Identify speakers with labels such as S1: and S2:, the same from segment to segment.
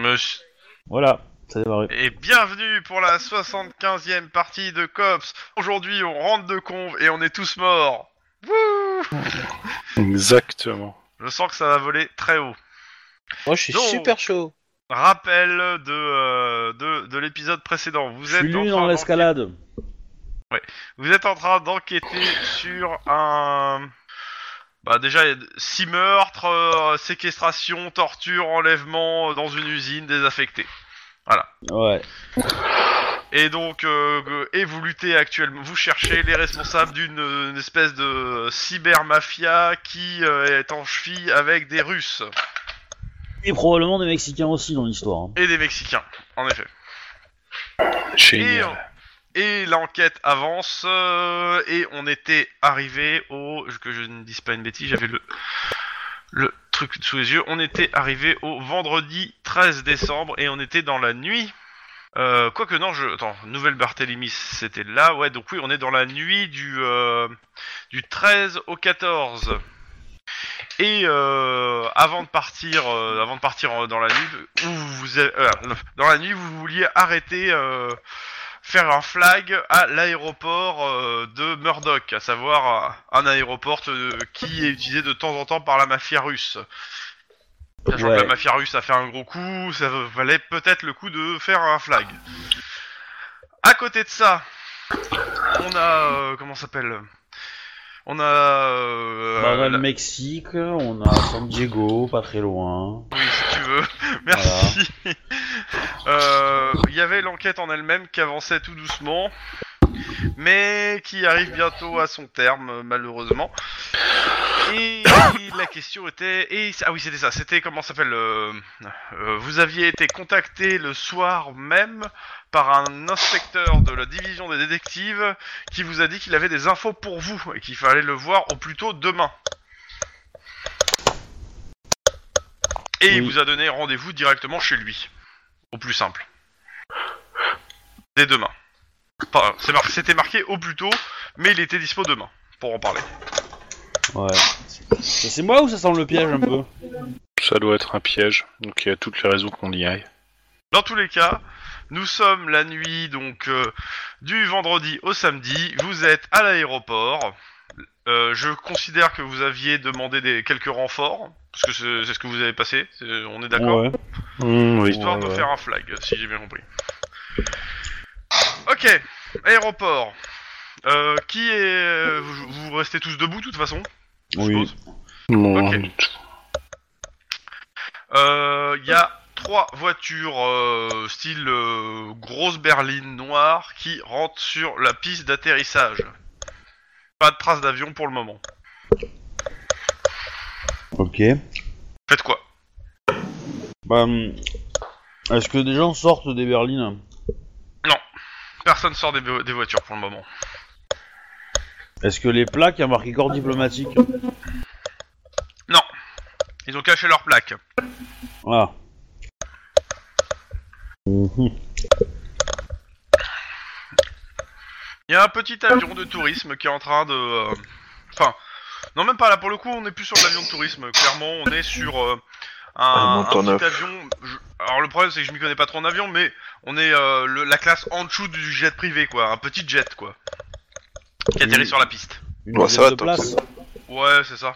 S1: plus.
S2: Voilà, ça a démarré.
S1: Et bienvenue pour la 75e partie de Cops. Aujourd'hui, on rentre de conve et on est tous morts. Wouh
S3: Exactement.
S1: Je sens que ça va voler très haut.
S4: Moi, je suis
S1: Non.
S4: super chaud.
S1: Rappel de, euh, de, de l'épisode précédent. Vous
S2: Je suis
S1: êtes, en
S2: lui
S1: train
S2: dans
S1: d'enquêter-
S2: l'escalade.
S1: vous êtes en train d'enquêter sur un... Bah déjà, il y a de- six meurtres, euh, séquestration, torture, enlèvement euh, dans une usine désaffectée.
S2: Ouais.
S1: Et donc, euh, euh, et vous luttez actuellement, vous cherchez les responsables d'une euh, une espèce de cyber-mafia qui euh, est en cheville avec des Russes
S2: Et probablement des Mexicains aussi dans l'histoire. hein.
S1: et des Mexicains, en effet. Et,
S3: Génial.
S1: et l'enquête avance, euh, et on était arrivé au... Que je ne dise pas une bêtise, j'avais le, le truc sous les yeux. On était arrivé au vendredi 13 décembre, et on était dans la nuit. Euh, Quoique non, je... Attends, Nouvelle Barthélemy, c'était là, ouais, donc oui, on est dans la nuit du, euh, du 13 au 14. Et euh, avant de partir, euh, avant de partir en- dans la nuit, où vous, vous êtes- euh, dans la nuit, vous vouliez arrêter euh, faire un flag à l'aéroport euh, de Murdoch, à savoir euh, un aéroport euh, qui est utilisé de temps en temps par la mafia russe. Sachant
S2: Ouais.
S1: que la mafia russe a fait un gros coup, ça valait peut-être le coup de faire un flag. À côté de ça, on a euh, comment ça s'appelle On a euh,
S2: Bah, on a
S1: la-
S2: le Mexique, on a San Diego, pas très loin.
S1: oui, si tu veux. Merci. Euh, Il y avait l'enquête en elle-même qui avançait tout doucement, mais qui arrive bientôt à son terme, malheureusement. Et la question était... Et, ah oui, c'était ça. C'était comment ça s'appelle euh, euh, Vous aviez été contacté le soir même par un inspecteur de la division des détectives qui vous a dit qu'il avait des infos pour vous et qu'il fallait le voir au plus tôt demain. Et il
S2: Oui.
S1: vous a donné rendez-vous directement chez lui. Au plus simple. Dès demain. Enfin, c'est mar- C'était marqué au plus tôt, mais il était dispo demain pour en parler.
S2: Ouais. Ça, C'est moi ou ça sent le piège un peu
S3: Ça doit être un piège, donc il y a toutes les raisons qu'on y aille.
S1: Dans tous les cas, nous sommes la nuit donc euh, du vendredi au samedi. Vous êtes à l'aéroport. Euh, je considère que vous aviez demandé des, quelques renforts, parce que c'est c'est ce que vous avez passé. c'est- On est d'accord.
S2: Ouais.
S3: Mmh, oui.
S1: Histoire de faire un flag, si j'ai bien compris. Ok, aéroport. Euh, qui est vous, vous restez tous debout de toute façon. je
S2: Oui.
S1: suppose. Euh, Il y a trois voitures euh, style euh, grosse berline noire qui rentrent sur la piste d'atterrissage. Pas de traces d'avion pour le moment.
S2: Ok.
S1: Faites quoi
S2: Bah, hum, est-ce que des gens sortent des berlines
S1: Personne sort des, vo- des voitures pour le moment.
S2: Est-ce que les plaques y a marqué corps diplomatique
S1: Ils ont caché leurs plaques.
S2: Ah. Mhm.
S1: Il y a un petit avion de tourisme qui est en train de. euh, Enfin, non, même pas là. Pour le coup, on n'est plus sur l'avion de tourisme. Clairement, on est sur euh,
S3: Un
S5: Ah,
S1: un, un
S3: Antonov.
S1: petit avion. je- Alors, le problème, c'est que je m'y connais pas trop en avion, mais on est euh, le- la classe en dessous du jet privé, quoi. Un petit jet, quoi. Qui atterrit
S2: Oui.
S1: sur la piste.
S2: Une
S5: Ouais, ça
S2: dizaine
S5: va,
S2: de
S5: tant
S2: places.
S1: Ouais, c'est ça.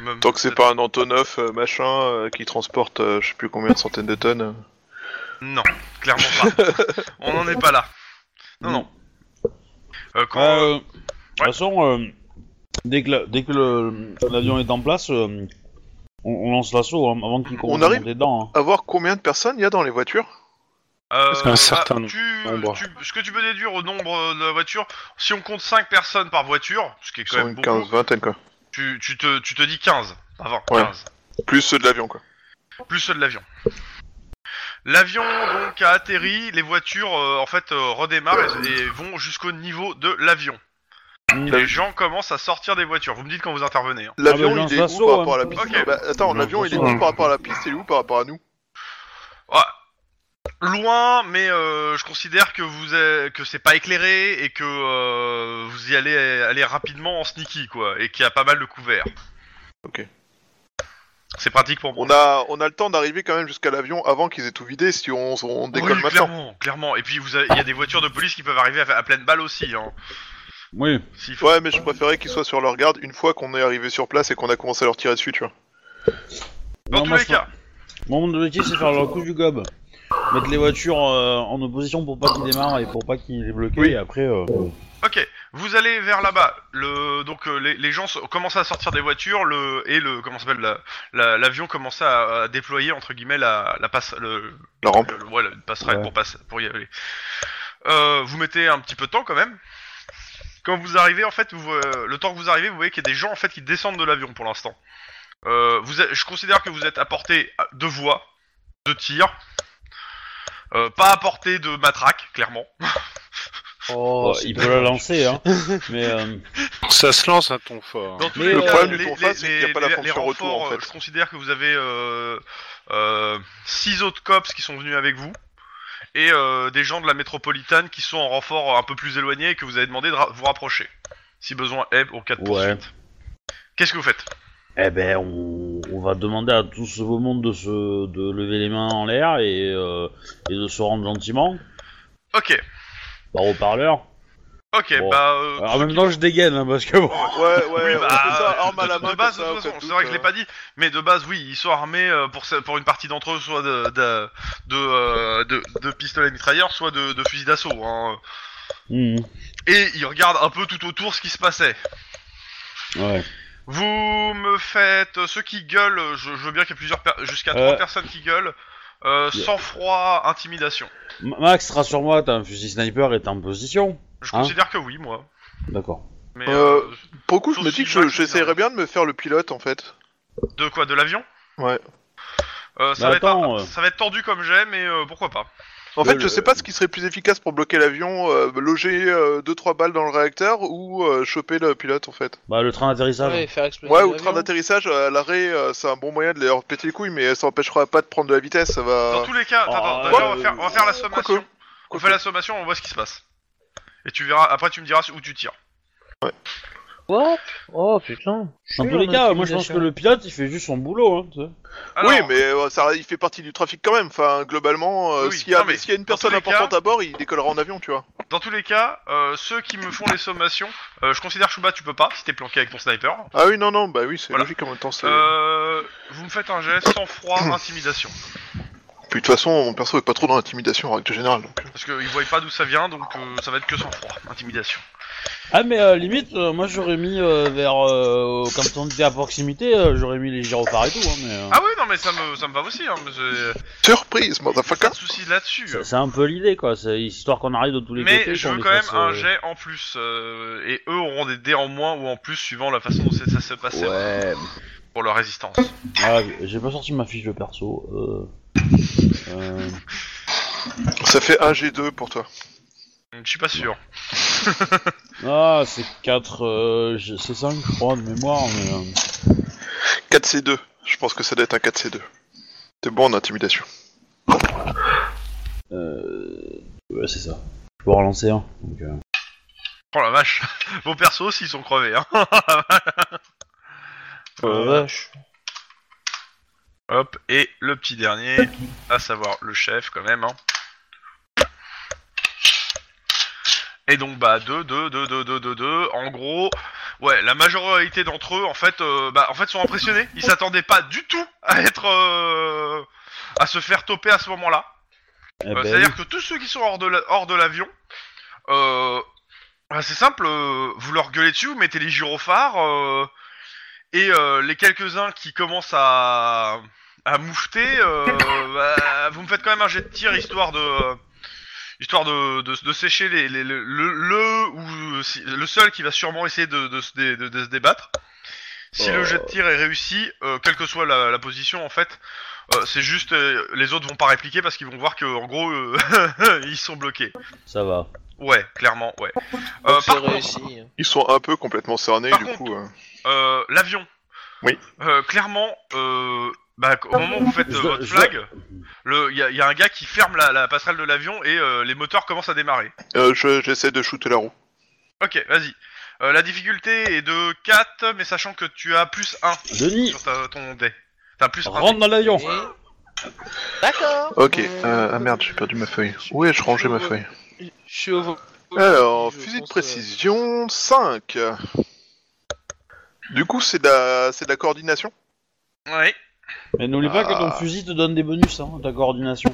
S1: Même-
S5: Tant que c'est pas un Antonov euh, machin euh, qui transporte euh, je sais plus combien de centaines de tonnes. euh.
S1: Non, clairement pas. on n'en est pas là. Non, non. Euh, quand,
S2: Euh, De toute façon, euh, dès que, la- dès que le- l'avion est en place, euh, on, on lance l'assaut hein, avant qu'il commence à
S5: arrive
S2: monter dedans. hein.
S5: À voir combien de personnes il y a dans les voitures
S1: Euh,
S3: Parce qu'un certain
S1: bah,
S3: nombre.
S1: tu-
S3: nombre.
S1: tu- ce que tu peux déduire au nombre de la voiture, si on compte 5 personnes par voiture, ce qui est
S5: Ils
S1: quand
S5: sont
S1: même
S5: une
S1: beaucoup,
S5: quinze, vingtaine quoi.
S1: tu, tu te, tu te dis 15, pas 20,
S5: Ouais.
S1: 15,
S5: Plus ceux de l'avion
S2: Ah,
S5: quoi.
S1: plus ceux de l'avion. L'avion donc a atterri, les voitures euh, en fait euh, redémarrent et, et vont jusqu'au niveau de l'avion.
S2: Mm.
S1: Les gens commencent à sortir des voitures, vous me dites quand vous intervenez. hein.
S5: L'avion
S2: mais
S5: il
S2: lance
S5: est
S2: l'assaut,
S5: où par rapport à la
S2: hein.
S5: piste
S1: Ok.
S5: Bah, Attends,
S2: Lance
S5: l'avion il est
S2: l'assaut.
S5: où par rapport à la piste Il est où par rapport à nous
S1: Loin, mais euh, je considère que vous êtes- que c'est pas éclairé et que euh, vous y allez aller rapidement en sneaky quoi, et qu'il y a pas mal de couverts.
S5: Ok.
S1: C'est pratique pour moi.
S5: On a, on a le temps d'arriver quand même jusqu'à l'avion avant qu'ils aient tout vidé si on, on décolle
S1: Oui,
S5: maintenant.
S1: clairement, clairement. Et puis vous avez- il y a des voitures de police qui peuvent arriver à, à pleine balle aussi. Hein.
S2: Oui.
S1: S'il faut.
S5: Ouais, mais je préférais qu'ils soient sur leur garde une fois qu'on est arrivé sur place et qu'on a commencé à leur tirer dessus, tu vois.
S1: Dans
S2: Non,
S1: tous
S2: moi,
S1: les
S2: je-
S1: cas,
S2: Mon objectif, c'est faire leur coup du gob. Mettre les voitures euh, en opposition pour pas qu'ils démarrent et pour pas qu'ils les bloquent.
S1: Oui.
S2: Et après, euh,
S1: ok, vous allez vers là-bas. Le donc euh, les, les gens se- commencent à sortir des voitures, le et le comment ça s'appelle la- la- l'avion commence à, à déployer entre guillemets la, la passe le,
S5: La rampe.
S1: Euh, le- ouais, la passerelle
S2: Ouais.
S1: pour passer pour y aller. Euh, vous mettez un petit peu de temps quand même. Quand vous arrivez en fait, vous, euh, le temps que vous arrivez, vous voyez qu'il y a des gens en fait qui descendent de l'avion pour l'instant. Euh, vous êtes- je considère que vous êtes à portée de voix, de tir, euh, pas à portée de matraque, clairement.
S2: euh,
S4: Oh, c'est
S2: ils
S4: pas-
S2: peuvent la lancer, hein. Mais euh,
S3: Ça se lance à ton fort. hein.
S1: Dans tous
S2: Mais
S1: les
S2: le
S1: cas,
S5: euh, problème
S1: les-
S5: du tour
S1: les-
S5: face, c'est qu'il n'y a
S1: les-
S5: pas la
S1: les-
S5: fonction
S1: les
S5: retour,
S1: renforts,
S5: en fait.
S1: Je considère que vous avez euh, euh, six autres cops qui sont venus avec vous et euh, des gens de la métropolitaine qui sont en renfort un peu plus éloignés et que vous avez demandé de ra- vous rapprocher. Si besoin est, au cas de
S2: Ouais.
S1: poursuite. Qu'est-ce que vous faites
S2: eh ben, on, on va demander à tout ce beau monde de se de lever les mains en l'air et, euh, et de se rendre gentiment
S1: Ok,
S2: par haut-parleur.
S1: ok,
S2: Bon.
S1: bah. euh,
S2: Alors, en même temps, je dégaine, hein, parce que bon.
S5: Ouais, ouais,
S1: oui,
S5: on
S1: bah,
S5: fait euh, ça, arme
S1: de,
S5: à la
S1: de
S5: main.
S1: base, de
S5: comme ça,
S1: toute façon,
S5: au cas
S1: c'est
S5: où,
S1: vrai que je l'ai
S5: euh,
S1: pas dit, mais de base, oui, ils sont armés euh, pour, ce- pour une partie d'entre eux, soit de, de, de, euh, de- de pistolets mitrailleurs, soit de, de fusils d'assaut. Hein.
S2: Mhm.
S1: Et ils regardent un peu tout autour ce qui se passait.
S2: Ouais.
S1: Vous me faites euh, ceux qui gueulent, euh, je, je veux bien qu'il y ait plusieurs per- jusqu'à
S2: Euh.
S1: trois personnes qui gueulent. Euh,
S2: Yeah.
S1: Sans froid, intimidation.
S2: Ma- Max, rassure-moi, t'as un fusil sniper et t'es en position.
S1: Je
S2: Hein
S1: considère que oui, moi.
S2: D'accord.
S1: Mais
S5: Euh.
S1: euh,
S5: Pour le coup, je me
S1: Sauf
S5: dis que
S1: si Max,
S5: je- j'essayerais bien de me faire le pilote en fait.
S1: euh, de quoi De l'avion
S5: Ouais.
S1: Euh, ça,
S2: Bah,
S1: va être un-
S2: attends, euh.
S1: ça va être tendu comme j'ai, mais euh, pourquoi pas.
S5: En
S2: Ouais,
S5: fait, je
S2: le-
S5: sais pas ce qui serait plus efficace pour bloquer l'avion, euh, loger 2-3 balles dans le réacteur ou euh, choper le pilote en fait.
S2: Bah, le train d'atterrissage.
S4: Ouais, faire exploser
S5: Ouais,
S4: l'avion.
S5: ou train d'atterrissage euh, à l'arrêt, euh, c'est un bon moyen de leur péter les couilles, mais ça empêchera pas de prendre de la vitesse, ça
S1: Dans
S5: va.
S1: tous les cas,
S2: Oh,
S1: attends,
S2: euh,
S1: déjà, on, va faire, on va faire la
S5: quoique.
S1: sommation. On fait la sommation, on voit ce qui se passe. Et tu verras, après tu me diras où tu tires.
S4: What Oh putain.
S2: Dans tous les cas, moi je pense que le pilote il fait juste son boulot. Hein, tu sais.
S1: Alors,
S5: oui, mais euh, ça, il fait partie du trafic quand même. Enfin, globalement, euh,
S1: Oui,
S5: s'il y, a-
S1: non, mais
S5: s'il y a une
S1: dans
S5: personne
S1: tous les
S5: importante à bord, il décollera en avion, tu vois.
S1: Dans tous les cas, euh, ceux qui me font les sommations, euh, je considère Chouba, tu peux pas, si t'es planqué avec ton sniper.
S5: Ah oui, non, non, bah oui, c'est
S1: Voilà.
S5: logique en même temps. c'est-
S1: Euh, vous me faites un geste sans froid, intimidation.
S5: Puis de toute façon, mon perso est pas trop dans l'intimidation en règle générale. Donc... euh.
S1: Parce qu'ils voient pas d'où ça vient, donc euh, ça va être que sans froid, intimidation.
S2: Ah, mais euh, limite, euh, moi j'aurais mis euh, vers. Euh, quand on était à proximité, euh, j'aurais mis les gyrophares et tout. Hein, mais, euh,
S1: Ah oui, non mais ça me, ça me va aussi, hein, mais j'ai-
S5: Surprise,
S1: pas
S5: motherfucker
S1: de soucis là-dessus.
S2: c'est- c'est un peu l'idée quoi, c'est histoire qu'on arrive de tous les côtés.
S1: Mais je
S2: qu'on
S1: veux
S2: les
S1: quand même
S2: fasse,
S1: un
S2: euh,
S1: jet en plus, euh, et eux auront des dés en moins ou en plus suivant la façon dont c'est- ça se passait
S2: Ouais.
S1: pour leur résistance.
S2: Ah, j'ai pas sorti ma fiche de perso. Euh... euh,
S5: Ça fait 1G2 pour toi.
S1: Je suis pas sûr.
S2: Ah, c'est 4. Euh... je- C'est 5, je crois, de mémoire. Mais, euh,
S5: 4C2, je pense que ça doit être un 4C2. T'es bon en intimidation.
S2: Euh... Ouais, c'est ça. Je peux relancer un. donc, euh,
S1: Oh la vache, vos persos s'ils sont crevés. Hein.
S4: Oh
S1: Euh,
S4: la vache.
S1: Hop, et le petit dernier, à savoir le chef quand même. Hein. Et donc bah 2, 2, 2, 2, 2, 2, 2, en gros, ouais, la majorité d'entre eux en fait, euh, bah, en fait sont impressionnés. Ils s'attendaient pas du tout à être... euh, à se faire toper à ce moment-là.
S2: eh
S1: Euh,
S2: ben,
S1: C'est-à-dire que tous ceux qui sont hors de la- hors de l'avion, euh, bah, c'est simple, euh, vous leur gueulez dessus, vous mettez les gyrophares, euh, et euh, les quelques-uns qui commencent à, à moufter, euh, bah, vous me faites quand même un jet de tir histoire de... Histoire de, de, de sécher les, les- le, le, le ou si- le seul qui va sûrement essayer de, de, se dé- de- de se débattre. Si le
S2: Oh.
S1: jet de tir est réussi, euh, quelle que soit la, la position en fait, euh, c'est juste, euh, les autres vont pas répliquer parce qu'ils vont voir que, en gros, euh, ils sont bloqués.
S2: ça va.
S1: Ouais, clairement, ouais. Euh,
S4: Donc, c'est
S1: par contre,
S4: réussi. hein.
S5: Ils sont un peu complètement cernés,
S1: Par
S5: du
S1: contre-
S5: coup. euh,
S1: euh, l'avion.
S5: Oui.
S1: Euh, clairement, euh, bah, au moment où vous faites euh,
S2: Je dois-
S1: votre
S2: je dois-
S1: flag, il y, a- y a un gars qui ferme la, la passerelle de l'avion et euh, les moteurs commencent à démarrer.
S5: euh, je- J'essaie de shooter la roue.
S1: Ok, vas-y. Euh, la difficulté est de 4, mais sachant que tu as plus 1
S2: Denis,
S1: sur ta- ton dé. T'as plus un
S2: Rentre dans l'avion
S4: Et- D'accord.
S5: Ok,
S4: Euh,
S5: euh, ah merde, j'ai perdu ma feuille. Où ai-je rangé ma feuille
S4: Je suis au vo-
S5: Alors,
S4: je
S5: fusil de
S4: pense, euh,
S5: précision 5. Du coup, c'est de, la... c'est de la coordination
S1: Ouais.
S2: Mais n'oublie pas que ton
S5: Ah.
S2: fusil te donne des bonus, hein, ta coordination.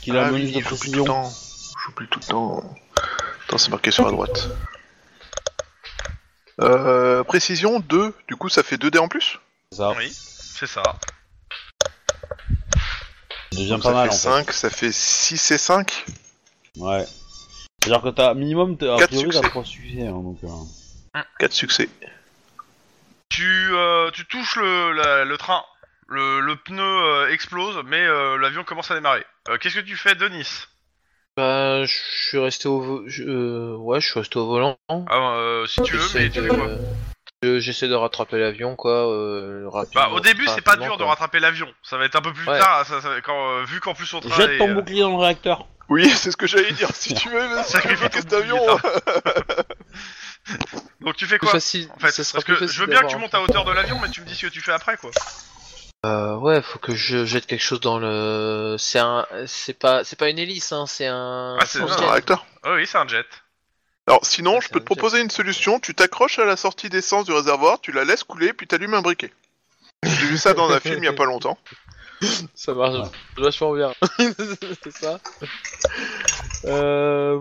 S2: Qu'il a
S5: Ah
S2: un bonus
S5: oui,
S2: de
S5: j'oublie
S2: précision.
S5: tout le temps. J'oublie tout le temps. Attends, c'est marqué sur la droite. Euh, précision 2, du coup ça fait 2 dés en plus
S2: C'est Ça,
S1: Oui, c'est ça.
S2: ça devient
S5: Donc,
S2: pas
S5: Ça
S2: mal en
S5: fait
S2: fait.
S5: 5, ça fait 6 et 5
S2: Ouais. C'est-à-dire que t'as minimum, t'as- a
S5: Quatre
S2: priori, t'as
S5: succès.
S2: 3 succès. hein, donc, euh.
S5: 4 succès.
S1: Tu, euh, tu touches le, la- le train. Le, le pneu euh, explose, mais euh, l'avion commence à démarrer. Euh, Qu'est-ce que tu fais, Denis
S4: Bah, je suis resté au vo- je- euh, ouais, je suis resté au volant.
S1: Ah, euh, Si tu veux,
S4: J'essaie
S1: mais tu
S4: de-
S1: fais quoi
S4: je- J'essaie de rattraper l'avion, quoi. euh,
S1: Bah,
S4: rapidement,
S1: au début, c'est pas
S4: rapidement,
S1: dur de
S4: quoi.
S1: rattraper l'avion. Ça va être un peu plus
S4: Ouais.
S1: tard, ça- ça- quand, euh, vu qu'en plus on train.
S2: Jette
S1: est,
S2: ton
S1: euh,
S2: bouclier dans le réacteur.
S5: Oui, c'est ce que j'allais dire, si tu veux, si tu
S1: Sacrifie
S5: veux
S1: ton
S5: que cet avion... euh,
S1: bouclier, Donc tu fais
S4: Plus
S1: quoi
S4: facile,
S1: En fait,
S4: ça sera
S1: parce
S4: plus
S1: que
S4: facile
S1: je veux bien que
S4: d'avoir
S1: tu
S4: un-
S1: montes à hauteur de l'avion, mais tu me dis ce que tu fais après, quoi.
S4: Euh, ouais, faut que je jette quelque chose dans le. C'est un, c'est pas, c'est pas une hélice, hein, c'est un.
S1: Ah, c'est-
S5: C'est
S1: non,
S5: un
S1: non,
S4: un
S5: réacteur.
S1: Ah oui, c'est un jet.
S5: Alors sinon,
S1: Ah,
S4: Ouais,
S5: je
S4: c'est
S5: peux te
S4: un jet.
S5: proposer une solution, tu t'accroches à la sortie d'essence du réservoir, tu la laisses couler, puis t'allumes un briquet. J'ai vu ça dans un film il y a pas longtemps.
S4: Ça marche vachement bien. c'est ça. Euh...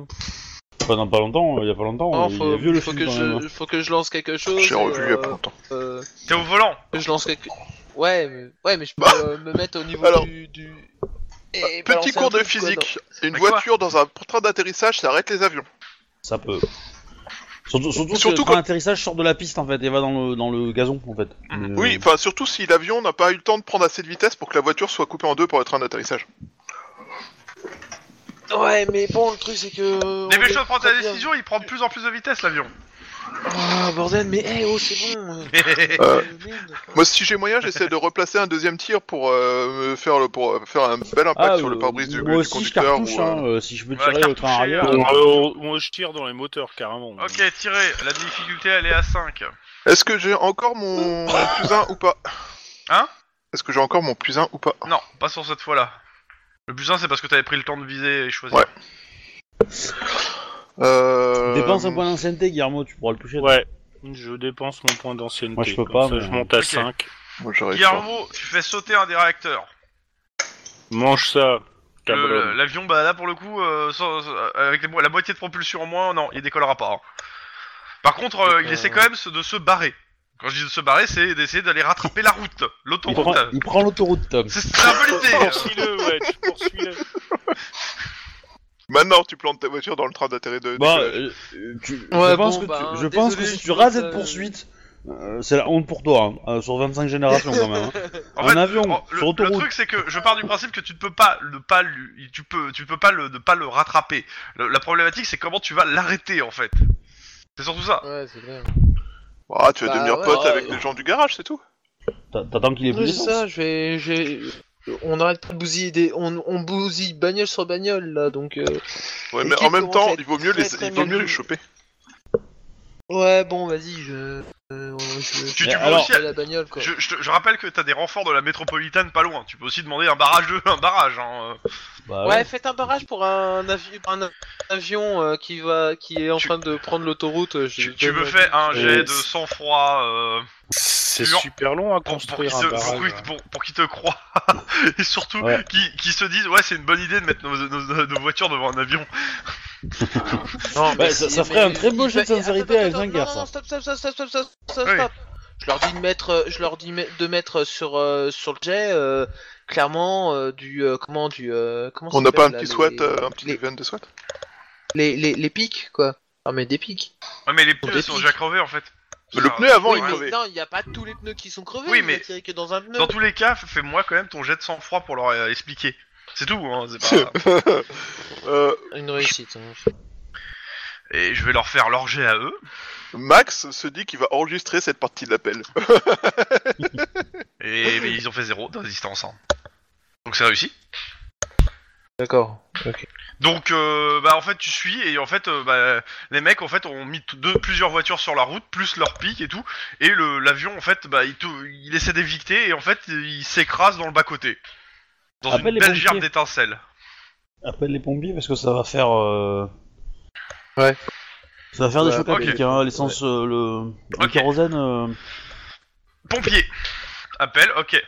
S2: Enfin, dans pas longtemps, il y a pas longtemps.
S4: non,
S2: Oh, il
S4: faut,
S2: est vieux le
S4: faut
S2: film
S4: que
S2: quand même. hein.
S4: je, faut que je lance quelque chose.
S5: J'ai revu il y a pas
S4: euh,
S5: longtemps.
S4: euh,
S1: T'es au volant.
S4: que je lance quelque. Ouais, mais, ouais, mais je peux
S5: Bah.
S4: euh, me mettre au niveau
S5: Alors. Bah,
S4: du. du... et balancer
S5: Petit
S4: un
S5: cours de
S4: truc, quoi,
S5: physique. Une
S1: Mais quoi
S5: voiture dans un train d'atterrissage, ça arrête les avions.
S2: Ça peut. Surtout, surtout,
S5: Surtout
S2: que quand
S5: quand-
S2: l'atterrissage sort de la piste en fait et va dans le, dans le gazon en fait.
S1: Mhm.
S2: Euh,
S5: Mm. Oui, enfin surtout si l'avion n'a pas eu le temps de prendre assez de vitesse pour que la voiture soit coupée en deux pour le train d'atterrissage.
S4: dans- Ouais, mais bon, le truc c'est que. euh,
S1: Dépêche-toi de
S4: on est-
S1: prendre ta décision, il prend de plus en plus de vitesse, l'avion.
S4: Ah bordel, mais eh oh, c'est bon. euh,
S5: Euh,
S4: merde, quoi.
S5: Moi si j'ai moyen, j'essaie de replacer un deuxième tir pour euh, me faire le pour euh, faire un bel impact
S2: Ah,
S5: sur le
S2: euh,
S5: pare-brise du,
S2: moi
S5: du
S2: aussi, je
S5: conducteur
S2: cartouche,
S5: ou, euh,
S2: hein, euh, si je peux
S1: Ouais,
S2: tirer le train
S1: cartoucher,
S2: arrière.
S1: euh,
S2: euh,
S3: Euh, moi, je tire dans les moteurs carrément.
S1: ok, tirez. La difficulté, elle est à 5.
S5: Est-ce que j'ai encore mon plus un ou pas
S1: Hein
S5: Est-ce que j'ai encore mon plus un ou pas
S1: Non, pas sur cette fois-là. Le plus 1, c'est parce que t'avais pris le temps de viser et choisir.
S5: Ouais. euh...
S2: Dépense un point d'ancienneté, Guillermo, tu pourras le toucher.
S3: Ouais. Je dépense mon point d'ancienneté.
S2: Moi, je peux
S3: comme
S2: pas,
S3: ça,
S2: mais-
S3: Je monte à
S1: Ok.
S3: 5.
S5: Moi, j'arrive pas.
S1: Guillermo, tu fais sauter un des réacteurs.
S3: Mange ça,
S1: Le-
S3: cabron.
S1: le- L'avion, bah là pour le coup, euh, sans- sans- avec les mo- la moitié de propulsion en moins, non, il décollera pas. hein. Par contre, euh, il
S4: Euh.
S1: essaie quand même se- de se barrer. Quand je dis de se barrer, c'est d'essayer d'aller rattraper la route,
S2: Il prend,
S1: l'autoroute.
S2: il prend l'autoroute, Tom.
S1: C'est c'est un peu l'idée. euh.
S3: Poursuis-le, ouais, tu poursuis-le.
S5: Maintenant, tu plantes ta voiture dans le train d'atterrissage. de-
S2: Bah,
S5: de-
S2: euh, tu-
S4: Ouais,
S2: je pense,
S4: bon,
S2: que, tu-
S4: bah,
S2: je pense
S4: désolé,
S2: que si
S4: je
S2: tu
S4: pense,
S2: rases cette
S4: euh,
S2: poursuite, euh, c'est la honte pour toi, hein, euh, sur 25 générations quand même. hein.
S1: En
S2: En avion,
S1: en-
S2: sur
S1: le, le
S2: autoroute.
S1: truc c'est que je pars du principe que tu ne peux pas le pas lui- tu peux tu peux pas le de pas le rattraper. Le- la problématique c'est comment tu vas l'arrêter en fait. C'est surtout ça.
S4: Ouais, c'est vrai.
S5: Ah, tu vas
S4: Bah,
S5: devenir
S4: ouais,
S5: pote
S4: ouais.
S5: avec les gens du garage, c'est tout.
S2: T'a- T'attends qu'il ait plus
S4: Oui, c'est
S2: d'essence.
S4: ça, je vais. je vais- On arrête pas de bousiller des. On, on bousille bagnole sur bagnole là, donc. euh,
S5: Ouais,
S4: Et
S5: mais
S4: qui
S5: en même
S4: commence à
S5: temps,
S4: être
S5: il vaut mieux les,
S4: très, très
S5: il vaut mieux
S4: mal
S5: les choper.
S4: Ouais, bon, vas-y, je. euh, je...
S1: Tu-
S4: je-
S2: tu
S4: je-
S2: peux alors-
S1: aussi-
S4: la bagnole quoi.
S1: Je, je te- je rappelle que t'as des renforts de la métropolitaine pas loin. Tu peux aussi demander un barrage de un barrage. Hein. euh.
S2: Bah,
S4: Ouais, faites un barrage pour un, avi- un avion euh, qui va, qui est en
S1: Tu-
S4: train de prendre l'autoroute. euh, je
S1: Tu, tu
S4: donne-
S1: me fais un
S4: je-
S1: jet
S3: Euh,
S1: de sang froid euh,
S3: C'est
S1: Genre,
S3: super long à
S1: pour, pour qu'ils
S3: construire
S1: se-
S3: un
S1: pour
S3: barrage.
S1: qu'ils- pour- pour qu'ils te croient et surtout
S2: Ouais.
S1: qu'ils qu'ils se disent ouais c'est une bonne idée de mettre nos, nos- nos voitures devant un avion.
S4: Non, mais
S2: ça-
S4: si,
S2: ça ferait un
S4: mais-
S2: très beau
S4: il
S2: jeu de
S4: va-
S2: sincérité hein.
S4: attends,
S2: à
S4: attends,
S2: Elzinger,
S4: non,
S2: ça.
S4: Non, non, stop, stop, stop, stop, stop, stop, stop,
S1: Oui.
S4: stop. Je leur dis de mettre, euh, je leur dis me- de mettre euh, sur euh, sur le jet euh, clairement euh, du euh, comment du euh, comment ça
S5: On n'a pas un
S4: s'appelle,
S5: petit
S4: là,
S5: SWAT,
S4: les-
S5: euh, un petit
S4: les,
S5: event de SWAT
S4: les, les, les pics quoi. Non mais des pics.
S1: Ouais, mais les
S4: Pour
S1: pneus
S4: des
S1: sont
S4: pics.
S1: déjà crevés en fait.
S5: Mais le
S1: Ça-
S5: pneu avant
S4: Oui,
S5: est
S4: mais
S5: crevé.
S4: non, il n'y a pas tous les pneus qui sont crevés.
S1: Oui,
S4: il va
S1: mais-
S4: tirer que dans un pneu.
S1: Dans tous les cas, f- fais-moi quand même ton jet de sang-froid pour leur euh, expliquer. C'est tout, hein, c'est pas...
S5: Euh,
S4: Une réussite. hein.
S1: Et je vais leur faire leur jet à eux.
S5: Max se dit qu'il va enregistrer cette partie de l'appel.
S1: Et mais ils ont fait zéro de résistance. hein. Donc c'est réussi.
S4: D'accord.
S1: Donc, euh, bah, en fait, tu suis et en fait, euh, bah, les mecs, en fait, ont mis t- deux, plusieurs voitures sur la route, plus leur pique et tout, et le l'avion, en fait, bah, il, te- il essaie d'éviter et en fait, il s'écrase dans le bas côté, dans
S2: Appelle
S1: une
S2: les
S1: belle
S2: pompiers.
S1: gerbe d'étincelles.
S2: Appelle les pompiers parce que ça va faire. euh,
S4: Ouais.
S2: Ça va faire des
S4: Ouais,
S2: chocs
S1: ok.
S2: à pic, hein, l'essence, euh, le... le
S1: Ok.
S2: kérosène. euh,
S1: Pompier. Appel, ok.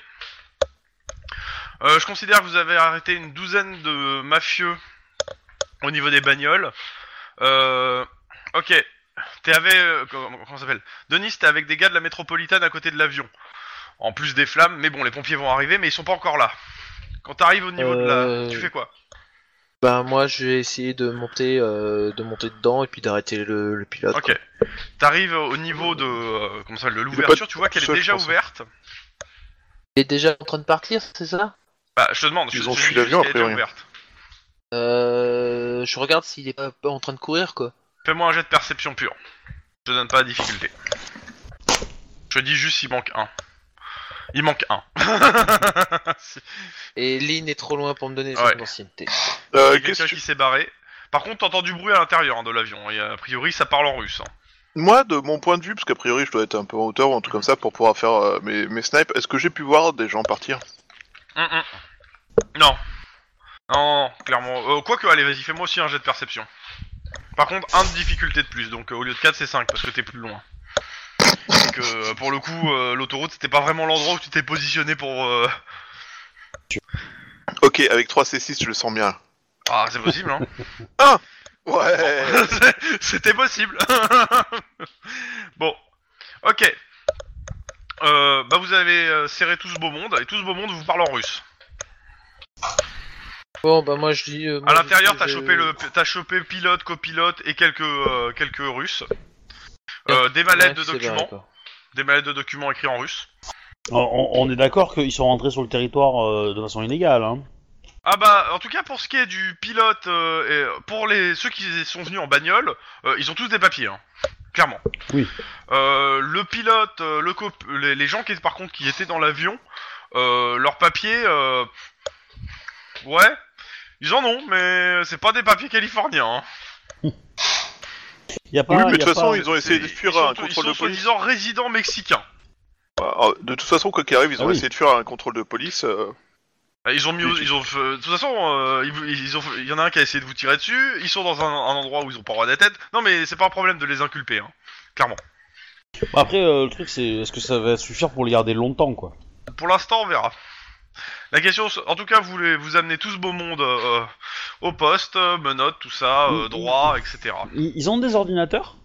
S1: Euh, je considère que vous avez arrêté une douzaine de mafieux au niveau des bagnoles. Euh, ok. T'es avec... euh, comment, comment ça s'appelle Denis, t'es avec des gars de la métropolitaine à côté de l'avion. En plus des flammes, mais bon, les pompiers vont arriver, mais ils sont pas encore là. Quand t'arrives au niveau de
S4: Euh,
S1: la... Tu fais quoi
S4: Bah moi je vais essayer de monter, euh, de monter dedans et puis d'arrêter le, le pilote.
S1: Ok.
S4: quoi.
S1: T'arrives au niveau de... euh, comment ça s'appelle De
S5: est pas
S1: l'ouverture, tu vois qu'elle est
S5: seul, je
S1: déjà
S5: pense.
S1: ouverte.
S4: Il est déjà en train de partir, c'est ça
S1: Bah, je te demande, je
S5: Ils
S1: te-
S5: ont
S1: je te
S5: fui
S1: dis
S5: l'avion,
S1: qu'elle est
S5: a
S1: déjà
S5: priori.
S1: ouverte.
S4: euh, Je regarde s'il est pas, pas en train de courir quoi.
S1: Fais-moi un jet de perception pure. Je te donne pas la difficulté. Je te dis juste il manque un. Il manque un. Si.
S4: Et Lynn est trop loin pour me donner
S1: Ouais.
S4: son ancienneté.
S5: Euh,
S1: Il y a
S5: qu'est-ce
S1: quelqu'un
S5: que tu-
S1: qui s'est barré. Par contre, t'entends du bruit à l'intérieur hein, de l'avion. Et a priori, ça parle en russe. hein.
S5: Moi, de mon point de vue, parce qu'a priori je dois être un peu en hauteur ou un truc comme ça pour pouvoir faire euh, mes, mes snipes, est-ce que j'ai pu voir des gens partir
S1: Hum, hum. Non. Non, clairement. Euh, Quoique, allez, vas-y, fais-moi aussi un jet de perception. Par contre, un de difficulté de plus. Donc, euh, au lieu de 4, c'est 5 parce que t'es plus loin. Donc, euh, pour le coup, euh, l'autoroute, c'était pas vraiment l'endroit où tu t'es positionné pour. euh,
S5: Ok, avec 3 C6, je le sens bien.
S1: Ah, c'est possible, hein.
S5: Ouais
S1: C'est- C'était possible. bon, ok. Euh, bah vous avez euh, serré tout ce beau monde et tout ce beau monde vous parle en russe.
S4: Bon bah moi je dis... euh, moi,
S1: À
S4: je-
S1: l'intérieur, t'as
S4: je-
S1: chopé le, t'as chopé pilote, copilote et quelques euh, quelques russes. Euh, des mallettes de
S4: Ouais, c'est barré,
S1: documents,
S4: quoi.
S1: des mallettes de documents écrits en russe.
S2: On, on est d'accord qu'ils sont rentrés sur le territoire euh, de façon illégale. Hein.
S1: Ah bah, en tout cas pour ce qui est du pilote, euh, et pour les ceux qui sont venus en bagnole, euh, ils ont tous des papiers, hein. clairement.
S2: Oui.
S1: Euh, le pilote, euh, le cop- les, les gens qui par contre qui étaient dans l'avion, euh, leurs papiers, euh, ouais, ils en ont, mais c'est pas des papiers californiens. hein.
S2: Y a pas,
S5: Oui, mais de
S2: Ah, y a
S5: toute façon,
S2: pas-
S5: ils ont essayé de
S1: Ils-
S5: fuir
S1: ils sont-
S5: un
S1: Ils
S5: hein, contrôle
S1: sont
S5: de police.
S1: soi-disant résidents mexicains.
S5: Ah, De toute façon, quoi qu'il arrive, ils
S2: Ah
S5: ont
S2: oui.
S5: essayé de fuir un contrôle de police. euh,
S1: Bah, Ils ont mis,
S5: Oui.
S1: ils ont, fait- de toute façon, euh, ils, ils ont, il y en a un qui a essayé de vous tirer dessus. Ils sont dans un, un endroit où ils ont pas le droit d'être. Non, mais c'est pas un problème de les inculper, hein. clairement.
S2: Après, euh, le truc, c'est est-ce que ça va suffire pour les garder longtemps, quoi
S1: Pour l'instant, on verra. La question, c'est- en tout cas, vous voulez vous amener tout ce beau monde euh, au poste, euh, menottes, tout ça, euh,
S2: Oui.
S1: droit, etc.
S2: Ils, ils ont des ordinateurs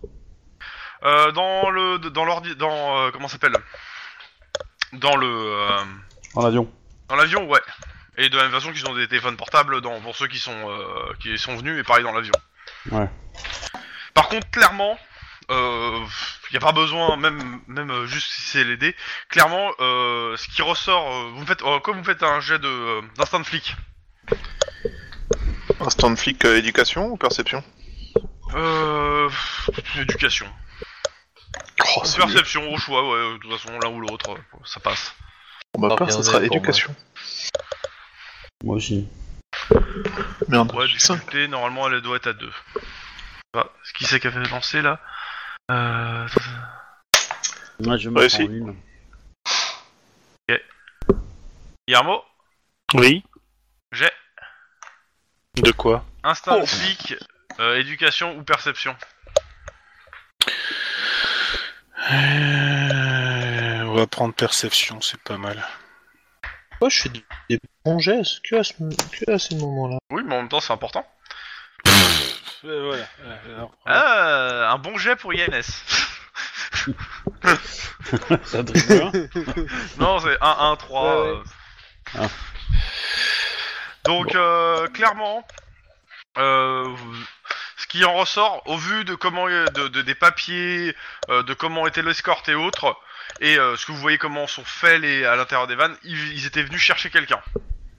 S1: Euh, dans le, dans l'ordi, dans euh, comment ça s'appelle Dans le, euh,
S2: en avion.
S1: dans l'avion, ouais. Et de la même façon qu'ils ont des téléphones portables dans, pour ceux qui sont, euh, qui sont venus et pareil dans l'avion.
S2: Ouais.
S1: Par contre, clairement, il n'y a pas besoin, même, même euh, juste si c'est les dés, clairement, euh, ce qui ressort, euh, vous faites, euh, comme vous faites un jet de, euh, d'instinct de flic,
S5: Instant de flic euh, éducation ou perception
S1: euh, pff, éducation.
S5: Oh, c'est nul.
S1: Perception, au choix, ouais, de toute façon, l'un ou l'autre, euh, ça passe.
S5: Pour ma
S4: Ah,
S5: part,
S4: bien
S5: ça sera
S4: honnête pour
S5: éducation.
S2: Moi aussi.
S5: Merde.
S1: Ouais,
S5: Putain.
S1: difficulté, normalement, elle doit être à deux. Bah, ce qui c'est qui a fait lancer là euh,
S2: Moi, je vais
S5: Ouais,
S2: me
S5: si.
S2: prendre une.
S1: Guillermo,
S3: Oui.
S1: j'ai
S3: De quoi
S1: instinct de flic, euh, éducation ou perception.
S3: Euh, On va prendre perception, c'est pas mal.
S4: Moi je fais des des bons gestes que à ce, que à ces moments-là.
S1: Oui, mais en même temps, c'est important.
S3: voilà.
S1: Ah, un bon jet pour Yannis.
S2: Ça hein. te dit rien
S1: Non, c'est 1, 1, 3.
S4: Ouais, ouais.
S2: Ah.
S1: euh. Donc, euh, clairement, euh, vous- ce qui en ressort, au vu de comment, euh, de, de- des papiers, euh, de comment était l'escorte et autres, et euh, ce que vous voyez comment sont faits les, à l'intérieur des vannes, ils, ils étaient venus chercher quelqu'un.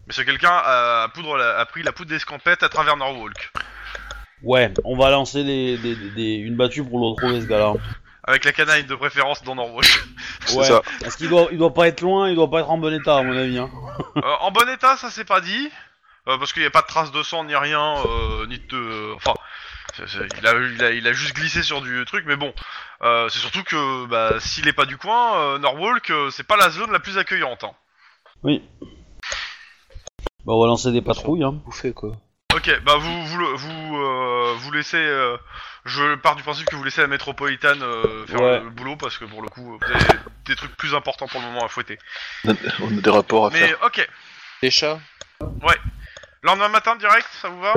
S1: Mais ce quelqu'un a, poudre la- a pris la poudre d'escampette à travers Norwalk,
S2: Ouais, on va lancer des, des- des- des- une battue pour le retrouver, ce gars-là.
S1: avec la canaille de préférence dans Norwalk.
S5: C'est
S2: Ouais,
S5: ça.
S2: parce qu'il doit, il doit pas être loin, il doit pas être en bon état, à mon avis. Hein.
S1: Euh, en bon état, ça c'est pas dit. euh, parce qu'il n'y a pas de trace de sang ni rien, euh, ni de. Enfin, c'est- c'est- il, a, il, a, il a juste glissé sur du truc, mais bon. Euh, c'est surtout que bah, s'il n'est pas du coin, euh, Norwalk, euh, c'est pas la zone la plus accueillante. Hein.
S2: Oui. Bah, on va lancer des patrouilles, hein.
S4: Bouffé quoi.
S1: Ok, bah vous vous le- vous, euh, vous laissez. euh, je pars du principe que vous laissez la métropolitaine euh, faire
S2: Ouais.
S1: le boulot parce que pour le coup, vous avez des trucs plus importants pour le moment à fouetter.
S5: On a, on a des rapports à
S1: Mais
S5: faire.
S1: ok,
S4: Des chats
S1: lendemain matin direct, ça vous va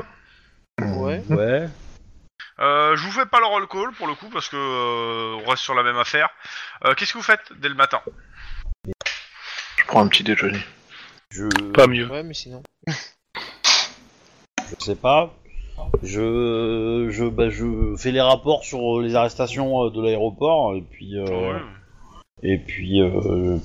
S3: Hmm.
S4: Ouais.
S2: Ouais.
S1: Euh, je vous fais pas le roll call pour le coup parce que euh, on reste sur la même affaire. Euh, Qu'est-ce que vous faites dès le matin
S5: Je prends un petit déjeuner.
S2: Je.
S3: Pas mieux.
S4: Ouais, mais sinon.
S2: Je sais pas. Je. Je, bah, je fais les rapports sur les arrestations euh, de l'aéroport, et puis. euh,
S1: Ouais.
S2: Et puis, euh,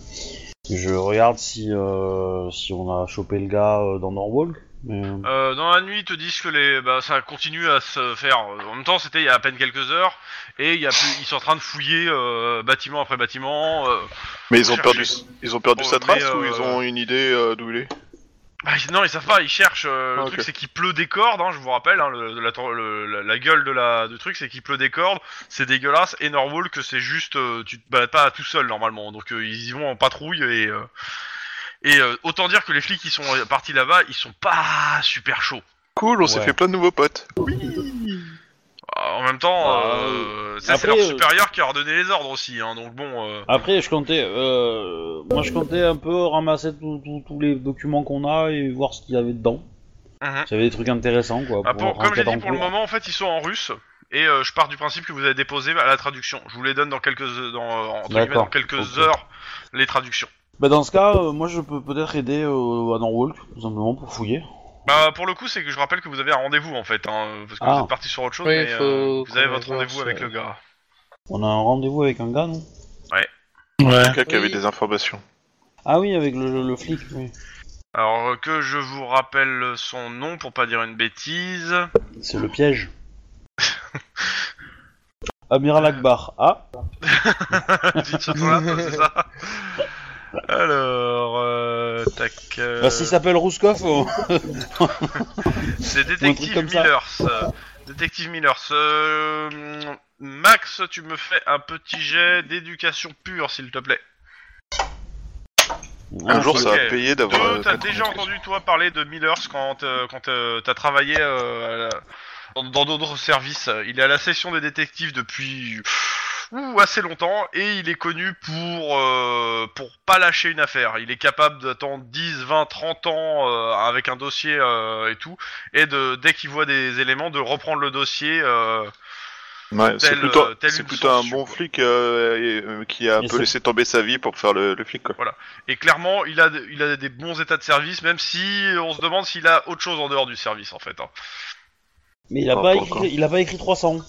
S2: je regarde si, euh, si on a chopé le gars euh, dans Norwalk. Mais...
S1: Euh, Dans la nuit, ils te disent que les, bah, ça continue à se faire. euh, En même temps, c'était il y a à peine quelques heures et il y a plus- ils sont en train de fouiller euh, bâtiment après bâtiment. euh,
S5: Mais ils ont
S1: Chercher.
S5: perdu, ils ont perdu
S1: Oh,
S5: sa trace
S1: mais,
S5: ou
S1: euh,
S5: ils ont une idée euh, d'où il est
S1: Bah, ils- non, ils savent pas, ils cherchent. euh, le
S5: Ah,
S1: truc,
S5: ok.
S1: c'est qu'il pleut des cordes, hein, je vous rappelle. Hein, le- de la, tor- le- la, la gueule de la, du truc, c'est qu'il pleut des cordes. C'est dégueulasse. Et Norwalk, que c'est juste. euh, tu te balades pas tout seul normalement. Donc euh, ils y vont en patrouille. Et, euh, et euh, autant dire que les flics qui sont euh, partis là-bas, ils sont pas super chauds.
S5: Cool, on s'est
S2: Ouais.
S5: fait plein de nouveaux potes.
S1: Ah, En même temps,
S2: Ah,
S1: euh, ça, c'est
S2: après,
S1: leur
S2: euh,
S1: supérieur qui a ordonné les ordres aussi. Hein, donc bon. euh,
S2: Après, je comptais. Euh, moi, je comptais un peu ramasser tous- tous- tous les documents qu'on a et voir ce qu'il y avait dedans.
S1: mhm.
S2: S'il y avait des trucs intéressants, quoi.
S1: Ah, pour-
S2: notre
S1: comme j'ai
S2: enquête
S1: dit,
S2: en
S1: pour le
S2: cours.
S1: moment, en fait, ils sont en russe. Et euh, je pars du principe que vous avez déposé à la traduction. Je vous les donne dans quelques, dans, euh, entre guillemets,
S2: D'accord.
S1: dans quelques
S2: Ok.
S1: heures, les traductions.
S2: Bah, dans ce cas, euh, moi, je peux peut-être aider euh, à Norwalk, tout simplement, pour fouiller.
S1: Bah, pour le coup, c'est que je rappelle que vous avez un rendez-vous, en fait. Hein, parce que
S2: Ah.
S1: vous êtes parti sur autre chose,
S4: Oui,
S1: mais euh,
S4: faut
S1: vous avez
S4: qu'on euh.
S1: votre
S4: voit
S1: rendez-vous
S4: ça.
S1: avec le gars.
S2: On a un rendez-vous avec un gars, non
S3: Ouais.
S5: Quelqu'un qui
S4: Oui.
S5: avait des informations.
S2: Ah oui, avec le, le flic, oui.
S1: Alors, euh, que je vous rappelle son nom pour pas dire une bêtise.
S2: C'est le piège. Amiral Akbar. Ah
S1: Dites ce nom-là, c'est ça Alors, euh, tac. euh,
S2: Bah, s'il s'appelle Rouskov, on-
S1: C'est
S2: truc
S1: détective
S2: comme ça.
S1: Millers. euh, Détective Millers. euh, Max, tu me fais un petit jet d'éducation pure, s'il te plaît.
S2: Ah,
S5: un jour,
S1: ok.
S5: ça a payé d'avoir.
S1: Deux,
S5: euh,
S1: t'as
S5: quatre
S1: déjà
S5: contacts.
S1: entendu toi parler de Millers quand euh, quand euh, t'as travaillé euh, à la- dans- dans d'autres services. Il est à la session des détectives depuis ouh, assez longtemps et il est connu pour euh, pour pas lâcher une affaire. Il est capable d'attendre 10, 20, 30 ans euh, avec un dossier euh, et tout et de dès qu'il voit des éléments de reprendre le dossier. euh,
S5: Ouais, c'est
S1: tel,
S5: plutôt,
S1: euh, tel
S5: c'est
S1: une
S5: plutôt un
S1: source,
S5: bon flic euh, et, euh, qui a un
S2: Et
S5: peu
S2: c'est-
S5: laissé tomber sa vie pour faire le, le flic. Quoi.
S1: Et clairement, il a, il a des bons états de service, même si euh, on se demande s'il a autre chose en dehors du service, en fait. hein.
S2: Mais il a,
S5: Pas
S2: pas
S5: encore.
S2: écrit, il a pas écrit 300.
S1: Non,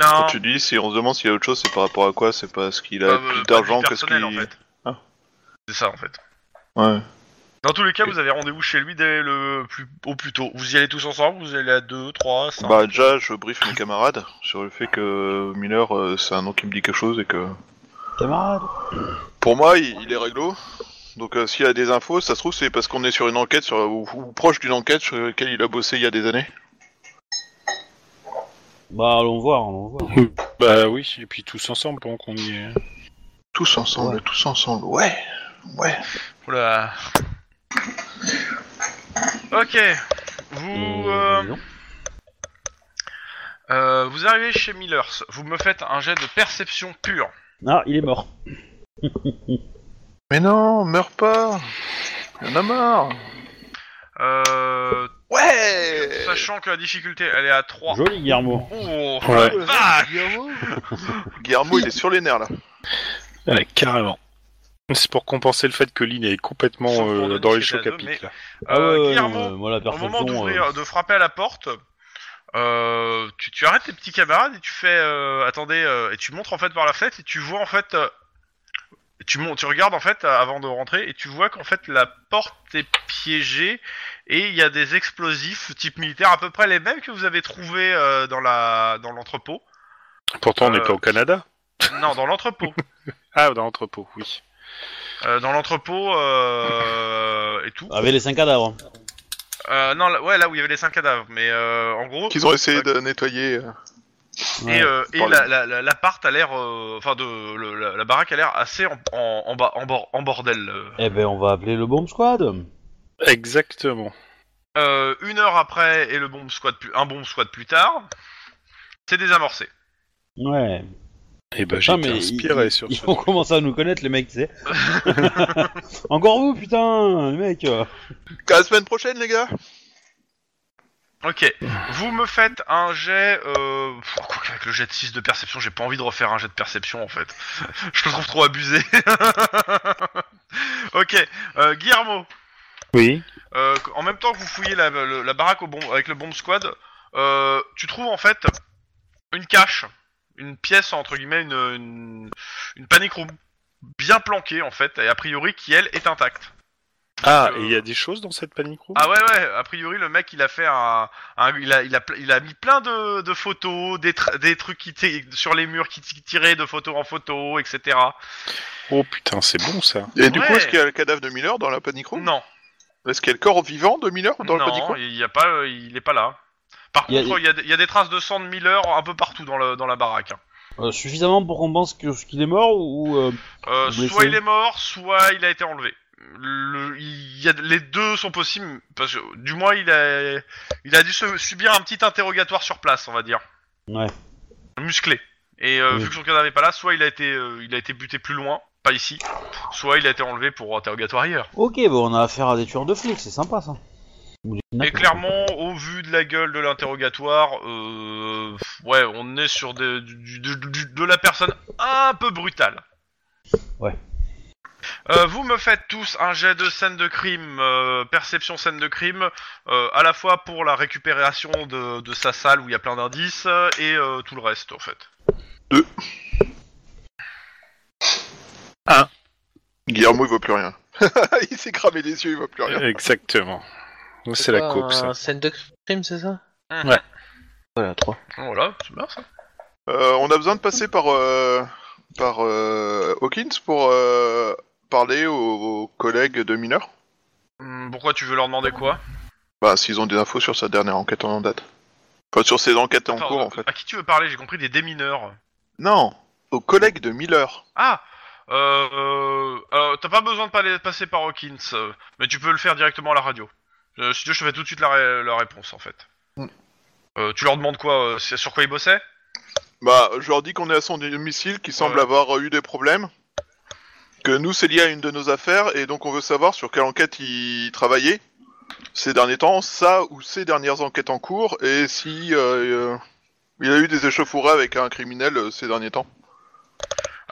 S5: Quand tu dis, si on se demande s'il y a autre chose, c'est par rapport à quoi C'est parce qu'il a
S1: pas- euh, pas
S5: plus
S1: de
S5: d'argent
S1: vie
S5: que ce qu'il.
S1: personnelle, en fait.
S5: Ah.
S1: C'est ça, en fait.
S5: Ouais.
S1: Dans tous les cas, vous avez rendez-vous chez lui dès le plus, au plus tôt. Vous y allez tous ensemble Vous y allez à 2, 3, 5
S5: Bah déjà, je brief mes camarades sur le fait que Miller, euh, c'est un nom qui me dit quelque chose et que...
S2: Camarade
S5: Pour moi, il, il est réglo. Donc euh, s'il y a des infos, ça se trouve, c'est parce qu'on est sur une enquête sur, ou, ou proche d'une enquête sur laquelle il a bossé il y a des années.
S2: Bah, allons voir, allons voir.
S3: Bah oui, et puis tous ensemble pendant qu'on y est.
S5: Tous ensemble, tous ensemble, ouais Ouais
S1: Oula. Ok. Vous, euh,
S2: non.
S1: euh, vous arrivez chez Millers. Vous me faites un jet de perception pure.
S2: Ah, il est mort.
S5: Mais non, meurs pas Y'en a marre
S1: Euh,
S5: Ouais
S1: sachant que la difficulté, elle est à 3.
S2: Joli, Guillermo.
S1: Oh,
S3: Ouais.
S1: vache
S5: Guillermo, il est sur les nerfs là.
S3: Ouais, carrément. C'est pour compenser le fait que Lynn est
S1: Sauf
S3: complètement
S1: pour
S3: euh,
S1: donner
S3: dans les
S1: ce
S3: chocs à
S1: qu'elle a
S3: pic, là.
S2: Ah
S1: Euh,
S2: ouais, ouais,
S1: Guillermo,
S2: non, euh, moi, la
S1: au moment
S2: perception,
S1: d'ouvrir,
S2: euh,
S1: de frapper à la porte, euh, tu, tu arrêtes tes petits camarades et tu fais, euh, attendez, euh, et tu montres en fait par la fenêtre et tu vois en fait, euh, tu mon- tu regardes en fait euh, avant de rentrer et tu vois qu'en fait la porte est piégée et il y a des explosifs type militaire à peu près les mêmes que vous avez trouvés euh, dans la dans l'entrepôt.
S3: Pourtant, on n'est
S1: Euh,
S3: pas au Canada.
S1: non, dans l'entrepôt.
S3: Ah, dans l'entrepôt, oui.
S1: Euh, dans l'entrepôt euh, et tout.
S2: Ah Avec les 5 cadavres.
S1: Euh, non, là, ouais, là où il y avait les 5 cadavres, mais euh, en gros.
S5: Qu'ils ont essayé de nettoyer. euh.
S1: Et,
S2: Ouais.
S1: euh, et
S5: Par
S1: la, la, la- l'appart a l'air, euh, enfin de le- la, la baraque a l'air assez en, en, en, ba- en bor- en bordel. euh.
S2: Eh ben, on va appeler le bomb squad.
S3: Exactement.
S1: Euh, une heure après et le bomb squad plus, un bomb squad plus tard, c'est désamorcé.
S2: Ouais.
S3: Et bah, j'ai
S2: Putain,
S3: été
S2: mais
S3: inspiré
S2: ils,
S3: sur
S2: ils
S3: ce
S2: ont commencé à nous connaître, les mecs, tu sais. Encore vous, putain, les mecs. euh.
S5: À la semaine prochaine, les gars
S1: Ok, vous me faites un jet. Euh... pff, quoi qu'avec le jet de 6 de perception, j'ai pas envie de refaire un jet de perception en fait. Je le trouve trop abusé. ok, euh, Guillermo,
S3: Oui.
S1: euh, en même temps que vous fouillez la, le- la baraque au bomb- avec le bomb squad, euh, tu trouves en fait une cache, une pièce entre guillemets, une, une, une panic room bien planquée en fait, et a priori qui elle est intacte.
S3: Ah,
S1: Euh,
S3: et il y a des choses dans cette panic room
S1: Ah ouais ouais, a priori le mec il a fait un, un- il, a, il, a, pl- il a mis plein de, de photos, des, tr- des trucs qui t- sur les murs qui t- tiraient de photo en photo, etc.
S3: Oh putain, c'est bon ça.
S5: Et du
S1: Ouais.
S5: coup, est-ce qu'il y a le cadavre de Miller dans la panic room
S1: Non,
S5: Est-ce qu'il y a le corps vivant de Miller dans le panic
S1: non,
S5: room
S1: il y a pas, euh, il est pas là. Par
S2: Il y a-
S1: contre, il y, a, des- il y a des traces de sang de Miller un peu partout dans, le, dans la baraque. hein.
S2: Euh, suffisamment pour qu'on pense que- qu'il est mort ou. euh,
S1: Euh,
S2: Blessé.
S1: soit il est mort, soit il a été enlevé. Le- il y a, les deux sont possibles parce que du moins il a, il a dû se- subir un petit interrogatoire sur place, on va dire.
S2: Ouais.
S1: musclé. Et euh,
S2: Oui.
S1: vu que son cadavre n'est pas là, soit il a été, euh, il a été buté plus loin, pas ici, soit il a été enlevé pour interrogatoire ailleurs.
S2: Ok, bon, on a affaire à des tueurs de flics, c'est sympa ça. Ou des
S1: Et
S2: kidnappeurs.
S1: clairement, au vu de la gueule de l'interrogatoire, euh, ouais, on est sur des- du- du- du- de la personne un peu brutale.
S2: Ouais.
S1: Euh, vous me faites tous un jet de scène de crime, euh, perception scène de crime, euh, à la fois pour la récupération de, de sa salle où il y a plein d'indices euh, et euh, tout le reste en fait.
S5: Guillermo, il voit plus rien. il s'est cramé les yeux, il voit plus rien.
S3: Exactement. C'est la
S4: quoi,
S3: coupe ça.
S4: un Scène de crime, c'est ça
S1: Mhm.
S3: Ouais.
S4: Voilà, 3.
S1: Voilà, c'est bien ça.
S5: Euh, on a besoin de passer par, euh, par euh, Hawkins pour euh, parler aux, aux collègues de Miller.
S1: Hum, Pourquoi tu veux leur demander quoi
S5: Bah, s'ils ont des infos sur sa dernière enquête en date. Enfin, sur ses enquêtes en
S1: Attends,
S5: cours,
S1: euh,
S5: en fait.
S1: À qui tu veux parler J'ai compris des démineurs.
S5: Non, aux collègues de Miller.
S1: Ah euh, euh, alors, T'as pas besoin de parler- passer par Hawkins, euh, mais tu peux le faire directement à la radio. Euh, si tu veux, je te fais tout de suite la, ré- la réponse en fait.
S5: Mm.
S1: Euh, tu leur demandes quoi euh, c'est- Sur quoi ils bossaient
S5: Bah, je leur dis qu'on est à son domicile, qu'il semble
S1: Ouais.
S5: avoir eu des problèmes. Que nous, c'est lié à une de nos affaires, et donc on veut savoir sur quelle enquête il travaillait ces derniers temps, ça ou ses dernières enquêtes en cours, et si euh, euh, il a eu des échauffourées avec un criminel euh, ces derniers temps.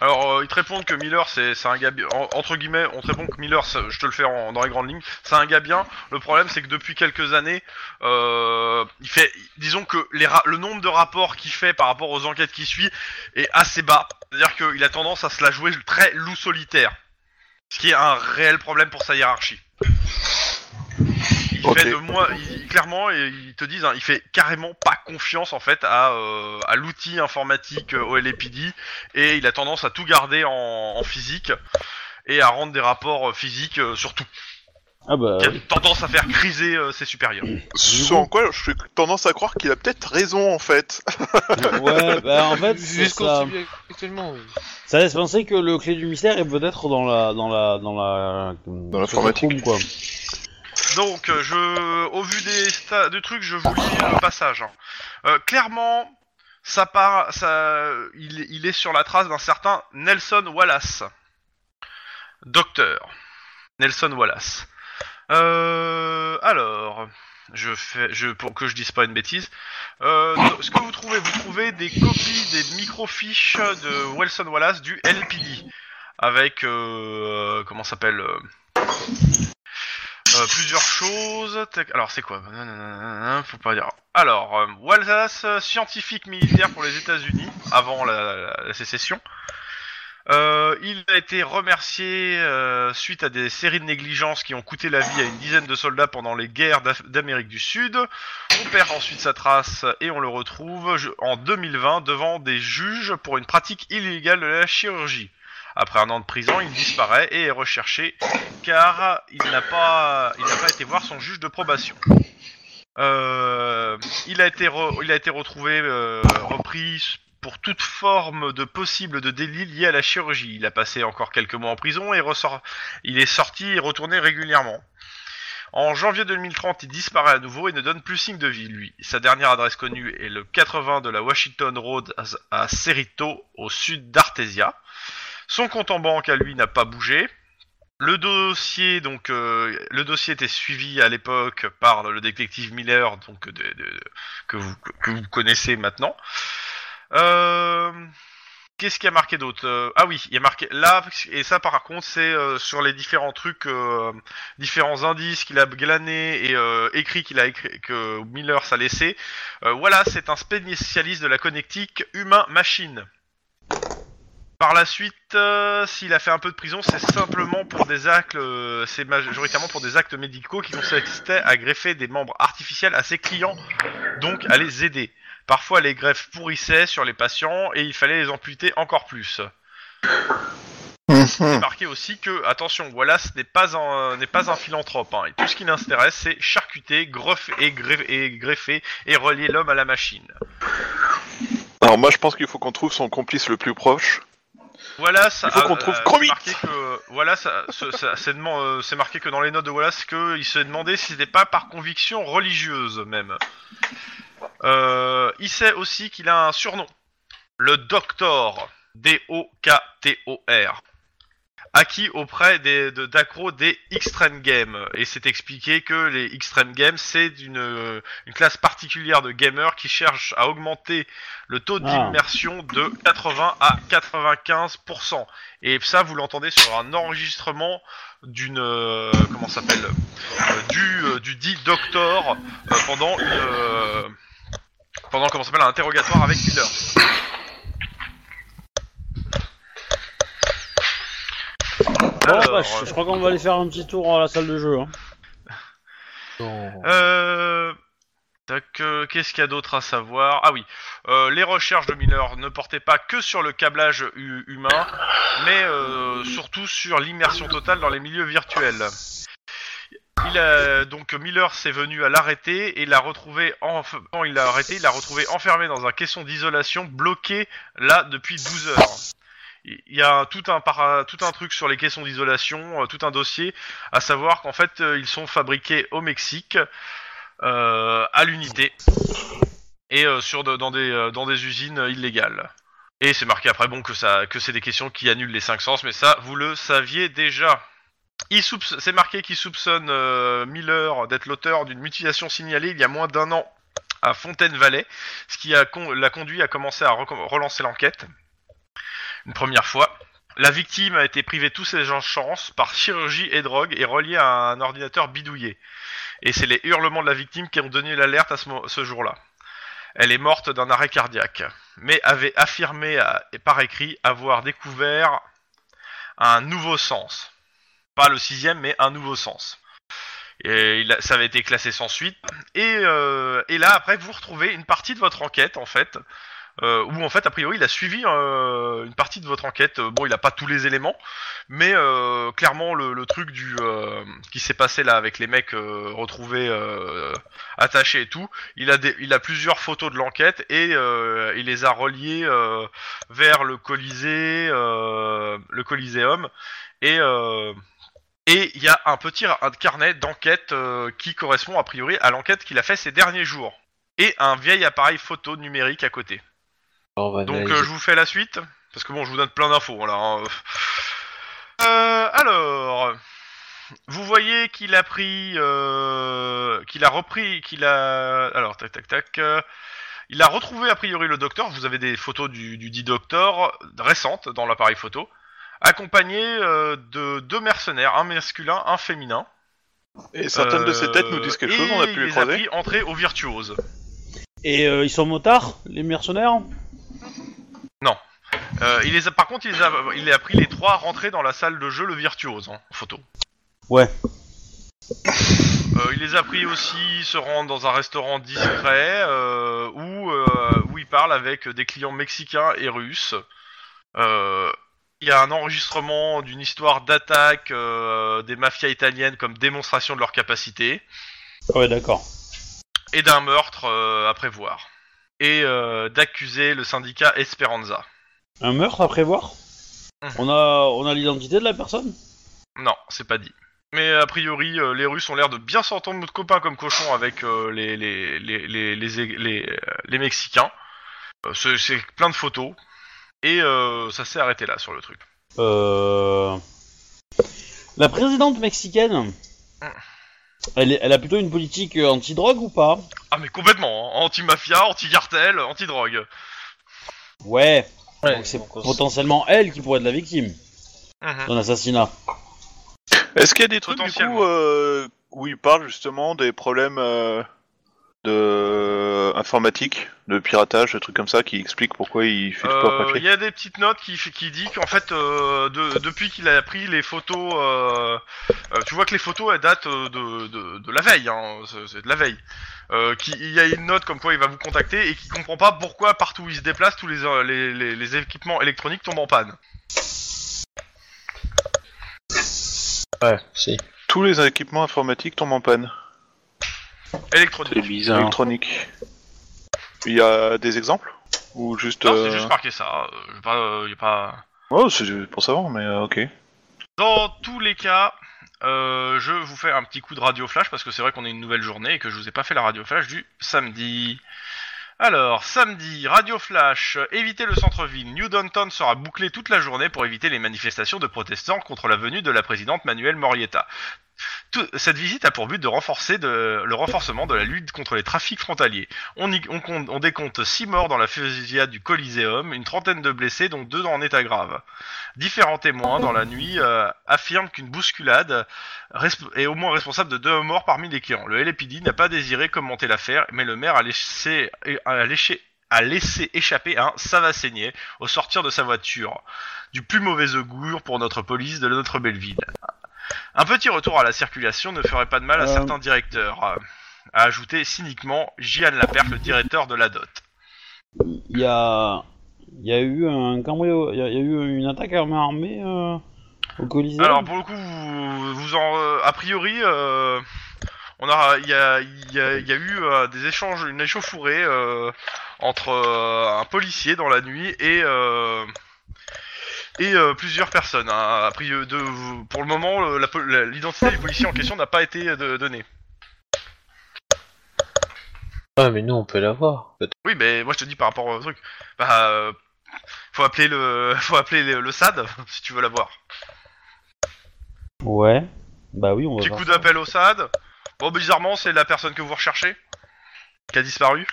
S1: Alors, euh, ils te répondent que Miller, c'est c'est un gars bien. en- entre guillemets, on te répond que Miller, ça- je te le fais en- dans les grandes lignes, c'est un gars bien. Le problème, c'est que depuis quelques années, euh, il fait, disons que les ra- le nombre de rapports qu'il fait par rapport aux enquêtes qui suivent est assez bas. C'est-à-dire qu'il a tendance à se la jouer très loup solitaire. Ce qui est un réel problème pour sa hiérarchie. Il
S5: Ok.
S1: fait de moins, il- clairement, et ils te disent, hein, il fait carrément pas confiance en fait à, euh, à l'outil informatique euh, OLPD et il a tendance à tout garder en, en physique et à rendre des rapports euh, physiques euh, sur tout.
S2: Ah bah.
S1: Il a tendance à faire criser euh, ses supérieurs.
S5: Ce en quoi je suis tendance à croire qu'il a peut-être raison, en fait.
S2: ouais, bah en fait, ça,
S4: Jusqu'au
S2: ça-
S4: début, actuellement, oui.
S2: ça laisse penser que le clé du mystère est peut-être dans la. dans la. dans la. dans
S5: l'informatique.
S2: room, quoi.
S1: Donc, euh, je, au vu des sta- du truc, je vous lis le passage. hein. Euh, clairement, ça part, ça, il, il est sur la trace d'un certain Nelson Wallace, docteur Nelson Wallace. Euh, alors, je fais, je, pour que je dise pas une bêtise, euh, ce que vous trouvez, vous trouvez des copies des microfiches de Nelson Wallace du LPD avec euh, comment ça s'appelle. euh, euh, plusieurs choses. Tac, Alors, c'est quoi Nanana, Faut pas dire. Alors, euh, Wallace, euh, scientifique militaire pour les États-Unis, avant la, la- la sécession. Euh, il a été remercié euh, suite à des séries de négligences qui ont coûté la vie à une dizaine de soldats pendant les guerres d'Af- d'Amérique du Sud. On perd ensuite sa trace et on le retrouve je- en 2020 devant des juges pour une pratique illégale de la chirurgie. Après un an de prison, il disparaît et est recherché car il n'a pas, il n'a pas été voir son juge de probation. Euh, il, a été re- il a été retrouvé, euh, repris pour toute forme de possible de délit lié à la chirurgie. Il a passé encore quelques mois en prison et ressort... il est sorti et retourné régulièrement. En janvier 2030, il disparaît à nouveau et ne donne plus signe de vie, lui. Sa dernière adresse connue est le 80 de la Washington Road à- à Cerrito, au sud d'Artesia. Son compte en banque à lui n'a pas bougé. Le dossier, donc, euh, le dossier était suivi à l'époque par le détective Miller, donc de- de- de- que, vous, que vous connaissez maintenant. Euh, Qu'est-ce qu'il y a marqué d'autre Euh, Ah oui, il y a marqué là et ça par contre c'est euh, sur les différents trucs, euh, différents indices qu'il a glané et euh, écrit qu'il a écrit que Miller s'est laissé. Euh, voilà, c'est un spécialiste de la connectique humain-machine. Par la suite, euh, s'il a fait un peu de prison, c'est simplement pour des actes, euh, c'est majoritairement pour des actes médicaux qui consistaient à greffer des membres artificiels à ses clients, donc à les aider. Parfois, les greffes pourrissaient sur les patients et il fallait les amputer encore plus. Remarquez aussi que, attention, Wallace n'est pas un, n'est pas un philanthrope. hein, et tout ce qui l'intéresse, c'est charcuter, greffer et, greffer- et greffer et relier l'homme à la machine.
S5: Alors moi je pense qu'il faut qu'on trouve son complice le plus proche.
S1: Wallace,
S5: Il faut
S1: a-
S5: qu'on trouve
S1: a-
S5: Chromit.
S1: c'est marqué que euh, Wallace, a- ce- ça- c'est deman- euh, c'est marqué que dans les notes de Wallace qu'il se demandait si c'était pas par conviction religieuse même. Euh, il sait aussi qu'il a un surnom, le Doctor, D-O-K-T-O-R, acquis auprès des de- d'accros des Extreme Games. Et c'est expliqué que les Extreme Games c'est une, une classe particulière de gamers qui cherche à augmenter le taux
S2: Ah.
S1: d'immersion de 80 à 95%. Et ça, vous l'entendez sur un enregistrement d'une. euh, comment ça s'appelle euh, du, euh, du dit doctor euh, pendant une. euh, pendant, comment ça s'appelle, un interrogatoire avec Miller.
S2: Bon,
S1: Alors,
S2: bah, je, je crois qu'on va aller faire un petit tour à la salle de jeu. Hein.
S1: Euh... tac, euh, Qu'est-ce qu'il y a d'autre à savoir Ah oui, euh, les recherches de Miller ne portaient pas que sur le câblage hu- humain, mais euh, surtout sur l'immersion totale dans les milieux virtuels. Il a, donc Miller s'est venu à l'arrêter et l'a retrouvé en, quand il l'a arrêté, il l'a retrouvé enfermé dans un caisson d'isolation, bloqué là depuis 12 heures. Il y a tout un para- tout un truc sur les caissons d'isolation, euh, tout un dossier à savoir qu'en fait euh, ils sont fabriqués au Mexique euh, à l'unité et euh, sur de- dans des euh, dans des usines euh, illégales. Et c'est marqué après bon que ça que c'est des questions qui annulent les cinq sens, mais ça vous le saviez déjà. Il soupç- C'est marqué qu'il soupçonne euh, Miller d'être l'auteur d'une mutilation signalée il y a moins d'un an à Fontaine Valley, ce qui a con- l'a conduit à commencer à recom- relancer l'enquête une première fois. La victime a été privée de tous ses chances par chirurgie et drogue et reliée à un ordinateur bidouillé. Et c'est les hurlements de la victime qui ont donné l'alerte à ce, mo- ce jour-là. Elle est morte d'un arrêt cardiaque, mais avait affirmé à- et par écrit avoir découvert un nouveau sens. Pas le sixième, mais un nouveau sens. Et il a- ça avait été classé sans suite. Et, euh, et là, après, vous retrouvez une partie de votre enquête, en fait, euh, où en fait a priori il a suivi euh, une partie de votre enquête. Euh, Bon, il a pas tous les éléments, mais euh, clairement le, le truc du euh, qui s'est passé là avec les mecs euh, retrouvés euh, attachés et tout, il a des- il a plusieurs photos de l'enquête et euh, il les a reliées euh, vers le Colisée, euh, le Coliséum et euh, et il y a un petit ra- un carnet d'enquête euh, qui correspond a priori à l'enquête qu'il a fait ces derniers jours. Et un vieil appareil photo numérique à côté.
S4: On va
S1: Donc
S4: analyser.
S1: euh, je vous fais la suite, parce que bon, je vous donne plein d'infos là. hein. Euh, alors, vous voyez qu'il a pris, euh, qu'il a repris, qu'il a, alors tac tac tac, euh, il a retrouvé a priori le docteur. Vous avez des photos du, du dit docteur récentes dans l'appareil photo, accompagné euh, de deux mercenaires, un masculin, un féminin. Euh,
S5: Et certaines de ses têtes nous disent quelque chose, on a
S1: et
S5: pu les
S1: il
S5: croiser.
S1: A pris entrée aux virtuoses.
S2: Et euh, ils sont motards, les mercenaires
S1: Euh, il les a, par contre, il les a, il les a pris les trois rentrés dans la salle de jeu le virtuose en photo.
S2: Ouais.
S1: Euh, il les a pris aussi se rendre dans un restaurant discret euh, où, euh, où il parle avec des clients mexicains et russes. Euh, Il y a un enregistrement d'une histoire d'attaque euh, des mafias italiennes comme démonstration de leur capacité.
S2: Ouais, d'accord.
S1: et d'un meurtre euh, à prévoir. Et euh, d'accuser le syndicat Esperanza.
S2: Un meurtre à prévoir
S1: Mhm.
S2: On a, on a l'identité de la personne
S1: Non, c'est pas dit. Mais a priori, euh, les Russes ont l'air de bien s'entendre de copains comme cochons avec euh, les, les, les, les, les, les- euh, les Mexicains. Euh, c'est- c'est plein de photos. Et euh, ça s'est arrêté là sur le truc.
S2: Euh... La présidente mexicaine,
S1: Ah.
S2: elle, est- elle a plutôt une politique euh, anti-drogue ou pas
S1: Ah mais complètement, hein. anti-mafia, anti-cartel, anti-drogue.
S2: Ouais,
S4: Ouais,
S2: donc c'est
S4: donc, on s-
S2: potentiellement elle qui pourrait être la victime
S1: Mhm.
S2: d'un assassinat.
S5: Est-ce qu'il y a des trucs du
S1: Potentiellement.
S5: coup euh, où il parle justement des problèmes euh, de informatique, de piratage, des trucs comme ça, qui explique pourquoi il fait tout par
S1: Euh,
S5: papier
S1: Il y a des petites notes qui, fait- qui dit qu'en fait, euh, de- depuis qu'il a pris les photos, euh, euh, tu vois que les photos elles datent euh, de, de- de la veille, hein, c'est c'est de la veille. Euh, qui- il y a une note comme quoi il va vous contacter et qui comprend pas pourquoi partout où il se déplace, tous les, euh, les, les- les équipements électroniques tombent en panne.
S4: Ouais, si.
S5: Tous les équipements informatiques tombent en panne,
S3: C'est
S1: Électronique.
S3: bizarre.
S5: électronique. Il y a des exemples Ou juste...
S1: Non,
S5: euh,
S1: c'est juste marqué ça. euh, je sais pas, euh, y a pas...
S5: Oh, c'est pour savoir, mais euh, ok.
S1: Dans tous les cas, euh, je vous fais un petit coup de radio flash parce que c'est vrai qu'on est une nouvelle journée et que je vous ai pas fait la radio flash du samedi. Alors, samedi, radio flash, évitez le centre-ville. New Downtown sera bouclé toute la journée pour éviter les manifestations de protestants contre la venue de la présidente Manuel Morietta. Tout- cette visite a pour but de renforcer de- le renforcement de la lutte contre les trafics frontaliers. On, y- on compte- on décompte 6 morts dans la fusillade du Coliseum, une trentaine de blessés, dont deux en état grave. Différents témoins dans la nuit euh, affirment qu'une bousculade resp- est au moins responsable de deux morts parmi les clients. Le LPD n'a pas désiré commenter l'affaire, mais le maire a laissé, a laissé- a laissé échapper un « ça va saigner » au sortir de sa voiture. Du plus mauvais augure pour notre police de notre belle ville. Un petit retour à la circulation ne ferait pas de mal à
S2: Euh.
S1: certains directeurs, euh, a ajouté cyniquement Gian Laperte, le directeur de la DOT.
S2: Il y a, il y a eu un cambrio, il y, a il y a eu une attaque à main armée euh, au Colisée.
S1: Alors pour le coup, vous, vous en, euh, a priori, euh, on a, il y a, il y a- il y a eu euh, des échanges, une échauffourée euh, entre euh, un policier dans la nuit et euh, et euh, plusieurs personnes. hein. A priori, de- pour le moment, le- la po- la- l'identité du policier en question n'a pas été euh, donnée.
S4: Ah, mais nous, on peut l'avoir. peut-être.
S1: Oui, mais moi je te dis par rapport au truc, bah, euh, faut appeler le, faut appeler le, le SAD si tu veux l'avoir.
S2: Ouais. Bah oui, on va.
S1: Petit
S2: faire
S1: coup
S2: ça.
S1: d'appel au SAD. Bon, bizarrement, c'est la personne que vous recherchez qui a disparu.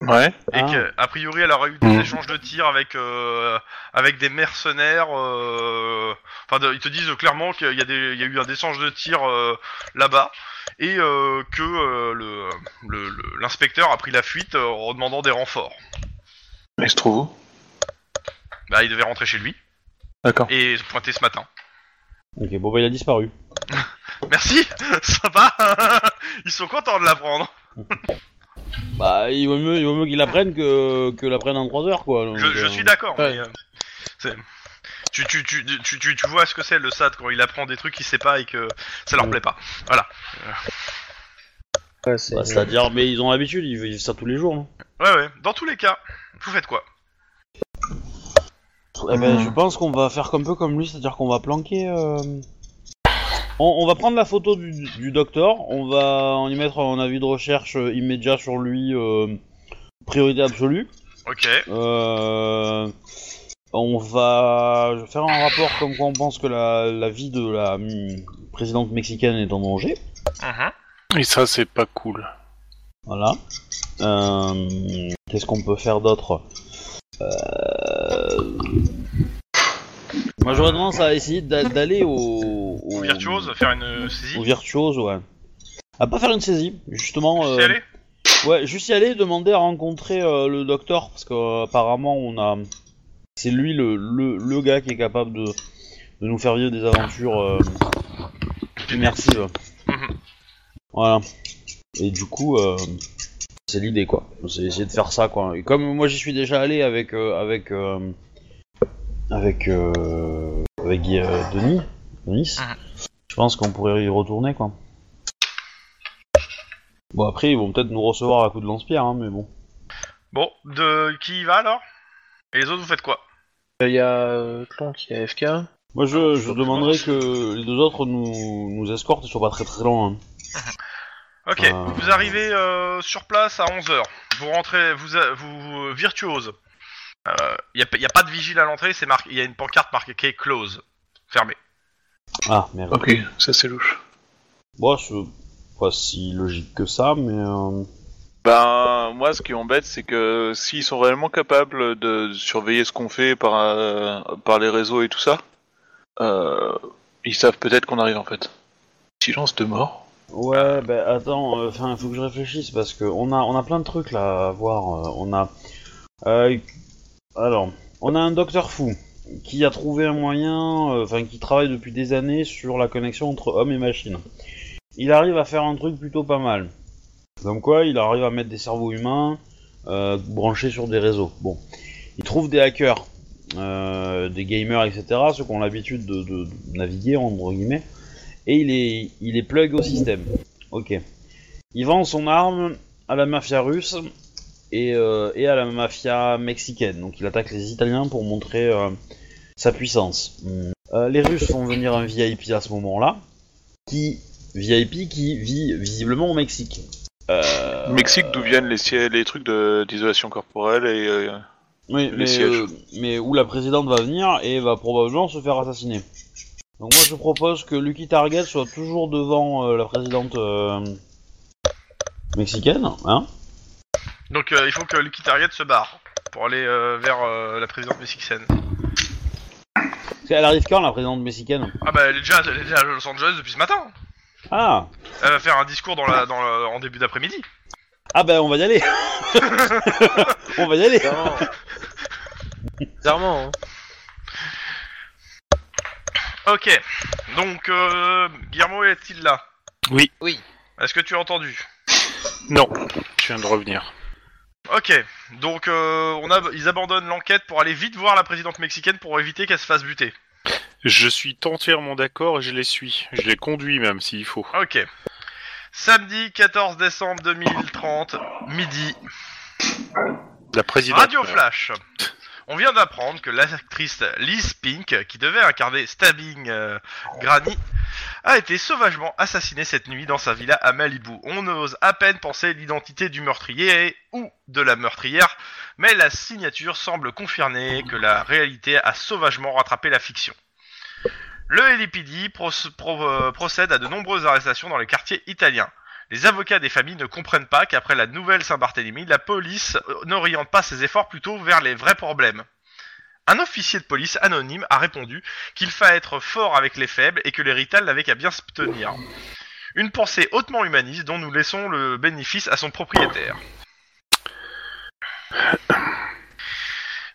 S5: Ouais.
S1: Et
S2: Ah.
S1: que, a priori, elle aurait eu des
S3: Mhm.
S1: échanges de tirs avec euh, avec des mercenaires. euh, Enfin, de- ils te disent clairement qu'il y a des, il y a eu un échange de tirs euh, là-bas et euh, que euh, le- le le- l'inspecteur a pris la fuite euh, en demandant des renforts.
S5: Il se trouve où
S1: Bah, il devait rentrer chez lui
S5: D'accord.
S1: et se pointer ce matin.
S2: Ok, bon bah il a disparu.
S1: Merci, sympa. Ils sont contents de l'apprendre.
S2: Bah il vaut mieux, il vaut mieux qu'il apprenne que que l'apprenne en 3 heures quoi. donc,
S1: Je, je
S2: euh,
S1: suis d'accord.
S4: Ouais.
S1: mais, euh, c'est- Tu, tu, tu, tu, tu, tu vois ce que c'est le SAD quand il apprend des trucs qu'il sait pas et que ça leur
S2: Ouais.
S1: plaît pas.
S4: Ouais, c'est-
S2: bah, C'est-à-dire, mais ils ont l'habitude, ils vivent ça tous les jours. hein.
S1: Ouais, ouais. Dans tous les cas, vous faites quoi
S2: Eh ben, je pense qu'on va faire comme peu comme lui, c'est-à-dire qu'on va planquer. euh, On, on va prendre la photo du, du docteur, on va en y mettre un avis de recherche euh, immédiat sur lui, euh, priorité absolue.
S1: Ok.
S2: Euh, on va faire un rapport comme quoi on pense que la, la vie de la mm, présidente mexicaine est en danger.
S1: Mhm.
S3: Et ça, c'est pas cool.
S2: Voilà. Euh, Qu'est-ce qu'on peut faire d'autre euh... Moi j'aurais tendance à essayer d'a- d'aller au... au...
S1: Virtuose, faire une saisie.
S2: Au virtuose, ouais. À pas faire une saisie, justement.
S1: Tu
S2: euh,
S1: sais aller
S2: Ouais, juste y aller, demander à rencontrer euh, le docteur, parce que euh, apparemment on a. C'est lui le, le, le gars qui est capable de, de nous faire vivre des aventures euh, immersives.
S1: Mhm.
S2: Voilà. Et du coup, euh, c'est l'idée quoi. C'est essayer de faire ça quoi. Et comme moi j'y suis déjà allé avec. euh, avec. euh, avec. euh, avec Guy- euh, Denis. Denis.
S1: Mhm.
S2: Je pense qu'on pourrait y retourner quoi. Bon, après, ils vont peut-être nous recevoir à coups de lance-pierre, hein, mais bon.
S1: Bon, de qui y va alors Et les autres, vous faites quoi
S4: Il y a euh, Tlon qui est AFK.
S2: Moi, je, je demanderais que les deux autres nous, nous escortent et soient pas très très loin. hein.
S1: Ok,
S2: Euh.
S1: vous arrivez euh, sur place à 11h. Vous rentrez, vous, a- vous, vous- euh, virtuose. Il n'y a, pas de vigile à l'entrée, c'est marqué. Il y a une pancarte marquée close, fermée.
S2: Ah, merde.
S3: Ok, ça c'est louche.
S2: Bon, c'est pas si logique que ça, mais... euh,
S5: Ben, moi, ce qui m'embête, c'est que s'ils sont réellement capables de surveiller ce qu'on fait par, euh, par les réseaux et tout ça, euh, ils savent peut-être qu'on arrive en fait. Silence de mort.
S2: Ouais, bah attends, euh, 'fin, faut que je réfléchisse, parce que on a, on a plein de trucs là à voir. euh, on a... euh, alors, on a un docteur fou qui a trouvé un moyen, euh, enfin qui travaille depuis des années sur la connexion entre homme et machine. Il arrive à faire un truc plutôt pas mal. Comme quoi, il arrive à mettre des cerveaux humains euh, branchés sur des réseaux. Bon, il trouve des hackers, euh, des gamers, etc., ceux qui ont l'habitude de, de- de naviguer entre guillemets, et il est, il est plug au système. Ok. Il vend son arme à la mafia russe et, euh, et à la mafia mexicaine. Donc il attaque les Italiens pour montrer euh, sa puissance. Hmm. Euh, les Russes font venir un VIP à ce moment-là, qui VIP qui vit visiblement au Mexique. Euh,
S5: Mexique, d'où viennent les, siè- les trucs de- d'isolation corporelle et. euh,
S2: Oui,
S5: Les
S2: mais,
S5: sièges.
S2: euh, mais où la présidente va venir et va probablement se faire assassiner. Donc moi je propose que Lucky Target soit toujours devant euh, la présidente euh, mexicaine, hein
S1: Donc euh, il faut que Lucky Target se barre pour aller euh, vers euh, la présidente mexicaine.
S2: Parce qu'elle arrive quand la présidente mexicaine
S1: Ah bah elle est, déjà, elle est déjà à Los Angeles depuis ce matin.
S2: Ah
S1: Elle va faire un discours dans la, dans la- en début d'après-midi.
S2: Ah ben on va y aller On va y aller
S4: Bizarrement. Bizarrement, hein.
S1: Ok, donc euh, Guillermo est-il là
S3: Oui.
S4: Oui.
S1: Est-ce que tu as entendu
S3: Non, je viens de revenir.
S1: Ok, donc euh, on a, ils abandonnent l'enquête pour aller vite voir la présidente mexicaine pour éviter qu'elle se fasse buter.
S3: Je suis entièrement d'accord et je les suis. Je les conduis même s'il faut.
S1: Ok. Samedi 14 décembre 2030, midi,
S3: La présidente.
S1: Radio
S3: euh,
S1: Flash. On vient d'apprendre que l'actrice Liz Pink, qui devait incarner Stabbing euh, Granny, a été sauvagement assassinée cette nuit dans sa villa à Malibu. On ose à peine penser l'identité du meurtrier et- ou de la meurtrière, mais la signature semble confirmer que la réalité a sauvagement rattrapé la fiction. Le LPD euh, procède à de nombreuses arrestations dans les quartiers italiens. Les avocats des familles ne comprennent pas qu'après la nouvelle Saint-Barthélemy, la police euh, n'oriente pas ses efforts plutôt vers les vrais problèmes. Un officier de police anonyme a répondu qu'il fallait être fort avec les faibles et que l'héritage n'avait qu'à bien se tenir. Une pensée hautement humaniste dont nous laissons le bénéfice à son propriétaire.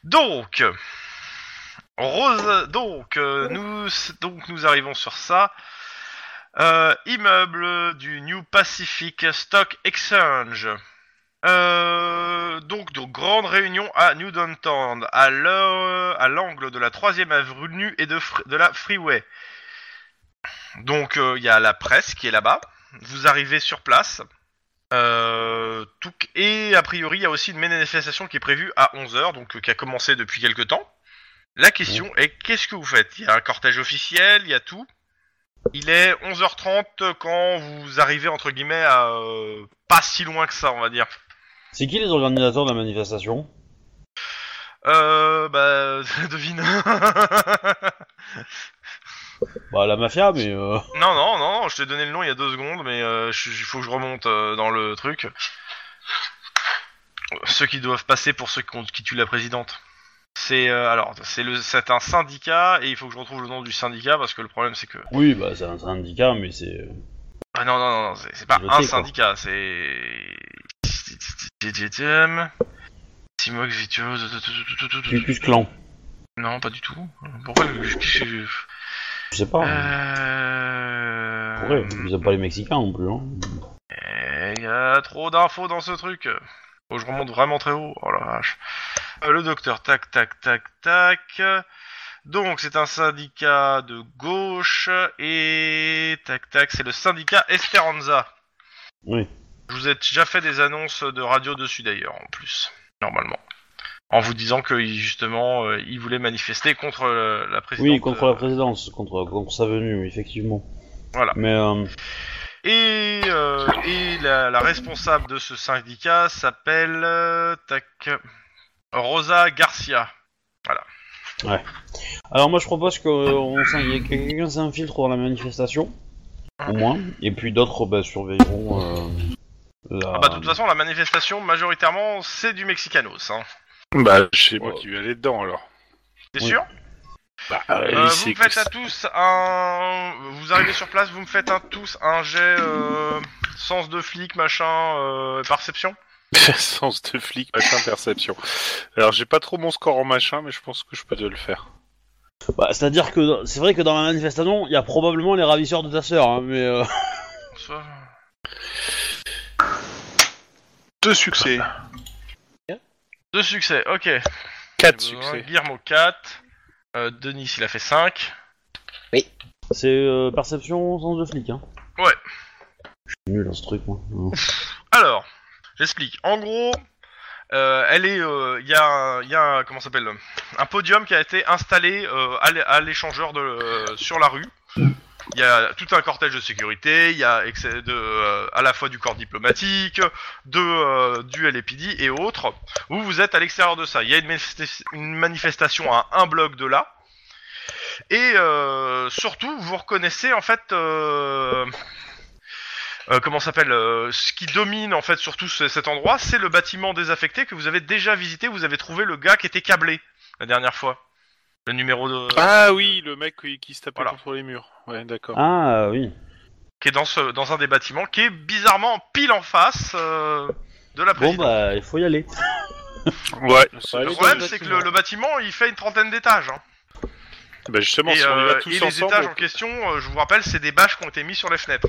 S1: Donc, Rose, donc, euh, nous, donc nous arrivons sur ça. Euh, immeuble du New Pacific Stock Exchange. Euh, donc, de grande réunion à New Downtown, à l'heure- à l'angle de la 3ème avenue et de, fr- de la Freeway. Donc, euh, il y a la presse qui est là-bas. Vous arrivez sur place. Euh, tout- et a priori, il y a aussi une manifestation qui est prévue à 11h, donc euh, qui a commencé depuis quelque temps. La question est qu'est-ce que vous faites Il y a un cortège officiel, il y a tout. Il est 11h30 quand vous arrivez entre guillemets à euh, pas si loin que ça, on va dire.
S2: C'est qui les organisateurs de la manifestation
S1: Euh, bah, devine.
S2: Bah la mafia, mais... euh,
S1: non, non, non, je t'ai donné le nom il y a deux secondes, mais euh, je- il faut que je remonte euh, dans le truc. Ceux qui doivent passer pour ceux qui, ont- qui tuent la présidente. C'est euh, alors, c'est le, c'est un syndicat et il faut que je retrouve le nom du syndicat parce que le problème c'est que
S2: Oui, bah c'est un syndicat, mais c'est... euh,
S1: Ah non, non, non, non, c'est c'est pas
S2: Voter,
S1: un
S2: quoi.
S1: syndicat, c'est. TGTM. Simox, Vituose.
S2: Cucus Clan.
S1: Non, pas du tout. Pourquoi le. qu'est-ce que-
S2: Je sais pas. hein.
S1: Euh.
S2: Ouais, ils aiment pas les Mexicains non plus. Hein.
S1: Il Eh, y a trop d'infos dans ce truc. Faut que je remonte vraiment très haut. Oh la vache. Euh, le docteur, tac, tac, tac, tac. Donc, c'est un syndicat de gauche et. Tac, tac, c'est le syndicat Esperanza.
S2: Oui.
S1: Je vous ai déjà fait des annonces de radio dessus d'ailleurs, en plus, normalement. En vous disant que justement, euh, il voulait manifester contre euh, la présidente.
S2: Oui, contre la présidence, contre, contre sa venue, oui, effectivement.
S1: Voilà.
S2: Mais euh,
S1: Et, euh, et la, la responsable de ce syndicat s'appelle euh, tac, Rosa Garcia.
S2: alors moi je propose que euh, on s'in- y ait quelqu'un s'infiltre dans la manifestation, au moins, et puis d'autres bah, surveilleront. euh, la-
S1: Ah bah, de toute façon, la manifestation, majoritairement, c'est du Mexicanos. Hein.
S3: Bah, je sais
S2: Ouais.
S3: pas qui va aller dedans alors.
S1: C'est
S2: Oui.
S1: sûr
S3: Bah,
S1: Euh, Vous me faites à tous un. Vous arrivez sur place, vous me faites un tous un jet euh, sens de flic, machin, euh, perception
S3: Sens de flic, machin, perception. Alors, j'ai pas trop mon score en machin, mais je pense que je peux te le faire.
S2: Bah, C'est-à-dire que dans- c'est vrai que dans la manifestation, il y a probablement les ravisseurs de ta sœur, hein, mais euh,
S1: Soit-
S5: Deux succès.
S1: Deux succès, ok.
S3: Quatre
S1: J'ai besoin.
S3: succès.
S1: Guillermo 4. Euh, Denis, il a fait 5.
S2: c'est euh, perception, sens de flic. Hein.
S1: Ouais.
S2: Je suis nul dans ce truc, moi.
S1: Alors, j'explique. En gros, euh, elle est, euh, il y a, un- il y a un, comment ça s'appelle, un podium qui a été installé euh, à l'é- à l'échangeur de, euh, sur la rue. Il y a tout un cortège de sécurité, il y a ex- de, euh, à la fois du corps diplomatique, de, euh, du LAPD et autres. Vous, vous êtes à l'extérieur de ça. Il y a une, manifesta- une manifestation à un bloc de là. Et euh, surtout, vous reconnaissez en fait euh, euh, comment ça s'appelle euh, ce qui domine en fait surtout ce- cet endroit, c'est le bâtiment désaffecté que vous avez déjà visité. Vous avez trouvé le gars qui était câblé la dernière fois. Le numéro de
S3: Ah oui, le mec qui, qui se tapait
S1: Voilà.
S3: contre les murs. Ouais, d'accord.
S2: Ah euh, oui.
S1: qui est dans ce dans un des bâtiments qui est bizarrement pile en face euh, de la
S2: Bon
S1: présidence.
S2: bah, il faut y aller.
S3: Ouais.
S1: le
S3: Bah,
S1: problème
S4: dans le
S1: c'est que
S4: bâtiment.
S1: le, le bâtiment il fait une trentaine d'étages. hein.
S3: Bah, justement,
S1: Et,
S3: si on y va
S1: euh,
S3: tous
S1: et les
S3: ensemble.
S1: étages en question, euh, je vous rappelle, c'est des bâches qui ont été mises sur les fenêtres.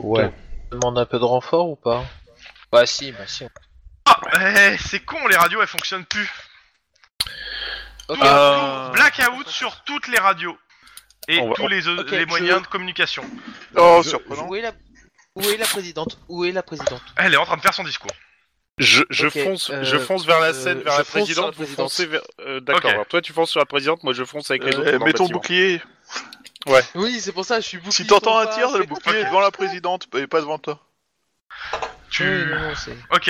S2: Ouais.
S4: demande un peu de renfort ou pas Bah si, bah si.
S1: Ah, eh, c'est con, les radios elles fonctionnent plus.
S4: Ok.
S1: Tout-
S3: Euh,
S1: tout- blackout sur toutes les radios et
S3: On va-
S1: tous les, euh,
S4: Ok,
S1: les
S4: je-
S1: moyens de communication.
S5: Oh,
S4: Je-
S5: surprenant.
S4: Où est la Où est la présidente Où est la présidente
S1: Elle est en train de faire son discours.
S3: Je, je
S4: Ok,
S3: fonce,
S4: euh,
S3: je fonce vers la scène,
S4: euh,
S3: vers
S4: je
S3: la
S4: fonce sur la
S3: présidente. vous
S4: présidente.
S3: foncez vers- euh, d'accord.
S1: Ok.
S3: Alors, toi, tu fonces sur la présidente. Moi, je fonce avec les
S5: Euh,
S3: autres. dans le
S5: mets ton
S3: bâtiment.
S5: bouclier.
S4: Oui, c'est pour ça, je suis bouclier.
S5: Si t'entends un
S4: sans
S5: tir,
S4: pas,
S5: le
S4: c'est-
S5: bouclier est devant la présidente et pas devant toi.
S1: Tu...
S4: Oui, non, c'est-
S1: Ok,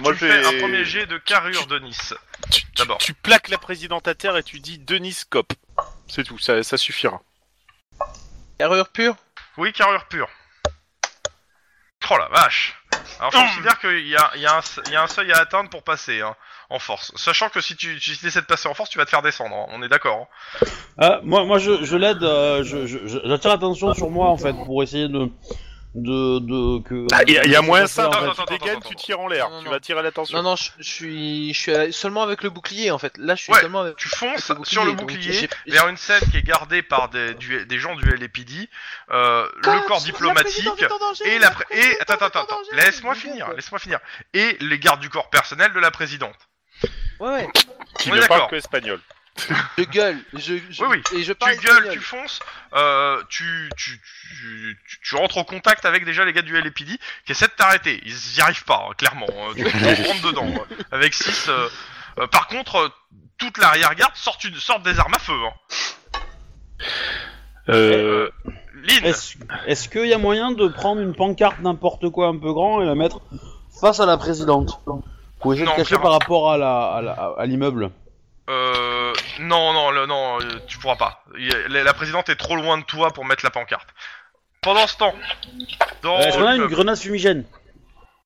S5: Moi,
S1: tu
S5: je
S1: fais
S5: vais-
S1: un premier jet de carrure de Nice.
S3: Tu, tu-
S1: D'abord.
S3: tu plaques la présidente à terre et tu dis Denis Cop. C'est tout. Ça, ça suffira.
S4: Erreur pure
S1: Oui, carrure pure. Oh la vache Alors je
S4: Hum.
S1: considère qu'il y a, il y a un se- il y a un seuil à atteindre pour passer hein, en force. Sachant que si tu, tu essaies de passer en force, tu vas te faire descendre, hein, on est d'accord. hein.
S2: Ah, moi, moi, je, je l'aide. euh, je- je- je- J'attire l'attention sur moi en fait pour essayer de de, de que.
S3: Ah, Il y, a moyen ça.
S1: Attends,
S3: en fait.
S1: attends,
S3: tu
S1: attends,
S3: dégaines,
S1: attends,
S3: tu
S1: attends.
S3: tires en l'air.
S4: Non, non,
S3: Tu
S4: non.
S3: vas tirer l'attention.
S4: Non, non, je, je suis, je suis à- seulement avec le bouclier en fait. Là, je suis
S1: Ouais,
S4: seulement avec
S1: Tu fonces
S4: avec
S1: sur le
S4: donc
S1: bouclier
S4: j'ai- j'ai-
S1: vers une scène qui est gardée par des, du- des gens du LAPD, euh,
S4: Cops,
S1: le corps
S4: la
S1: diplomatique,
S4: présidente est en danger,
S1: Et la pré-
S4: présidente
S1: et attends
S4: est en
S1: attends attends,
S4: danger.
S1: laisse-moi
S4: Je
S1: finir,
S4: viens,
S1: laisse-moi finir. Et les gardes du corps personnel de la présidente.
S4: quoi. Ouais, ouais.
S3: Qui
S1: On est
S3: ne
S1: d'accord.
S3: parle que espagnol.
S4: Je gueule. Je, je-
S1: Oui, oui.
S4: Et je parle
S1: Tu gueules,
S4: espagnol.
S1: tu fonces, euh, tu, tu, tu, tu, tu rentres en contact avec déjà les gars du LAPD qui essaient de t'arrêter. Ils y arrivent pas, hein, clairement. hein. Tu tu rentres dedans. hein. Avec 6. par contre, euh, toute l'arrière-garde sort, une- sort des armes à feu. Hein.
S3: Euh,
S1: Lynn,
S2: Est-ce est-ce qu'il y a moyen de prendre une pancarte n'importe quoi un peu grand et la mettre face à la présidente Pour essayer
S1: Non,
S2: de cacher
S1: clairement.
S2: par rapport à la à la- à l'immeuble.
S1: euh, non, non, le- non, euh, tu pourras pas. Il y a- La, la présidente est trop loin de toi pour mettre la pancarte. Pendant ce temps,
S3: Oh,
S1: dans.
S2: Est-ce qu'on a une
S1: l'immeuble-
S2: grenade fumigène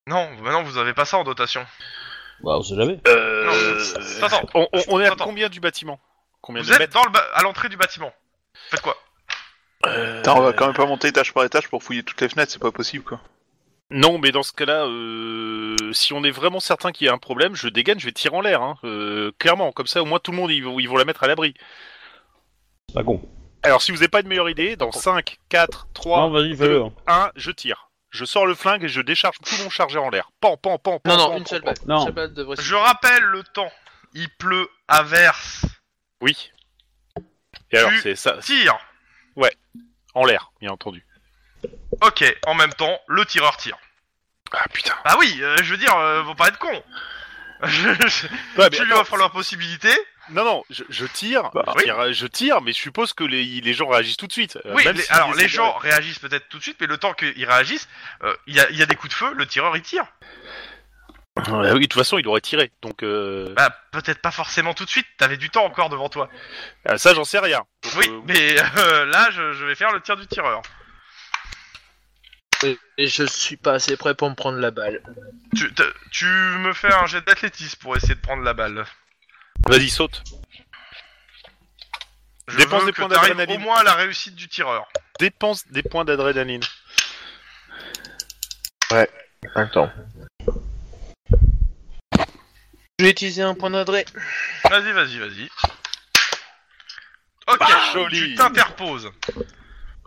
S1: Non, maintenant vous avez pas ça en dotation.
S2: Bah, on sait jamais.
S3: euh,
S1: Attends,
S3: on, on- on est à
S1: Attends.
S3: combien du bâtiment Combien
S1: vous
S3: de
S1: êtes
S3: mètres
S1: dans le ba- à l'entrée du bâtiment. Faites quoi
S3: Euh,
S5: Putain, on va quand même pas monter étage par étage pour fouiller toutes les fenêtres, c'est pas possible quoi.
S3: Non, mais dans ce cas-là, euh, si on est vraiment certain qu'il y a un problème, je dégaine, je vais tirer en l'air. hein. Euh, clairement, comme ça, au moins tout le monde, ils vont, ils vont la mettre à l'abri.
S2: C'est Pas con.
S3: Alors, si vous n'avez pas de meilleure idée, dans 5, 4, 3,
S2: Non, vas-y, fais-le. hein.
S3: 1, je tire. Je sors le flingue et je décharge tout mon chargeur en l'air. Pan, pan, pan, pan.
S4: Non,
S3: pan,
S4: non, une
S3: pan,
S4: seule
S3: pan.
S4: balle.
S2: Non.
S4: Une seule balle devrait
S1: Je rappelle le temps. Il pleut à verse.
S3: Oui. Et alors,
S1: Tu-
S3: c'est ça, c'est
S1: Tire.
S3: en l'air, bien entendu.
S1: Ok, en même temps, le tireur tire.
S3: Ah putain.
S1: Bah oui, euh, je veux dire, euh, faut pas être con. Je- je-
S3: Ouais, Ah, mais
S1: tu lui
S3: attends,
S1: offres leur possibilité.
S3: Non, non, je, je tire,
S5: Bah,
S3: je, tire je tire, mais je suppose que les, les gens réagissent tout de suite. euh,
S1: oui,
S3: même
S1: les-
S3: si-
S1: alors les gens réagissent peut-être tout de suite, mais le temps qu'ils réagissent, euh, il y, a, il y a des coups de feu, le tireur il tire.
S3: Ouais, oui, de toute façon, il aurait tiré. Donc, euh,
S1: Bah peut-être pas forcément tout de suite, t'avais du temps encore devant toi.
S3: ah, ça, j'en sais rien. Donc,
S1: Oui,
S3: euh,
S1: mais euh, là je, je vais faire le tir du tireur.
S4: Et je suis pas assez prêt pour me prendre la balle.
S1: Tu, te- tu me fais un jet d'athlétisme pour essayer de prendre la balle.
S3: Vas-y, saute.
S1: Je
S3: Dépense
S1: veux
S3: des
S1: que
S3: points
S1: t'arrives
S3: d'adrénaline.
S1: au moins à la réussite du tireur.
S3: Dépense des points d'adrénaline.
S4: Attends. Je vais utiliser un point d'adré.
S1: Vas-y, vas-y, vas-y. Ok,
S3: Ah, joli.
S1: tu t'interposes.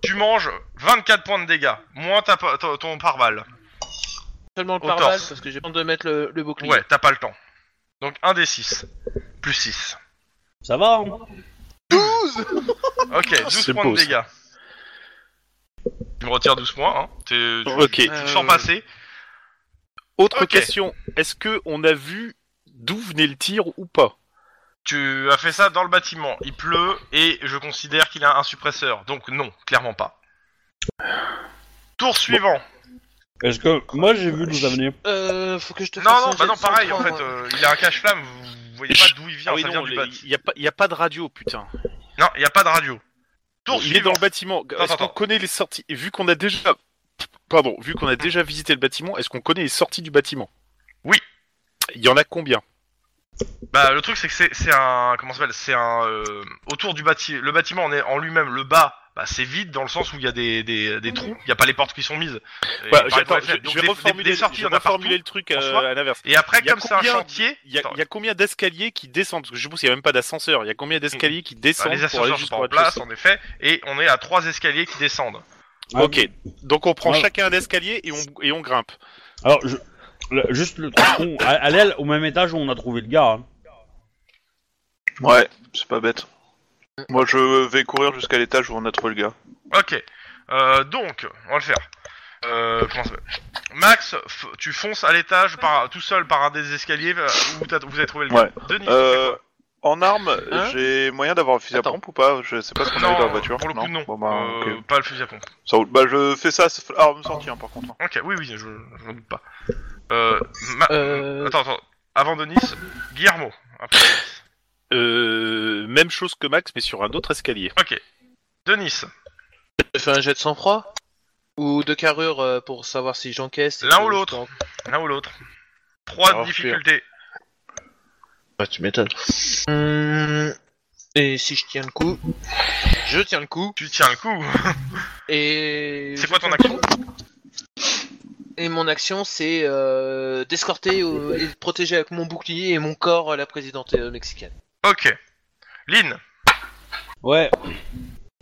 S1: Tu manges 24 points de dégâts, moins ta, pa- ton, ton pare-balles.
S4: Seulement le
S1: Au
S4: pare balle
S1: torse.
S4: parce que j'ai pas de mettre le, le bouclier.
S1: Ouais, t'as pas le temps. Donc 1 des 6, plus 6.
S2: Ça va, hein
S5: 12
S1: Ok, 12
S3: Ah, C'est
S1: points
S3: beau,
S1: de
S3: ça.
S1: dégâts. Tu me retires 12 points, hein. T'es- tu,
S3: Ok.
S1: tu te
S4: Euh,
S1: sens passer.
S3: Autre
S1: Ok.
S3: question. Est-ce que on a vu d'où venait le tir ou pas
S1: Tu as fait ça dans le bâtiment. Il pleut et je considère qu'il a un suppresseur. Donc non, clairement pas. Tour suivant.
S2: Est-ce que moi j'ai vu d'où ça venait
S4: Euh, faut que je te fasse
S1: non, non,
S4: un
S1: bah
S4: jet
S1: non,
S4: de
S1: pareil. En
S4: 103,
S1: fait,
S4: moi.
S1: euh, il a un cache-flamme. Vous voyez pas d'où il vient. ça vient du bat.
S3: il n'y a, pas- y a pas de radio, putain.
S1: Non, il n'y a pas de radio. Tour
S3: il est
S1: suivant.
S3: dans le bâtiment. Est-ce
S1: attends.
S3: qu'on connaît les sorties Et Vu qu'on a déjà... Pardon, vu qu'on a déjà visité le bâtiment, est-ce qu'on connaît les sorties du bâtiment
S1: Oui.
S3: Il y en a combien
S1: Bah, le truc, c'est que c'est c'est un. Comment ça s'appelle C'est un. euh, autour du bâtiment. Le bâtiment en, est- en lui-même, le bas. Bah, c'est vide dans le sens où il y a des, des, des trous, il n'y a pas les portes qui sont mises. Et pareil
S3: Voilà,
S1: pour
S3: j'attends,
S1: les
S3: Bah, je,
S1: fenêtres.
S3: je
S1: Donc,
S3: vais
S1: des- des-
S3: reformuler,
S1: des sorties,
S3: je
S1: il y en
S3: vais
S1: a partout.
S3: reformuler le truc euh,
S1: soi.
S3: à l'inverse.
S1: Et après,
S3: Il y a
S1: comme c'est un
S3: combien-
S1: chantier.
S3: Il y, a-
S1: Attends, bah,
S3: il y a combien d'escaliers qui descendent Parce que je pense qu'il n'y a même pas d'ascenseur. Il y a combien d'escaliers qui
S1: bah,
S3: descendent
S1: les
S3: pour aller
S1: ascenseurs sont pas
S3: jusqu'au
S1: en
S3: rez-de-chaussée
S1: place, en effet, et on est à trois escaliers qui descendent.
S3: Ok, donc on prend
S2: Ouais.
S3: chacun un escalier et on, et on grimpe.
S2: Alors, je... le- juste le truc con, à- allez à- au même étage où on a trouvé le gars. hein.
S5: Ouais, c'est pas bête. Moi, je vais courir jusqu'à l'étage où on a trouvé le gars.
S1: Ok. Euh, donc, on va le faire. Euh, comment ça s'appelle Max, f- tu fonces à l'étage par tout seul par un des escaliers euh, où t'as- vous avez trouvé le gars.
S5: Ouais.
S1: Denis, tu
S5: Euh,
S1: fais
S5: en arme,
S4: Hein
S5: j'ai moyen d'avoir un fusil à
S4: Attends.
S5: pompe ou pas Je sais pas ce qu'on
S1: quoi
S5: avait dans la
S1: non,
S5: voiture.
S1: pour le coup non.
S5: Bon, bah,
S1: Euh,
S5: ok.
S1: Pas le fusil à pompe.
S5: Ça roule. Bah, je fais ça, c'est arme sortie, hein, par contre.
S1: Ok, oui, oui, je, je n'en doute pas. Euh, ma-
S4: Euh,
S1: Attends, attends. Avant Denis, Guillermo. Après Denis.
S3: Euh, même chose que Max, mais sur un autre escalier.
S1: Ok. Denis,
S4: je fais un jet de sang-froid ou de carrure euh, pour savoir si j'encaisse.
S1: L'un
S4: euh,
S1: ou
S4: je
S1: l'autre.
S4: pense.
S1: l'un ou l'autre. Trois
S4: Alors,
S1: difficultés.
S3: Ah,
S4: Bah, tu m'étonnes. Hum, Et si je tiens le coup, je tiens le coup.
S1: Tu tiens le coup.
S4: Et
S1: C'est
S4: je
S1: quoi ton
S4: tiens le
S1: action
S4: coup. Et mon action, c'est euh, d'escorter au- et de protéger avec mon bouclier et mon corps la présidente euh, mexicaine.
S1: Ok. Lynn.
S2: Ouais.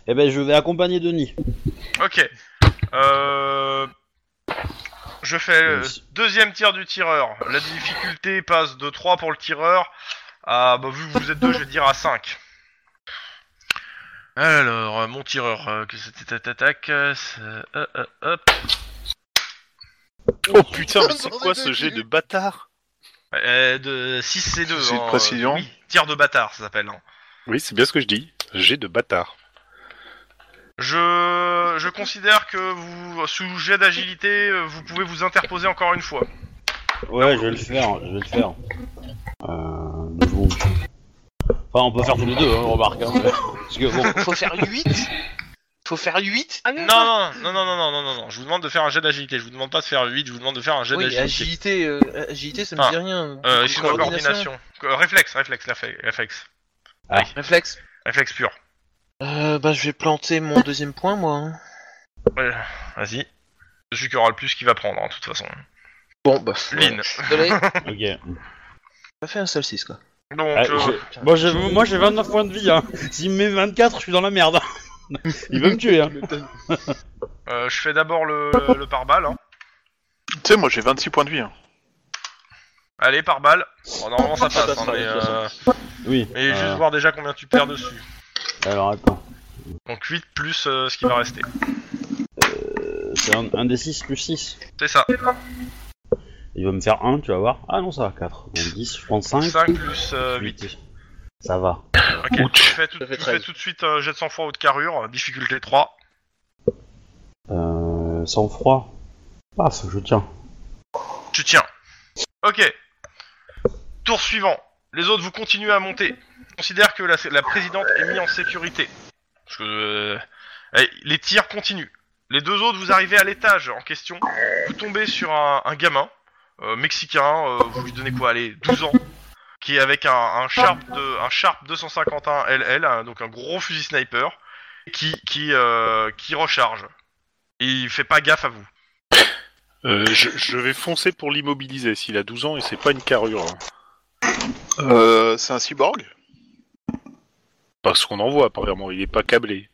S2: Eh ben, je vais accompagner Denis.
S1: Ok. Euh... Je fais le
S2: Merci.
S1: deuxième tir du tireur. La difficulté passe de 3 pour le tireur à... Bah, vu que vous êtes deux, je vais dire à 5. Alors, euh, mon tireur, euh, que c'était tac, tac, tac, euh, c'est- euh, euh, hop.
S3: Oh putain, mais c'est
S5: J'en ai
S3: quoi ce
S5: deux
S3: jet
S5: qui-
S3: de bâtard
S1: Euh, de 6 et 2.
S5: Souci de précision.
S1: tir de bâtard, ça s'appelle. hein.
S3: Oui, c'est bien ce que je dis. Jet de bâtard.
S1: Je... je considère que vous, sous jet d'agilité, euh, vous pouvez vous interposer encore une fois.
S2: Ouais, je vais le faire, je vais le faire. Euh, deux secondes. Enfin, on peut faire tous les deux, hein, remarque. hein. Parce que bon,
S4: Faut faire 8 Faut faire 8
S1: Ah Non, non, non, non, non, non, non, non, non, je vous demande de faire un jet d'agilité, je vous demande pas de faire 8, je vous demande de faire un jet
S4: Oui,
S1: d'agilité.
S4: agilité, euh, agilité, ça me
S1: Ah.
S4: dit rien.
S1: Euh, excuse-moi, coordination. Co- réflexe, réflexe, réflexe, réflexe.
S4: Réflexe.
S1: Réflexe pur.
S4: Euh, bah, je vais planter mon deuxième point, moi. hein.
S1: Ouais, Euh, Vas-y. Celui qui aura le plus qui va prendre, hein, de toute façon.
S4: Bon, bah,
S1: Lynn.
S4: Désolé,
S2: ok.
S4: pas fait un seul 6, quoi.
S1: Donc,
S2: Ah,
S1: euh,
S2: je- Moi, j'ai... Moi, j'ai 29 points de vie. Hein. S'il me met 24, je suis dans la merde. Il veut me tuer. Hein.
S1: euh, je fais d'abord le, le, le pare-balles. hein.
S5: Tu sais, moi, j'ai 26 points de vie. hein.
S1: Allez, pare-balles. Bon, normalement, ça
S4: Ça
S1: passe, hein,
S4: passera,
S1: mais,
S4: de toute
S1: euh,
S2: Oui.
S1: mais
S2: euh,
S1: juste voir déjà combien tu perds dessus.
S2: Alors, attends.
S1: Donc 8 plus euh, ce qui va rester.
S2: Euh, C'est un, un des 6 plus 6.
S1: C'est ça.
S2: Il va me faire 1, tu vas voir. Ah non, ça va, 4. Donc 10, je prends 5.
S1: 5 plus 8.
S2: Ça va.
S1: Ok, tu fais tout,
S4: Ça fait
S1: tu fais
S4: 13.
S1: tout de suite un jet de sang-froid ou de carrure, euh, difficulté 3.
S2: Euh, sans froid. Paf, je tiens.
S1: Tu tiens. Ok. Tour suivant. Les autres, vous continuez à monter. Je considère que la, la présidente est mise en sécurité. Parce que euh, eh, les tirs continuent. Les deux autres, vous arrivez à l'étage en question. Vous tombez sur un, un gamin euh, mexicain. euh, vous lui donnez quoi Allez, 12 ans. Qui est avec un, un Sharp de, un Sharp 251 LL, un- hein, donc un gros fusil sniper, qui qui euh, qui recharge. Et il fait pas gaffe à vous.
S3: Euh, je, je vais foncer pour l'immobiliser s'il a 12 ans et c'est pas une carrure. hein.
S5: Euh, c'est un cyborg
S3: Parce qu'on en voit apparemment, il est pas câblé.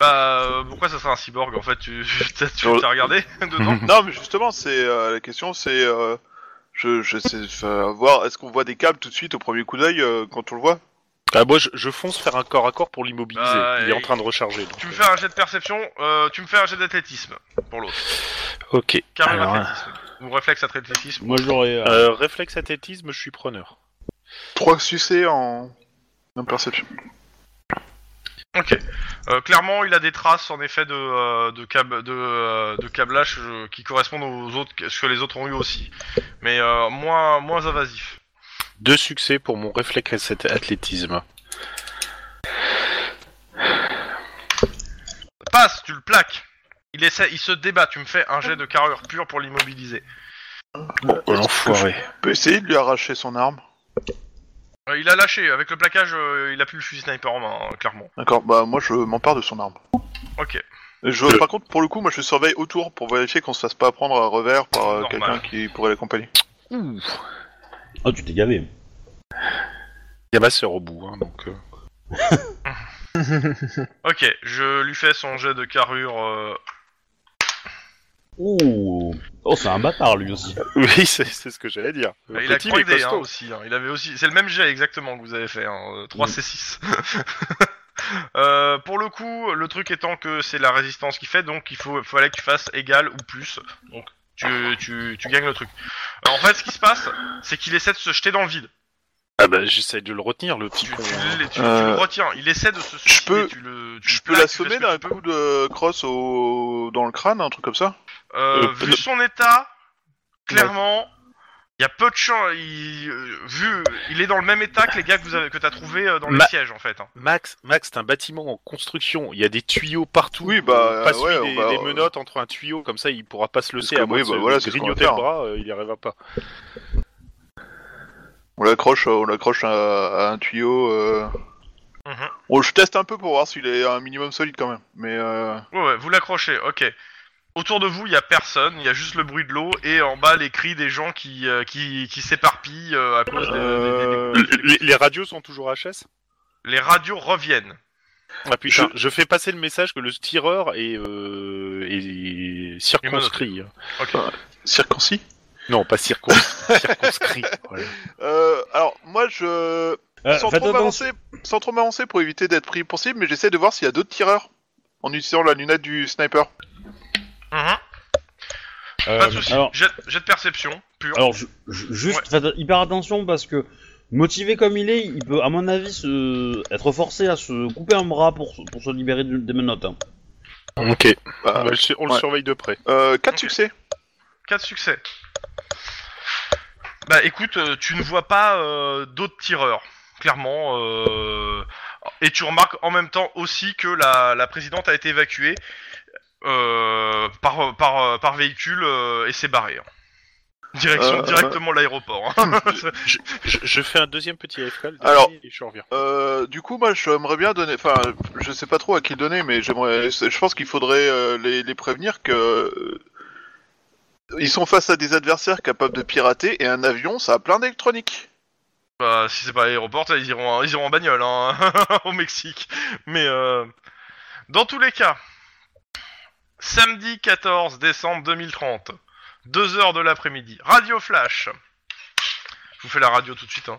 S1: Bah, euh, pourquoi ça serait un cyborg en fait Tu t'as tu-
S5: Oh.
S1: t'as regardé dedans
S5: Non, mais justement, c'est euh, la question, c'est. euh, je, je sais enfin, voir, est-ce qu'on voit des câbles tout de suite au premier coup d'œil euh, quand on le voit
S3: Ah moi je, je fonce faire un corps à corps pour l'immobiliser.
S1: Bah,
S3: il est en
S1: et-
S3: train de recharger. donc,
S1: Tu me
S3: euh,
S1: fais un jet de perception, euh, tu me fais un jet d'athlétisme pour l'autre.
S3: Ok.
S1: Carrément
S3: Alors,
S1: athlétisme. Ou réflexe athlétisme.
S2: Moi, j'aurais. euh,
S3: Euh, réflexe athlétisme, je suis preneur.
S5: Trois succès en. en perception.
S1: Ok. Euh, clairement, il a des traces en effet de, euh, de, câble- de, euh, de câblage euh, qui correspondent aux autres, ce que les autres ont eu aussi. Mais euh, moins, moins invasif.
S3: Deux succès pour mon réflexe ath- athlétisme.
S1: Passe, tu le plaques il, essaie, il se débat, tu me fais un jet de carrure pure pour l'immobiliser.
S3: Oh l'enfoiré.
S5: On peut essayer de lui arracher son arme.
S1: Euh, il a lâché, avec le plaquage, euh, il a plus le fusil sniper en main, hein, clairement.
S5: D'accord, bah moi je m'empare de son arme.
S1: Ok.
S5: Je,
S3: Euh.
S5: Par contre, pour le coup, moi je surveille autour pour vérifier qu'on se fasse pas prendre à revers par euh,
S1: Normal.
S5: quelqu'un qui pourrait l'accompagner.
S3: Ouh.
S2: Oh, tu t'es gavé.
S3: Il y a ma sœur au bout, hein, donc. euh.
S1: Ok, je lui fais son jet de carrure. euh,
S2: Ouh. Oh, c'est un bâtard lui aussi.
S3: Oui, c'est c'est ce que j'allais dire. Le
S1: il a
S3: petit,
S1: trois
S3: mais
S1: dés hein,
S3: costaud.
S1: aussi. hein. Il avait aussi. C'est le même jet exactement que vous avez fait. Hein. euh,
S3: Mm.
S1: 3 C6. Euh, pour le coup, le truc étant que c'est la résistance qui fait, donc il faut, fallait que tu fasses égal ou plus. Donc tu, tu, tu gagnes le truc. Alors, en fait, ce qui se passe, c'est qu'il essaie de se jeter dans le vide.
S3: Ah bah j'essaie de le retenir, le petit
S1: Tu, tu,
S3: con. hein.
S1: l'es- tu- tu
S5: Euh,
S1: le retiens. Il essaie de se suicider.
S5: peux-
S1: tu le, tu
S5: Je
S1: le
S5: peux
S1: plaques, Ah, tu fais
S5: l'assommer
S1: ce que
S5: d'un
S1: tu peux.
S5: coup de crosse au... dans le crâne, un truc comme ça
S1: Euh,
S3: Euh,
S1: vu
S3: peut-
S1: son état, clairement, il y a peu de chance. Il, euh, vu, il est dans le même état que les gars que vous avez, que t'as trouvé euh, dans les
S3: Ma-
S1: sièges en fait. hein.
S3: Max, Max, c'est un bâtiment en construction. Il y a des tuyaux partout.
S5: Oui, bah,
S3: On passe
S5: euh, ouais,
S3: des,
S5: on va-
S3: des menottes entre un tuyau, comme ça, il pourra pas se
S5: Parce
S3: lecer
S5: que,
S3: à moins
S5: oui,
S3: de
S5: bah,
S3: se
S5: voilà, c'est ce qu'on va
S3: grignoter
S5: faire.
S3: le bras. euh, il y arrivera pas.
S5: On l'accroche, euh, on l'accroche à, à un tuyau. euh.
S1: Mhm.
S5: Bon, je teste un peu pour voir s'il est un minimum solide quand même. Mais euh,
S1: Ouais, ouais, vous l'accrochez. Ok. Autour de vous, il y a personne. Il y a juste le bruit de l'eau et en bas les cris des gens qui euh, qui, qui s'éparpillent euh, à cause des,
S5: Euh,
S1: des- des- des-
S3: Les, les radios sont toujours HS
S1: les radios reviennent.
S3: Ah putain, je... fais passer le message que le tireur est, euh, est circonscrit.
S5: circoncis.
S3: Non, pas circon... circonscrit. voilà.
S5: Euh, alors moi je
S2: Euh,
S5: sans,
S2: faites
S5: trop
S2: attention.
S5: m'avancer, sans trop m'avancer pour éviter d'être pris pour cible, mais j'essaie de voir s'il y a d'autres tireurs en utilisant la lunette du sniper.
S1: Mhm.
S2: Euh,
S1: Pas de soucis.
S2: alors,
S1: Jet, jet de perception pure.
S2: alors, ju- ju- juste faites hyper attention parce que motivé comme il est, il peut, à mon avis, se... être forcé à se couper un bras pour, se- pour se libérer d'une- des menottes. hein.
S3: Ok, on,
S5: Bah,
S3: va le su- on le
S5: ouais.
S3: surveille de près.
S5: euh, 4
S1: Ok.
S5: succès.
S1: 4 succès. Bah écoute, euh, tu ne vois pas euh, d'autres tireurs, clairement. euh, et tu remarques en même temps aussi que la, la présidente a été évacuée euh, par, par, euh, par véhicule euh, et s'est barrée. hein. Direction
S5: Euh,
S1: directement l'aéroport. hein.
S3: Je, je fais un deuxième petit AFK.
S5: Alors-
S3: Et je reviens.
S5: Euh, du coup, moi, j'aimerais bien donner. Enfin, je sais pas trop à qui le donner, mais j'aimerais. Je pense qu'il faudrait euh, les, les prévenir que euh, ils sont face à des adversaires capables de pirater et un avion, ça a plein d'électronique.
S1: Bah, si c'est pas l'aéroport, ils iront, ils iront en bagnole hein, au Mexique. Mais euh, dans tous les cas, samedi 14 décembre 2030, 2 heures de l'après-midi, Radio Flash. Je vous fais la radio tout de suite. hein.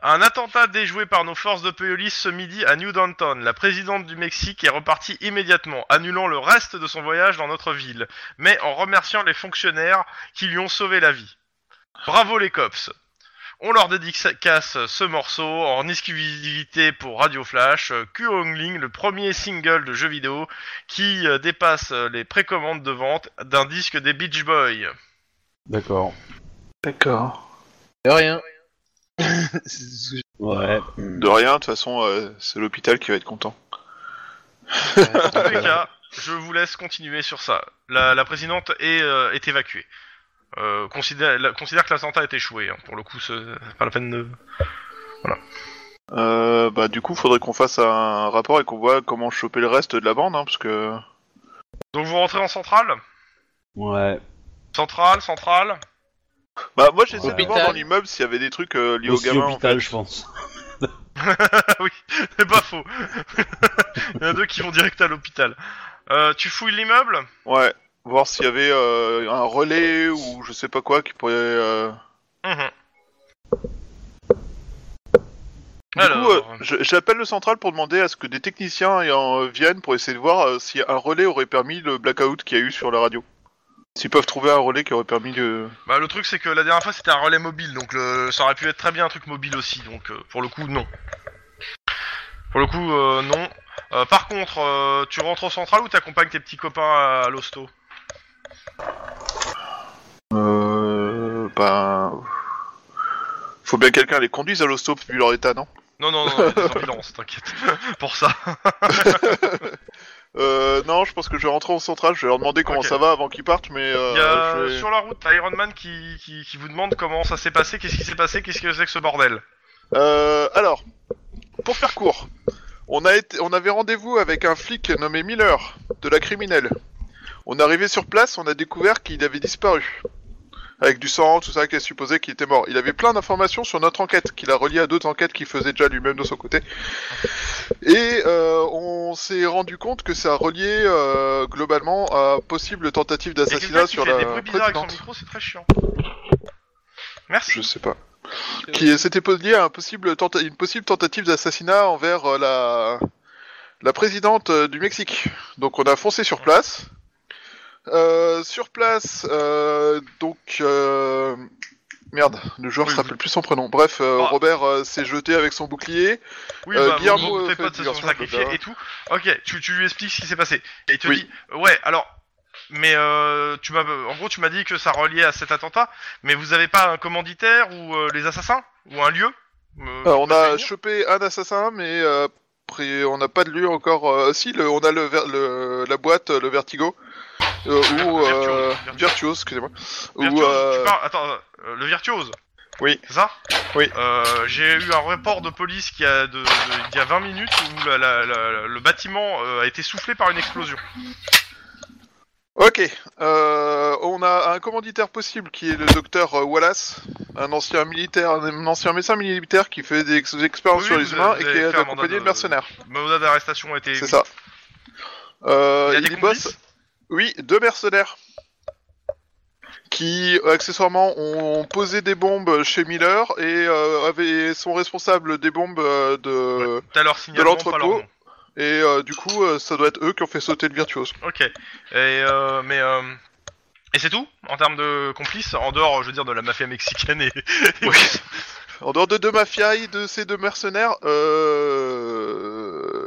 S1: Un attentat déjoué par nos forces de police ce midi à New Downtown. La présidente du Mexique est repartie immédiatement, annulant le reste de son voyage dans notre ville, mais en remerciant les fonctionnaires qui lui ont sauvé la vie. Bravo les cops. On leur dédicace ce morceau en exclusivité pour Radio Flash, euh, Q-Hongling, le premier single de jeu vidéo qui euh, dépasse euh, les précommandes de vente d'un disque des Beach Boys.
S2: D'accord.
S6: D'accord.
S4: De rien.
S2: Ouais.
S5: De rien, de toute façon, euh, c'est l'hôpital qui va être content.
S1: En tous les cas, je vous laisse continuer sur ça. La, la présidente est, euh, est évacuée. Euh, considère, la- considère que l'attentat est échoué. hein. Pour le coup, ce- c'est pas la peine de.
S5: Euh, bah, du coup, faudrait qu'on fasse un rapport et qu'on voit comment choper le reste de la bande, hein, parce que.
S1: Donc vous rentrez en centrale
S2: Ouais.
S1: Centrale, centrale
S5: Bah, moi, j'essaie de
S2: Hôpital.
S5: voir dans l'immeuble s'il y avait des trucs euh, liés aux
S2: Aussi
S5: gamins. en
S2: hôpital,
S5: fait.
S2: je pense.
S1: C'est pas faux. Il y en a deux qui vont direct à l'hôpital. Euh, tu fouilles l'immeuble
S5: Ouais, voir s'il y avait euh, un relais ou je sais pas quoi qui pourrait. euh,
S1: Mhm.
S5: Du coup, euh, je- j'appelle le central pour demander à ce que des techniciens en, euh, viennent pour essayer de voir euh, si un relais aurait permis le blackout qu'il y a eu sur la radio. S'ils peuvent trouver un relais qui aurait permis le.
S1: Bah, le truc c'est que la dernière fois c'était un relais mobile, donc le- ça aurait pu être très bien un truc mobile aussi, donc euh, pour le coup non. Pour le coup euh, non. Euh, par contre, euh, tu rentres au central ou t'accompagnes tes petits copains à, à l'hosto
S5: Euh. Ben. Faut bien que quelqu'un les conduise à l'hosto vu leur état, non
S1: Non, non, non, il y a des ambulances, t'inquiète. pour ça.
S5: Euh. Non, je pense que je vais rentrer au central, je vais leur demander comment
S1: Ok.
S5: ça va avant qu'ils partent, mais. Euh,
S1: Il y a,
S5: je vais-
S1: Sur la route, t'as Iron Man qui, qui, qui vous demande comment ça s'est passé, qu'est-ce qui s'est passé, qu'est-ce que c'est que ce bordel.
S5: Euh, alors, pour faire court, on, a été, on avait rendez-vous avec un flic nommé Miller, de la criminelle. On est arrivé sur place, on a découvert qu'il avait disparu. Avec du sang, tout ça, qui supposait qu'il était mort. Il avait plein d'informations sur notre enquête, qu'il a relié à d'autres enquêtes qu'il faisait déjà lui-même de son côté. Et euh, on s'est rendu compte que ça reliait euh, globalement à possible tentative
S1: Il y a quelqu'un
S5: d'assassinat
S1: qui
S5: sur
S1: fait
S5: la
S1: des bruits bizarres avec son
S5: présidente.
S1: micro, c'est très chiant. Merci.
S5: Je sais pas. Qui s'était lié à un possible tenta- une possible tentative d'assassinat envers euh, la... la présidente euh, du Mexique. Donc on a foncé sur place. Euh, sur place, euh, donc euh, merde, le joueur se
S1: Oui,
S5: rappelle plus son prénom. Bref, euh,
S1: Ah.
S5: Robert euh, s'est jeté avec son bouclier.
S1: Oui,
S5: Euh,
S1: bah,
S5: Guillermo,
S1: vous- vous-
S5: euh,
S1: tes
S5: fait
S1: potes se sont
S5: diversion,
S1: sacrifiés
S5: blablabla.
S1: et tout. Ok, tu, tu lui expliques ce qui s'est passé. Et il te
S5: Oui.
S1: dit, ouais, alors, mais euh, tu m'as, en gros, tu m'as dit que ça reliait à cet attentat, mais vous avez pas un commanditaire ou euh, les assassins ou un lieu Euh,
S5: Euh, on a
S1: venir
S5: chopé un assassin, mais euh, après, on n'a pas de lui encore. euh, si, le- on a le, ver- le- la boîte, euh, le Vertigo. euh, ou
S1: Virtuose,
S5: euh,
S1: Virtuose.
S5: Virtuose, excusez-moi. Ou,
S1: Virtuose,
S5: euh,
S1: tu parles- attends, euh, le virtuose.
S5: Oui.
S1: C'est ça
S5: Oui.
S1: Euh, J'ai eu un report de police qui a de, de- il y a 20 minutes où la- la- la- le bâtiment euh, a été soufflé par une explosion.
S5: Ok, euh, on a un commanditaire possible qui est le docteur euh, Wallace, un ancien militaire, un ancien médecin militaire qui fait des ex- expériences
S1: Oui,
S5: sur
S1: oui,
S5: les
S1: vous
S5: humains
S1: avez-
S5: et
S1: vous
S5: qui
S1: avez
S5: est
S1: fait un
S5: accompagné
S1: mandat
S5: de
S1: de-
S5: mercenaires.
S1: Mandat d'arrestation a été.
S5: C'est
S1: émis.
S5: ça. Euh,
S1: Il y a
S5: il,
S1: des
S5: y bosse-
S1: complices
S5: Oui, deux mercenaires qui euh, accessoirement ont posé des bombes chez Miller et euh, avaient- sont responsables des bombes euh, de
S1: T'as leur signalement, pas leur
S5: l'entrepôt.
S1: nom.
S5: et euh, du coup euh, ça doit être eux qui ont fait sauter le virtuose.
S1: Ok. Et euh, mais euh, et c'est tout en termes de complices en dehors, je veux dire, de la mafia mexicaine et.
S5: En dehors de deux mafias et de ces deux mercenaires, euh...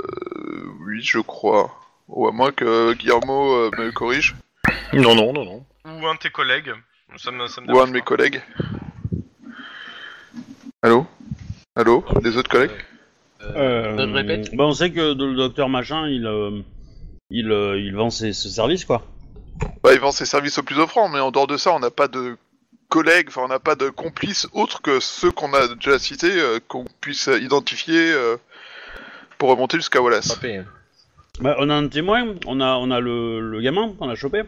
S5: oui je crois. Ou à moins que Guillermo euh, me corrige
S3: Non, non, non, non.
S1: ou un de tes collègues. Ça me, ça me
S5: ou un
S1: dérange
S5: de mes
S1: pas.
S5: collègues. Allô, allô, des autres collègues.
S4: Euh, répète.
S2: Bah, on sait que de- le docteur machin, il, euh, il, euh, il vend ses, ses services, quoi.
S5: Bah, il vend ses services au plus offrant, mais en dehors de ça, on n'a pas de collègues, enfin, on n'a pas de complices autres que ceux qu'on a déjà cités, euh, qu'on puisse identifier euh, pour remonter jusqu'à Wallace.
S6: Frappé.
S2: Bah, on a un témoin, on a, on a le, le gamin qu'on a chopé.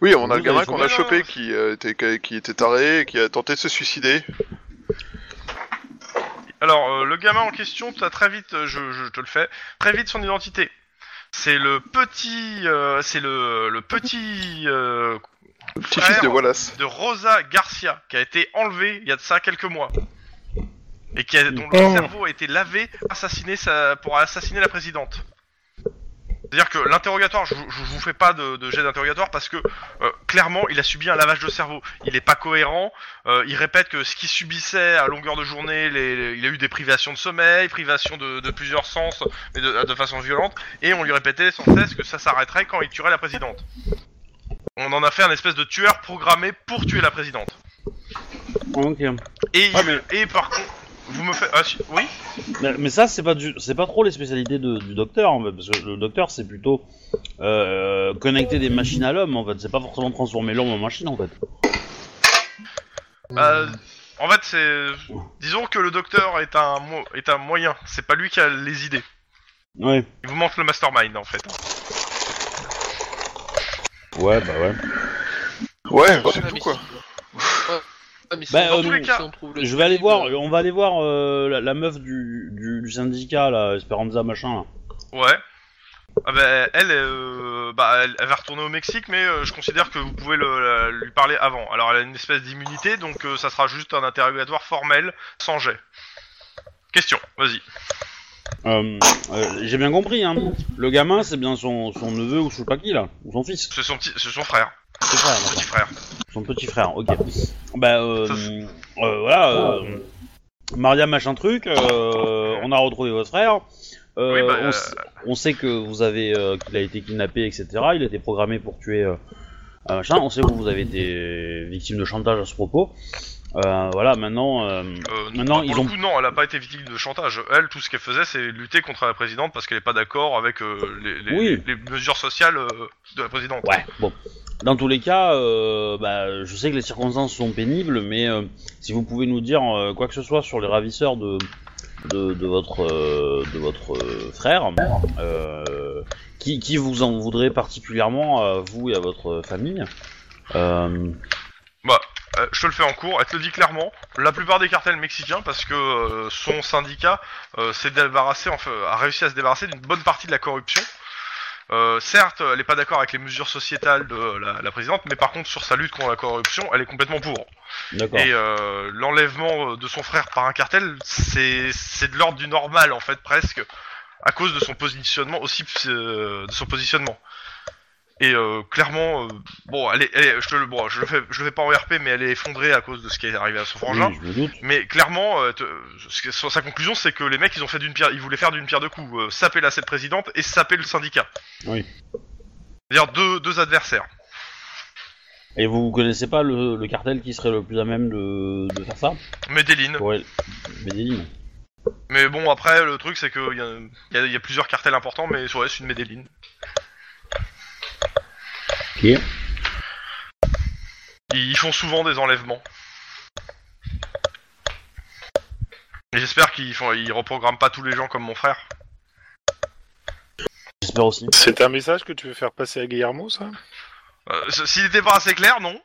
S5: Oui, on a le
S2: Vous
S5: gamin
S2: avez
S5: qu'on
S1: chopé,
S5: a
S1: là
S5: chopé, qui, euh, était, qui était taré, et qui a tenté de se suicider.
S1: Alors euh, le gamin en question, t'as très vite, euh, je, je te le fais, très vite son identité. C'est le petit, euh, c'est le, le petit euh,
S5: Le petit-fils de Wallace.
S1: de Rosa Garcia qui a été enlevé il y a de ça quelques mois. et qui a, dont le
S3: Oh.
S1: cerveau a été lavé assassiné sa- pour assassiner la présidente. C'est-à-dire que l'interrogatoire, je, vous- je vous fais pas de, de jet d'interrogatoire parce que euh, clairement, il a subi un lavage de cerveau. Il est pas cohérent. euh, il répète que ce qu'il subissait à longueur de journée, les- les- il a eu des privations de sommeil, privations de, de plusieurs sens, mais de, de façon violente. Et on lui répétait sans cesse que ça s'arrêterait quand il tuerait la présidente. On en a fait un espèce de tueur programmé pour tuer la présidente.
S2: Ok.
S1: Et,
S3: Ah,
S1: il- et par contre, vous me faites. ah, si- oui
S2: Mais, mais ça, c'est pas du- c'est pas trop les spécialités de- du docteur, en fait, parce que le docteur, c'est plutôt euh, connecter des machines à l'homme, en fait. C'est pas forcément transformer l'homme en machine, en fait.
S4: Hmm.
S1: Euh, En fait, c'est. Disons que le docteur est un, mo- est un moyen, c'est pas lui qui a les idées.
S2: Ouais.
S1: Il vous manque le mastermind en fait.
S2: Ouais, bah ouais.
S5: Ouais,
S1: Bah,
S4: Ouais,
S5: c'est
S4: mais
S5: tout
S4: si-
S5: quoi.
S4: Ouais. Ouais, mais si
S2: Bah,
S4: on
S2: euh,
S4: trouve-
S1: non.
S4: si on trouve le
S2: Je vais aller
S4: truc,
S2: voir,
S4: euh,
S2: on va aller voir euh, la, la meuf du, du, du syndicat, là, Esperanza, machin, là.
S1: Ouais. Ah bah, elle, euh, bah, elle, elle va retourner au Mexique, mais euh, je considère que vous pouvez le- la- lui parler avant. Alors, elle a une espèce d'immunité, donc euh, ça sera juste un interrogatoire formel, sans jet. Question, vas-y.
S2: Euh, euh, J'ai bien compris, hein. Le gamin, c'est bien son, son neveu ou je sais pas qui, là. Ou son fils.
S1: C'est son petit, c'est son frère,
S2: Son frère, d'accord.
S1: petit frère.
S2: Son petit frère, ok. Bah, euh,
S1: Ça, c'est-
S2: euh, voilà. Euh, Maria, machin truc, euh, on a retrouvé votre frère. Euh,
S1: Oui, bah,
S2: on, s- on sait que vous avez euh, qu'il a été kidnappé, etc. Il a été programmé pour tuer euh, un machin. On sait que vous avez été victime de chantage à ce propos. Euh, voilà, maintenant, euh,
S1: Euh,
S2: Maintenant,
S1: pour
S2: ils
S1: le
S2: ont-
S1: coup, non, elle a pas été victime de chantage. Elle, tout ce qu'elle faisait, c'est lutter contre la présidente parce qu'elle est pas d'accord avec euh, les, les-
S2: Oui.
S1: les mesures sociales euh, de la présidente.
S2: ouais, bon. Dans tous les cas, euh, bah, je sais que les circonstances sont pénibles, mais euh, si vous pouvez nous dire euh, quoi que ce soit sur les ravisseurs de, de, de votre, euh, de votre euh, frère, euh, qui, qui vous en voudrait particulièrement, à vous et à votre famille, euh,
S1: Euh, je te le fais en cours, elle te le dit clairement. La plupart des cartels mexicains, parce que euh, son syndicat euh, s'est débarrassé, enfin, a réussi à se débarrasser d'une bonne partie de la corruption. Euh, certes, elle n'est pas d'accord avec les mesures sociétales de la, la présidente, mais par contre, sur sa lutte contre la corruption, elle est complètement pour.
S2: d'accord.
S1: Et euh, l'enlèvement de son frère par un cartel, c'est c'est de l'ordre du normal en fait presque, à cause de son positionnement aussi euh, de son positionnement. Et euh, clairement, euh, bon, elle est- elle est- je te le, bon, je le fais, je le fais pas en RP, mais elle est effondrée à cause de ce qui est arrivé à son frangin.
S2: Oui, je me doute.
S1: Mais clairement, euh, te- ce que- sa conclusion, c'est que les mecs, ils ont fait d'une pierre, ils voulaient faire d'une pierre deux coups, euh, saper la cette présidente et saper le syndicat.
S2: Oui.
S1: C'est-à-dire deux, deux adversaires.
S2: Et vous connaissez pas le, le cartel qui serait le plus à même de, de faire ça
S1: Medellin.
S2: Pour elle- Medellin.
S1: Mais bon, après, le truc, c'est qu'il y a, y a- y a plusieurs cartels importants, mais ouais, c'est une Medellin.
S2: Ok.
S1: Ils ils font souvent des enlèvements. Et j'espère qu'ils font, ils reprogramment pas tous les gens comme mon frère.
S2: J'espère aussi.
S3: C'est un message que tu veux faire passer à Guillermo, ça
S1: Euh, s- S'il était pas assez clair, non.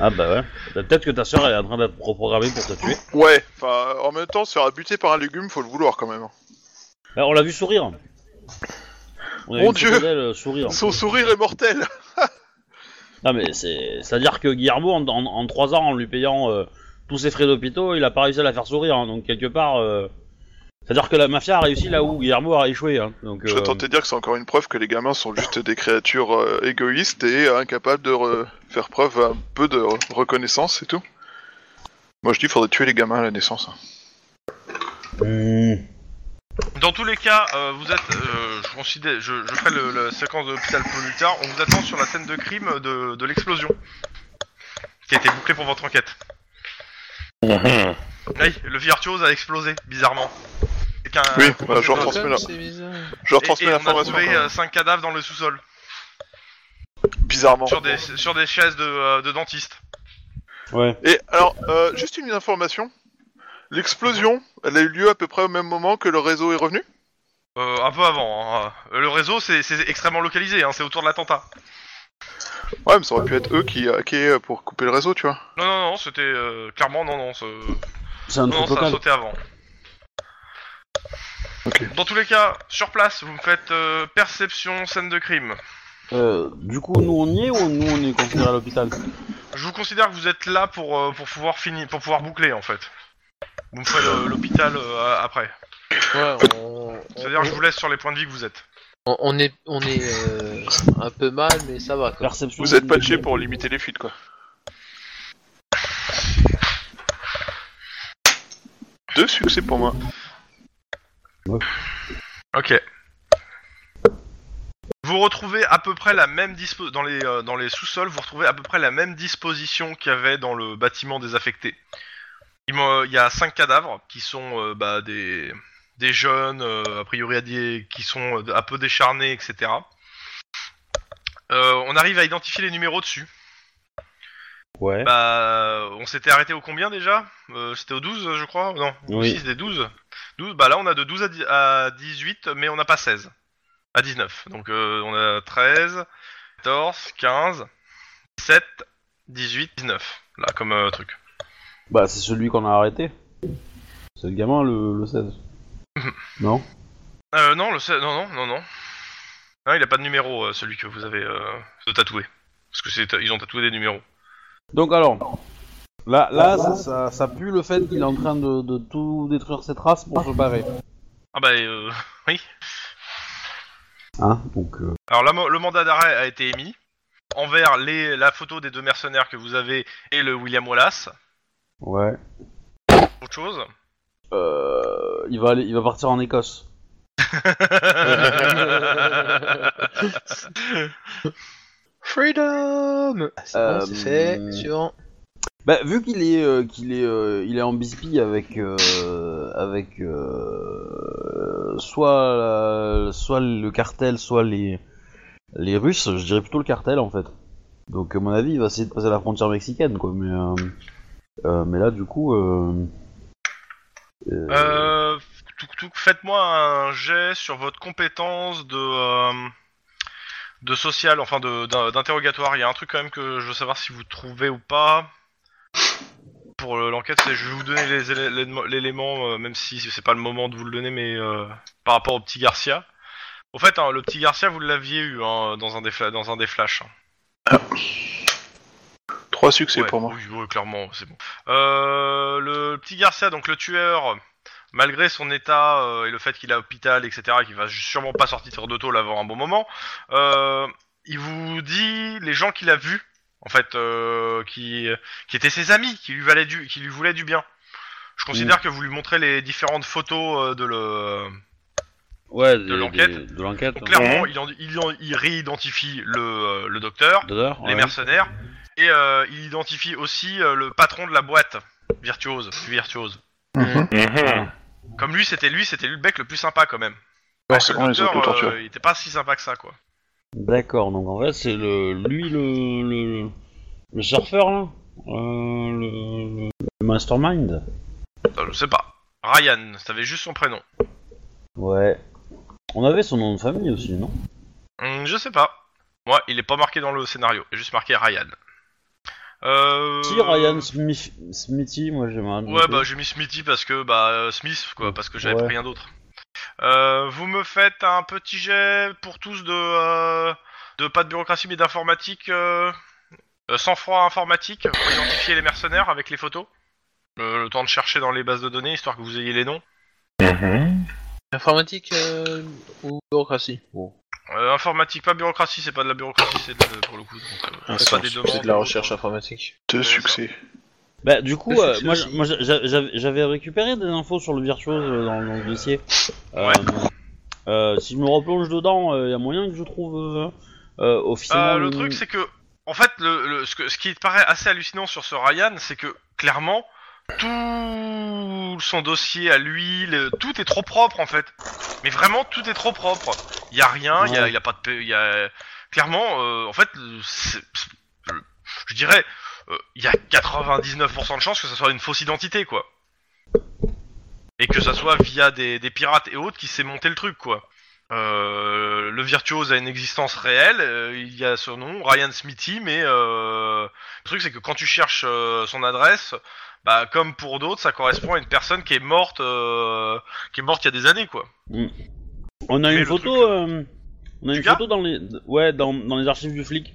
S2: Ah bah ouais. Bah, Peut-être que ta soeur elle est en train d'être reprogrammée pour te tuer.
S5: Ouais, enfin, en même temps, se faire buter par un légume, faut le vouloir quand même.
S2: Bah, on l'a vu sourire. On a vu
S5: Mon
S2: une photo
S5: Dieu.
S2: d'elle, euh, sourire.
S5: Son sourire est mortel
S2: Non mais c'est... C'est-à-dire que Guillermo, en, en, en trois ans, en lui payant euh, tous ses frais d'hôpitaux, il a pas réussi à la faire sourire. hein. donc quelque part... euh, C'est-à-dire que la mafia a réussi là où Guillermo a échoué. hein. donc,
S5: Je
S2: euh,
S5: tentais de dire que c'est encore une preuve que les gamins sont juste des créatures euh, égoïstes et euh, incapables de re- faire preuve un peu de re- reconnaissance, c'est tout. Moi je dis faudrait tuer les gamins à la naissance. hein.
S2: hmm,
S1: Dans tous les cas, euh, vous êtes, euh, je considère, je, je ferai le, la séquence de l'hôpital plus tard. On vous attend sur la scène de crime de, de l'explosion, qui a été bouclée pour votre enquête.
S5: Mhm.
S1: Oui, le virtuose a explosé, bizarrement. Quelqu'un-
S5: Oui, bah, je
S1: Et-
S5: leur transmets la-
S4: C'est bizarre.
S5: je leur
S1: et
S5: transmets
S1: on a
S5: l'information. quand
S1: trouvé euh,
S5: même.
S1: 5 cadavres dans le sous-sol,
S5: Bizarrement.
S1: sur des, sur des chaises de, euh, de dentistes.
S2: Ouais.
S5: Et alors, euh, juste une information. L'explosion, elle a eu lieu à peu près au même moment que le réseau est revenu
S1: Euh, un peu avant. hein. Euh, Le réseau, c'est c'est extrêmement localisé, hein, c'est autour de l'attentat.
S5: Ouais, mais ça aurait pu être eux qui hackaient pour couper le réseau, tu vois.
S1: Non, non, non, c'était euh, clairement, non, non, ce-
S2: C'est un
S1: non,
S2: truc
S1: non, ça a
S2: local.
S1: sauté avant.
S5: Ok.
S1: Dans tous les cas, sur place, vous me faites euh, perception, scène de crime.
S2: Euh, du coup, nous on y est ou nous on est considéré à l'hôpital
S1: je vous considère que vous êtes là pour, euh, pour pouvoir finir, pour pouvoir boucler en fait. Vous me ferez le- l'hôpital euh, après.
S4: Ouais, on,
S1: C'est-à-dire que je vous laisse sur les points de vie que vous êtes.
S4: on- on est, on est euh, un peu mal, mais ça va. Quoi.
S2: Perception.
S5: Vous êtes
S2: de-
S5: patché pour limiter les fuites, quoi. Deux succès pour moi.
S1: Ok. Vous retrouvez à peu près la même dispo dans les euh, dans les sous-sols. Vous retrouvez à peu près la même disposition qu'il y avait dans le bâtiment désaffecté. Il me- il y a cinq cadavres qui sont euh, bah, des des jeunes euh, a priori à des- qui sont euh, un peu décharnés, etc. Euh, on arrive à identifier les numéros dessus.
S2: Ouais.
S1: Bah, on s'était arrêté au combien déjà Euh, C'était au 12, je crois Non, au
S2: Oui.
S1: 6 des 12. 12 bah là, on a de 12 à, dix- à 18, mais on n'a pas 16. À 19. Donc, euh, on a 13, 14, 15, 17, 18, 19. Là, comme euh, truc.
S2: Bah, c'est celui qu'on a arrêté. C'est le gamin, le, le 16. non
S1: Euh, non, le se- non, non, non, non. Non, il a pas de numéro, euh, celui que vous avez euh, de tatoué. Parce que c'est, ils ont tatoué des numéros.
S2: Donc, alors. Là, là ça, ça, ça pue le fait qu'il est en train de, de tout détruire ses traces pour se barrer.
S1: Ah bah, euh, oui.
S2: Hein Donc. euh,
S1: Alors la mo- le mandat d'arrêt a été émis envers les, la photo des deux mercenaires que vous avez et le William Wallace.
S2: ouais.
S1: Autre chose.
S2: Euh, il, va aller, il va partir en Écosse.
S4: Freedom. Ah, C'est
S2: Euh,
S4: bon, c'est fait. Suivant.
S2: Bah, vu qu'il est, euh, qu'il est, euh, il est en bisbille avec, euh, avec euh, soit, la- soit le cartel, soit les, les Russes, je dirais plutôt le cartel en fait. Donc, à mon avis, il va essayer de passer la frontière mexicaine, quoi. Mais, euh, euh, mais là, du coup. Euh, euh,
S1: Euh, touk, touk, Faites-moi un jet sur votre compétence de euh, de social, enfin de- d'in- d'interrogatoire. Il y a un truc quand même que je veux savoir si vous trouvez ou pas. Pour le- l'enquête, c'est- je vais vous donner les élé- l'élé- l'élément, euh, même si c'est pas le moment de vous le donner, mais euh, par rapport au petit Garcia. Au fait, hein, le petit Garcia, vous l'aviez eu hein, dans un des fla- dans un des flashs. hein.
S5: Trois succès
S1: Ouais,
S5: pour moi.
S1: Oui, oui, clairement, c'est bon. Euh, le petit Garcia, donc le tueur, malgré son état euh, et le fait qu'il est à l'hôpital, etc., et qu'il va sûrement pas sortir de tôle l'avant un bon moment, euh, il vous dit les gens qu'il a vus, en fait, euh, qui, qui étaient ses amis, qui lui, valaient du, qui lui voulaient du bien. Je
S5: Mm.
S1: considère que vous lui montrez les différentes photos euh, de le.
S2: ouais, des-
S1: l'enquête.
S2: des- De l'enquête. hein.
S1: Donc, clairement, il, en- il, en- il réidentifie le, euh, le docteur,
S2: hein. D'honneur,
S1: les
S2: ouais.
S1: mercenaires. Et euh, il identifie aussi euh, le patron de la boîte, Virtuose, du Virtuose. Comme lui, c'était lui, c'était lui le bec le plus sympa quand même.
S5: Non, Ah, c'est bon,
S1: le
S5: les autres
S1: docteur,
S5: le torturent.
S1: euh, il était pas si sympa que ça, quoi.
S2: D'accord, donc en fait, c'est le, lui le, le, le surfeur là Euh, le, le- le mastermind
S1: Euh, je sais pas. Ryan, t'avais juste son prénom.
S2: Ouais. On avait son nom de famille aussi, non
S1: Hum, je sais pas. Moi, il est pas marqué dans le scénario, il est juste marqué Ryan. Euh...
S2: Si, Ryan Smith, Smithy, moi j'ai marre.
S1: Ouais, bah j'ai mis Smithy parce que bah euh, Smith quoi, parce que j'avais
S2: Ouais.
S1: pris rien d'autre. Euh, vous me faites un petit jet pour tous de euh, de pas de bureaucratie mais d'informatique, euh, euh, sans froid informatique pour identifier les mercenaires avec les photos. Euh, Le, le temps de chercher dans les bases de données histoire que vous ayez les noms.
S4: Informatique euh, ou bureaucratie
S1: Euh, informatique, pas bureaucratie, c'est pas de la bureaucratie, c'est de- pour le coup. donc, euh,
S5: Un
S1: c'est pas
S5: sens,
S1: des
S5: c'est
S1: demandes.
S4: C'est de la recherche informatique.
S5: Deux succès.
S2: Bah, du coup, euh,
S4: c'est
S2: moi,
S4: aussi.
S2: j'- moi, j'a- j'a- j'avais j'avais récupéré des infos sur le virtuose euh, dans, dans le dossier. Euh,
S1: Ouais.
S2: euh, si je me replonge dedans, il y a moyen que je trouve euh, euh, officiellement.
S1: Euh, le truc, c'est que, en fait, le, le- ce, que- ce qui te paraît assez hallucinant sur ce Ryan, c'est que, clairement, tout son dossier à lui, le- tout est trop propre, en fait. Mais vraiment, tout est trop propre. Il y a rien, il y a,
S2: Ouais.
S1: il y a pas de... pa- il Y a... Clairement, euh, en fait, c'est- c'est- je dirais, euh, il y a 99% de chances que ça soit une fausse identité, quoi. Et que ça soit via des, des pirates et autres qui s'est monté le truc, quoi. Euh, le virtuose a une existence réelle, euh, il y a son nom, Ryan Smithy, mais euh, le truc c'est que quand tu cherches euh, son adresse, bah comme pour d'autres, ça correspond à une personne qui est morte, euh, qui est morte il y a des années quoi.
S2: On a
S1: Mais
S2: une
S1: le
S2: photo.
S1: truc,
S2: euh, on a
S1: du
S2: une
S1: gars
S2: photo dans les, ouais, dans, dans les archives du flic.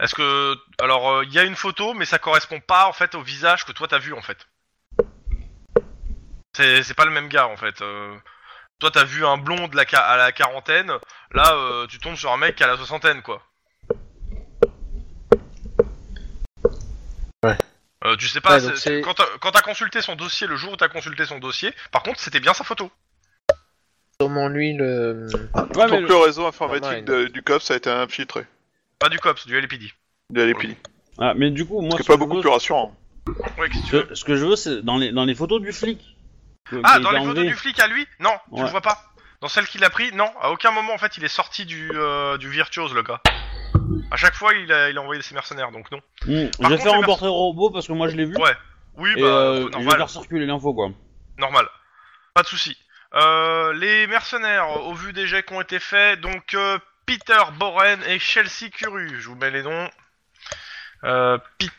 S1: Est-ce que alors euh, il y a une photo, mais ça correspond pas en fait au visage que toi t'as vu en fait. C'est c'est pas le même gars en fait. Euh, toi t'as vu un blond de la qua- à la quarantaine, là euh, tu tombes sur un mec à la soixantaine quoi.
S6: Ouais.
S1: Euh, tu sais pas,
S4: Ouais, donc
S1: c'est-
S4: c'est-
S1: quand t'as- quand t'as consulté son dossier, le jour où t'as consulté son dossier, par contre c'était bien sa photo.
S4: Sûrement euh, lui le.
S2: Ouais, mais
S5: Donc
S2: le-
S5: le réseau informatique
S4: Online.
S5: de- du COPS a été infiltré,
S1: Pas du COPS, du LPD.
S5: de l'épidémie.
S2: Ah, mais du coup, moi,
S5: Ce qui
S2: ce
S5: est pas
S2: que je
S5: beaucoup
S2: veux,
S5: plus rassurant.
S1: Ouais, qu'est-ce que tu
S2: ce que- ce que je veux, c'est dans les, dans les photos du flic. que- qui
S1: Ah,
S2: a
S1: dans
S2: été
S1: les photos
S2: enlevé.
S1: du flic à lui Non, tu
S2: Ouais.
S1: le vois pas. Dans celle qu'il a pris, non. À aucun moment, en fait, il est sorti du, euh, du virtuose, le gars. À chaque fois, il a, il a envoyé ses mercenaires, donc non.
S2: Hmm,
S1: Par
S2: je vais
S1: contre,
S2: faire
S1: les
S2: un
S1: vers-
S2: portrait robot parce que moi je l'ai vu.
S1: Ouais. Oui,
S2: Mmh. et
S1: bah,
S2: euh, je vais
S1: normal,
S2: faire circuler l'info quoi.
S1: normal. Pas de souci. Euh, les mercenaires, au vu des jets qui ont été faits, donc euh, Peter Boren et Chelsea Curu, je vous mets les noms. Euh, Pete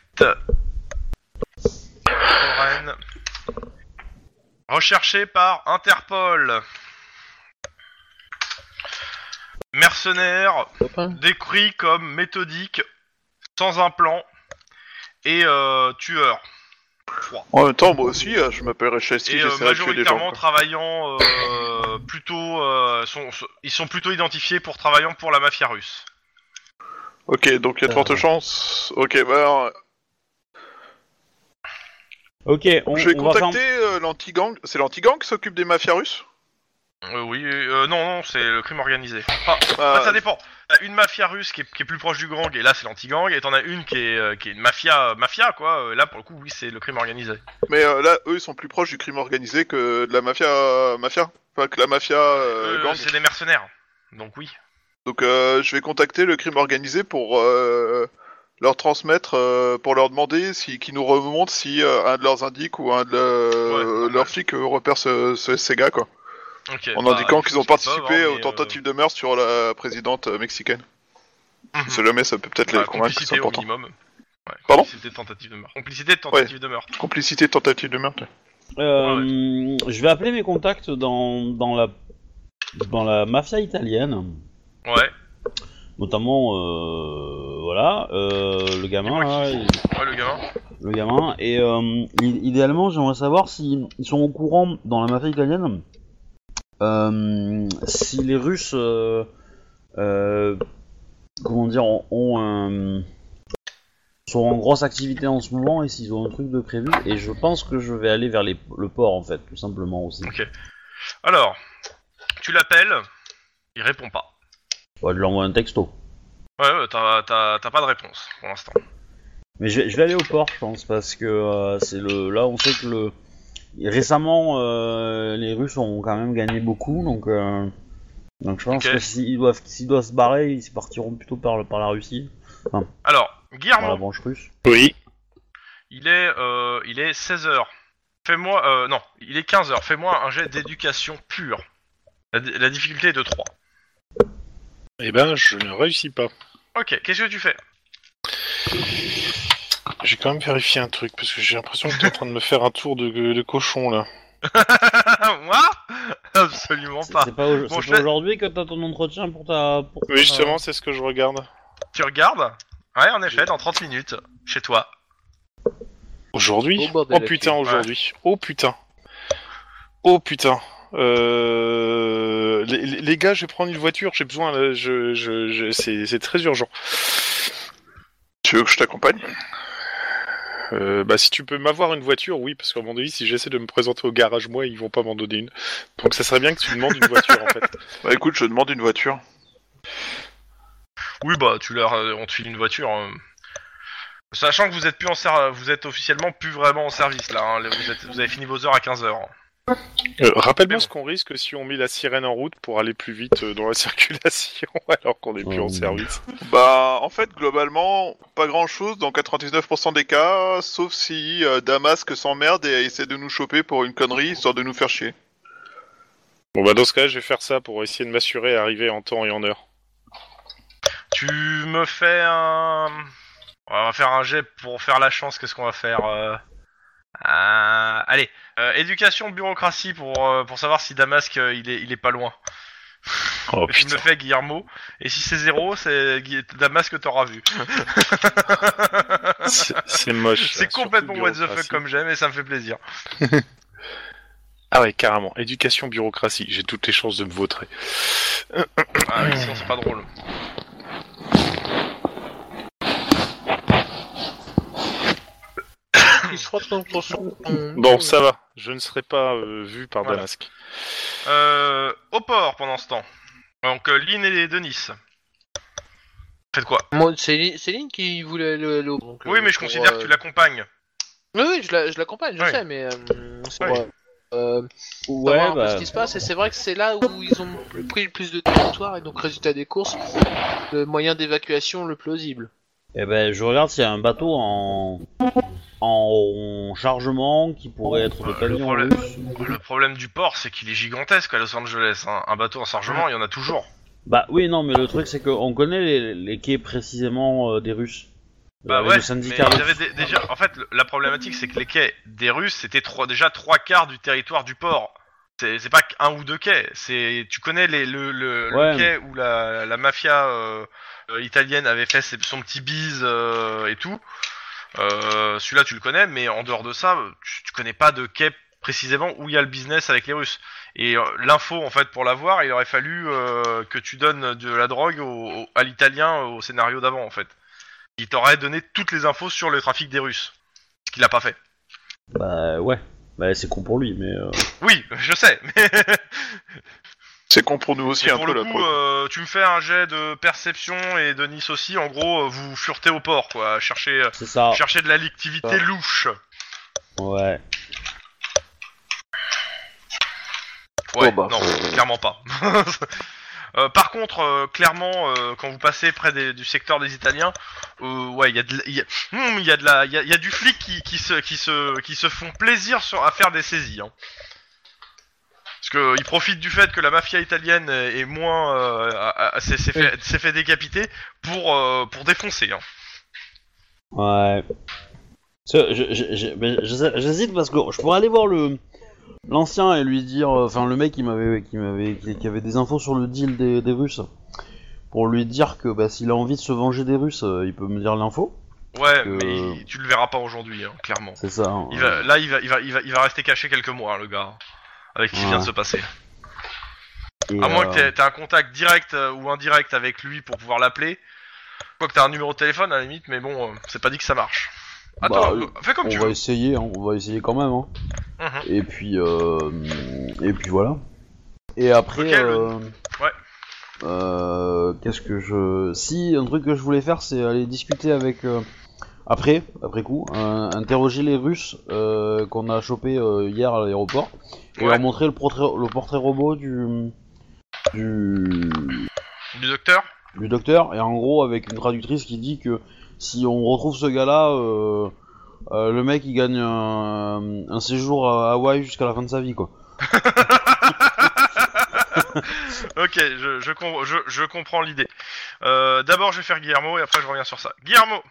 S1: Boren. Recherché par Interpol. Mercenaires,
S4: Copain.
S1: décrit comme méthodique, sans un plan, et euh, tueur. Froid.
S5: En même temps, moi aussi, euh, je m'appellerais Chelsea,
S1: Et euh,
S5: j'essaierai de tuer des gens.
S1: majoritairement
S5: quoi.
S1: travaillant euh, plutôt, euh, sont- sont- ils sont plutôt identifiés pour travaillant pour la mafia russe.
S5: Ok, donc il y a de fortes chances. Ok, bah alors,
S2: Ok, on,
S5: je vais
S2: on va faire.
S5: contacter euh, l'anti-gang. C'est l'anti-gang qui s'occupe des mafias russes
S1: Euh, oui, euh, non, non, c'est le crime organisé. Enfin,
S5: Ah,
S1: ça dépend. T'as une mafia russe qui est, qui est plus proche du gang, et là c'est l'anti-gang, et t'en as une qui est, euh, qui est une mafia, mafia quoi. Euh, Là pour le coup, oui, c'est le crime organisé.
S5: Mais euh, là, eux, ils sont plus proches du crime organisé que de la mafia. mafia enfin, que la mafia euh,
S1: Euh,
S5: gang.
S1: c'est des mercenaires, donc oui.
S5: Donc euh, je vais contacter le crime organisé pour euh, leur transmettre, euh, pour leur demander si, qu'ils nous remontent si euh, un de leurs indiques ou un de le-
S1: Ouais, ouais.
S5: leurs flics euh, repère ce, ce- ces gars, quoi.
S1: Ok,
S5: en
S1: bah,
S5: indiquant
S1: je
S5: qu'ils ont
S1: sais pas, hein,
S5: participé
S1: mais,
S5: aux
S1: euh,
S5: tentatives de meurtre sur la présidente euh, mexicaine.
S1: mhm.
S5: C'est le ça peut peut-être
S1: Bah,
S5: les convaincre, c'est
S1: complicité au
S5: important.
S1: minimum. Ouais,
S5: Pardon
S1: Complicité de tentative de meurtre. Complicité de tentative de meurtre.
S5: Complicité, tentative de meurtre.
S2: Euh, Je vais appeler mes contacts dans, dans la dans la mafia italienne,
S1: Ouais.
S2: notamment euh, voilà euh, le gamin là, il-
S1: Ouais, le gamin.
S2: le gamin et euh, i- idéalement j'aimerais savoir s'ils sont au courant dans la mafia italienne euh, si les Russes euh, euh, comment dire ont, ont un- sont en grosse activité en ce moment et s'ils ont un truc de prévu et je pense que je vais aller vers les- le port en fait tout simplement aussi.
S1: Alors, tu l'appelles, il répond pas.
S2: Ouais, je lui envoie un texto.
S1: Ouais, ouais, t'as, t'as- t'as pas de réponse pour l'instant.
S2: Mais je vais, je vais aller au port, je pense, parce que euh, c'est le. Là, on sait que le. Récemment, euh, les Russes ont quand même gagné beaucoup, donc. euh, Donc je pense
S1: Ok.
S2: que s'ils doivent, s'ils doivent se barrer, ils partiront plutôt par, le- par la Russie,
S1: Alors,
S2: par la
S1: Guillermo,
S2: branche russe.
S3: Oui.
S1: il est, euh, il est 16h. Fais-moi. euh, non, il est 15h. Fais-moi un jet d'éducation pure. La, di- la difficulté est de 3.
S3: Eh ben, je ne réussis pas.
S1: Ok, qu'est-ce que tu fais
S3: J'ai quand même vérifié un truc, parce que j'ai l'impression que t'es en train de me faire un tour de, de cochon, là.
S1: Moi Absolument
S2: C'est
S1: pas.
S2: c'est pas, au- c'est
S1: je
S2: pas
S1: fais-
S2: aujourd'hui que t'as ton entretien pour ta. Pour
S3: Oui,
S2: ta-
S3: justement, c'est ce que je regarde.
S1: Tu regardes Ouais, en effet, dans 30 minutes, chez toi.
S3: Aujourd'hui
S4: Oh,
S3: Oh,
S4: bordel,
S3: putain,
S1: ok.
S3: aujourd'hui. Oh putain. Oh putain. Euh, Les, les- les gars, je vais prendre une voiture, j'ai besoin, là, je, je, je- c'est c'est très urgent.
S5: Tu veux que je t'accompagne
S3: Euh, bah, si tu peux m'avoir une voiture, oui, parce qu'à mon avis, si j'essaie de me présenter au garage, moi, ils vont pas m'en donner une. Donc, ça serait bien que tu demandes une voiture, en fait.
S5: Bah écoute, je demande une voiture.
S1: Oui, bah, tu leur, euh, on te file une voiture. euh. Sachant que vous êtes plus en ser- vous êtes officiellement plus vraiment en service là. hein. Le- Vous, êtes- vous avez fini vos heures à 15h.
S3: Euh, Rappelle-moi
S1: Mais
S3: ce qu'on risque si on met la sirène en route pour aller plus vite euh, dans la circulation, alors qu'on est plus en
S2: Oh.
S3: service.
S5: Bah, en fait, globalement, pas grand chose dans 99% des cas, sauf si euh, Damasque s'emmerde et essaie de nous choper pour une connerie histoire de nous faire chier.
S3: Bon, bah, dans ce cas, je vais faire ça pour essayer de m'assurer à arriver en temps et en heure.
S1: Tu me fais un. On va faire un jet pour faire la chance. Qu'est-ce qu'on va faire euh, euh, Allez, euh, éducation bureaucratie pour, euh, pour savoir si Damasque euh, il, est, il est pas loin.
S3: Oh
S1: je me
S3: putain.
S1: fais Guillermo. Et si c'est zéro, c'est Gui- Damas que t'auras vu.
S3: C'est c'est moche.
S1: C'est
S3: Surtout
S1: complètement what the fuck
S3: bureaucratie.
S1: comme j'aime et ça me fait plaisir.
S3: Ah ouais, carrément. Éducation, bureaucratie. J'ai toutes les chances de me vautrer.
S1: Ah, oui, sinon c'est pas drôle.
S4: Il se retrouve dans son-
S3: Bon, ça va. Je ne serai pas euh, vu par
S1: Voilà.
S3: Damask.
S1: Euh, au port pendant ce temps. Donc euh, Lynn et Denis. Faites quoi
S4: Moi, c'est Li- c'est Lynn qui voulait le l'eau. donc,
S1: Oui,
S4: euh,
S1: mais je
S4: pour,
S1: considère
S4: euh,
S1: que tu l'accompagnes.
S4: Oui, oui, je la- je l'accompagne, je
S1: Ouais.
S4: sais, mais. euh, c'est
S1: Ouais.
S4: pour, euh,
S2: Ouais,
S4: savoir un peu
S2: bah,
S4: ce qui se passe, et c'est vrai que c'est là où ils ont pris le plus de territoire, et donc, résultat des courses, le moyen d'évacuation le plausible.
S2: eh ben, je regarde s'il y a un bateau en... en chargement qui pourrait être de
S1: Euh, le
S2: pavillon
S1: problème-
S2: russe.
S1: Le problème du port, c'est qu'il est gigantesque à Los Angeles. hein. Un bateau en chargement, il y en a toujours.
S2: Bah oui, non, mais le truc c'est qu'on connaît les, les quais précisément euh, des Russes.
S1: Bah
S2: Euh,
S1: ouais,
S2: le
S1: mais
S2: syndicat
S1: ils
S2: russe.
S1: avaient dé- déjà. En fait, le- la problématique, c'est que les quais des Russes, c'était trois- déjà trois quarts du territoire du port. C'est c'est pas qu'un ou deux quais. C'est tu connais les, le, le, le
S2: Ouais.
S1: quai où la, la mafia euh, euh, italienne avait fait ses- son petit bise euh, et tout. Euh, Celui-là, tu le connais, mais en dehors de ça, tu, tu connais pas de quai précisément où il y a le business avec les Russes. Et euh, l'info, en fait, pour l'avoir, il aurait fallu euh, que tu donnes de la drogue au- au- à l'italien euh, au scénario d'avant, en fait il t'aurait donné toutes les infos sur le trafic des Russes. Ce qu'il a pas fait.
S2: Bah ouais, bah, c'est con pour lui, mais. euh,
S1: Oui, je sais, mais
S5: C'est con pour nous aussi
S1: mais
S5: un
S1: pour
S5: peu
S1: le
S5: là. pour
S1: coup,
S5: le coup.
S1: euh, tu me fais un jet de perception et de Nice aussi. En gros, euh, vous furetez au port, quoi. Cherchez,
S2: c'est ça.
S1: cherchez de la l'activité
S2: Ah.
S1: louche.
S2: Ouais.
S1: Ouais,
S4: Oh bah.
S1: non, clairement pas. Euh, par contre, euh, clairement, euh, quand vous passez près des- du secteur des Italiens, euh, ouais, il y a de, la- il y a, Hmm, il y a de la, il y a, il y a du flic qui, qui se, qui se, qui se font plaisir sur à faire des saisies. Hein. Parce que euh, ils profitent du fait que la mafia italienne est est moins, euh, a- a- s'est s'est fait, s'est fait décapiter pour, euh, pour défoncer. Hein.
S2: Ouais. Ça, je- je- je- mais j'hésite j'hésite parce que je pourrais aller voir le l'ancien et lui dire, euh, enfin le mec qui m'avait qui m'avait qui, qui avait des infos sur le deal des, des Russes, pour lui dire que bah, s'il a envie de se venger des Russes, euh, il peut me dire l'info.
S1: Ouais,
S2: que-
S1: mais il- tu le verras pas aujourd'hui, hein, clairement.
S2: C'est ça. hein.
S1: Il va, là, il va, il va, il va, il va rester caché quelques mois, hein, le gars, hein, avec ce qui vient de
S2: Ouais.
S1: se passer.
S2: Et,
S1: À moins
S2: euh,
S1: que t'aies- t'aies un contact direct euh, ou indirect avec lui pour pouvoir l'appeler. Quoi que t'as un numéro de téléphone à la limite, mais bon, euh, c'est pas dit que ça marche. Attends,
S2: Bah,
S1: euh, fais comme tu
S2: on va
S1: veux.
S2: essayer, hein, on va essayer quand même. hein.
S1: Mhm.
S2: Et puis euh, et puis voilà. Et après.
S1: Ok, le-
S2: euh,
S1: Ouais.
S2: euh, Qu'est-ce que je. Si un truc que je voulais faire, c'est aller discuter avec. euh, après, après coup, euh, interroger les Russes euh, qu'on a chopé hier à l'aéroport et
S1: Ouais.
S2: leur montrer le portrait, le portrait robot du du
S1: Du docteur
S2: du docteur, et en gros avec une traductrice qui dit que si on retrouve ce gars-là, euh, euh, le mec il gagne un, un séjour à Hawaï jusqu'à la fin de sa vie, quoi.
S1: Ok, je, je, com- je, je comprends l'idée. Euh, D'abord, je vais faire Guillermo et après, je reviens sur ça. Guillermo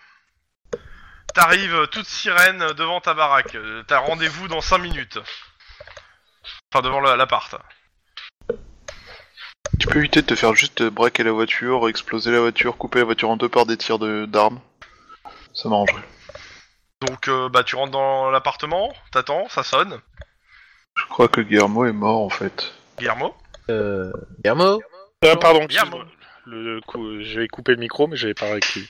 S1: T'arrives euh, toute sirène devant ta baraque. Euh, T'as rendez-vous dans 5 minutes. Enfin, devant la- l'appart.
S5: Tu peux éviter de te faire juste braquer la voiture, exploser la voiture, couper la voiture en deux par des tirs de- d'armes. Ça m'arrangerait.
S1: Donc, euh, bah, tu rentres dans l'appartement, t'attends, ça sonne.
S5: Je crois que Guillermo est mort en fait.
S1: Guillermo
S4: Euh. Guillermo
S3: Ah, pardon.
S1: Bien,
S3: excuse-moi. Le coup, j'avais coupé le micro, mais j'avais pas réactivé.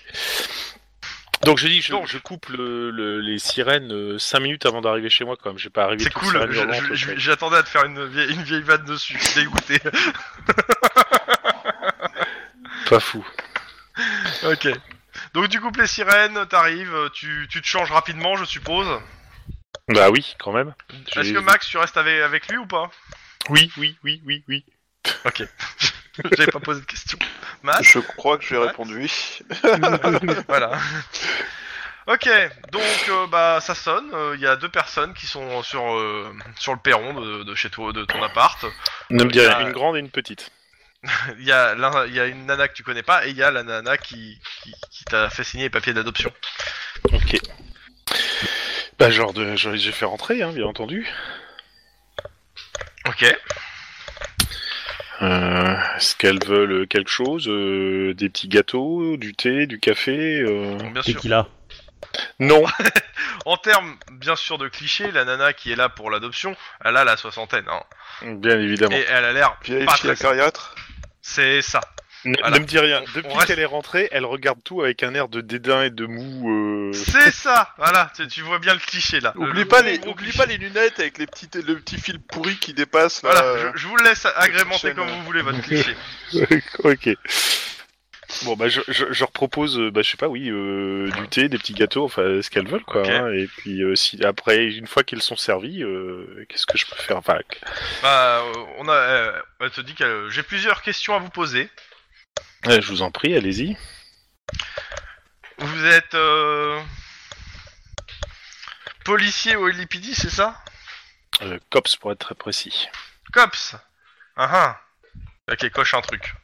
S3: Donc je dis, je,
S1: Donc.
S3: je coupe le- le- les sirènes 5 minutes avant d'arriver chez moi quand même. J'ai pas arrivé.
S1: C'est
S3: toutes
S1: cool,
S3: sirènes
S1: je-
S3: hurlantes,
S1: je- je-
S3: quoi.
S1: j'attendais à te faire une vieille, une vieille vanne dessus, je suis dégoûté.
S3: Pas fou.
S1: ok. Donc tu coupes les sirènes, t'arrives, tu, tu te changes rapidement, je suppose.
S3: Bah oui, quand même.
S1: Est-ce
S3: J'ai-
S1: que Max, tu restes avec, avec lui ou pas
S3: Oui, oui, oui, oui, oui.
S1: J'avais pas posé de question. Max
S5: Je crois que j'ai
S1: Ah. Ouais.
S5: répondu oui.
S1: voilà. Ok, donc euh, bah ça sonne. Il y a deux personnes qui sont sur euh, sur le perron de, de chez toi, de ton appart.
S3: Ne me dis
S1: Ah.
S3: rien. Une grande et une petite.
S1: Il y a l'un- il y a une nana que tu connais pas et il y a la nana qui qui, qui t'a fait signer les papiers d'adoption.
S3: Ok. Bah genre de, je- j'ai fait rentrer, hein, bien entendu.
S1: Ok.
S3: Euh, Est-ce qu'elles veulent quelque chose euh, Des petits gâteaux, du thé, du café euh
S1: Bien
S2: C'est
S1: sûr.
S2: qui là
S3: Non.
S1: En termes, bien sûr, de clichés, la nana qui est là pour l'adoption, elle a la soixantaine. hein.
S3: Bien évidemment.
S1: Et elle a l'air
S5: Puis elle
S1: pas
S5: chez la
S1: très...
S5: cariatre.
S1: C'est ça.
S3: Ne,
S1: Voilà.
S3: ne me dis rien.
S1: On- on
S3: Depuis
S1: reste-
S3: qu'elle est rentrée, elle regarde tout avec un air de dédain et de mou. euh,
S1: C'est ça Voilà, tu, tu vois bien le cliché, là.
S5: Oublie
S1: Le-
S5: pas
S1: Euh, le
S5: les,
S1: gros
S5: oublie
S1: cliché.
S5: pas les lunettes avec les petites, le petit fil pourri qui dépasse. Là.
S1: Voilà, je, je vous le laisse agrémenter
S5: prochaine,
S1: comme
S5: euh,
S1: vous voulez votre cliché.
S3: ok. Bon bah je, je, je leur propose, euh, bah je sais pas, oui, euh, du thé, des petits gâteaux, enfin ce qu'elles veulent quoi.
S1: Ok.
S3: hein. et puis euh, si après, une fois qu'ils sont servis, euh, qu'est-ce que je peux faire Enfin,
S1: Bah, euh, on a, euh, elle te dit que euh, j'ai plusieurs questions à vous poser.
S3: euh, je vous en prie, allez-y.
S1: Vous êtes euh, policier au LPD, c'est ça
S3: Euh, cops pour être très précis.
S1: Cops. Ah ah. Ok, coche un truc.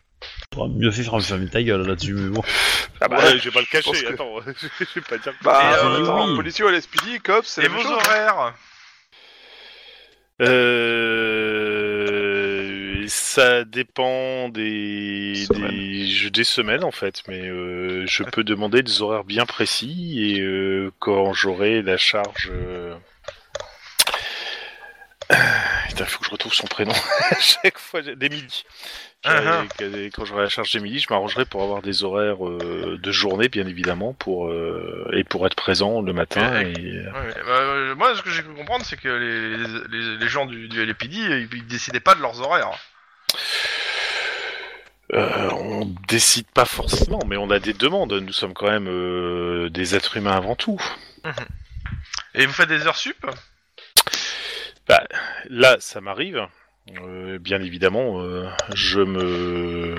S2: T'aurais Oh, mieux fait faire fermer ta gueule là-dessus, mais bon.
S3: Ah bah,
S5: Ouais,
S3: je vais pas le
S5: pense
S3: cacher,
S5: que-
S3: attends, je vais pas dire que...
S5: Bah,
S1: Et, euh,
S5: attends,
S2: oui.
S5: policier au LSPD, cops, c'est
S1: Et
S5: la
S1: vos
S5: même chose. hein.
S1: horaires
S3: Euh, ça dépend des
S5: Semaine.
S3: des, je- des semaines en fait, mais euh, je peux demander des horaires bien précis et euh, quand j'aurai la charge. euh, Putain, faut que je retrouve son prénom. Chaque fois, j'ai- d'Emily.
S1: Ah,
S3: J'aurai- Quand j'aurai la charge d'Emily, je m'arrangerai pour avoir des horaires euh, de journée, bien évidemment, pour euh, et pour être présent le matin.
S1: Ouais,
S3: et-
S1: Ouais, bah, euh, Moi, ce que j'ai pu comprendre, c'est que les, les- les gens du, du LPD, ils, ils décidaient pas de leurs horaires. hein.
S3: Euh, on décide pas forcément, mais on a des demandes. Nous sommes quand même euh, des êtres humains avant tout.
S1: Et vous faites des heures sup
S3: Là, ça m'arrive. Euh, bien évidemment, euh, je me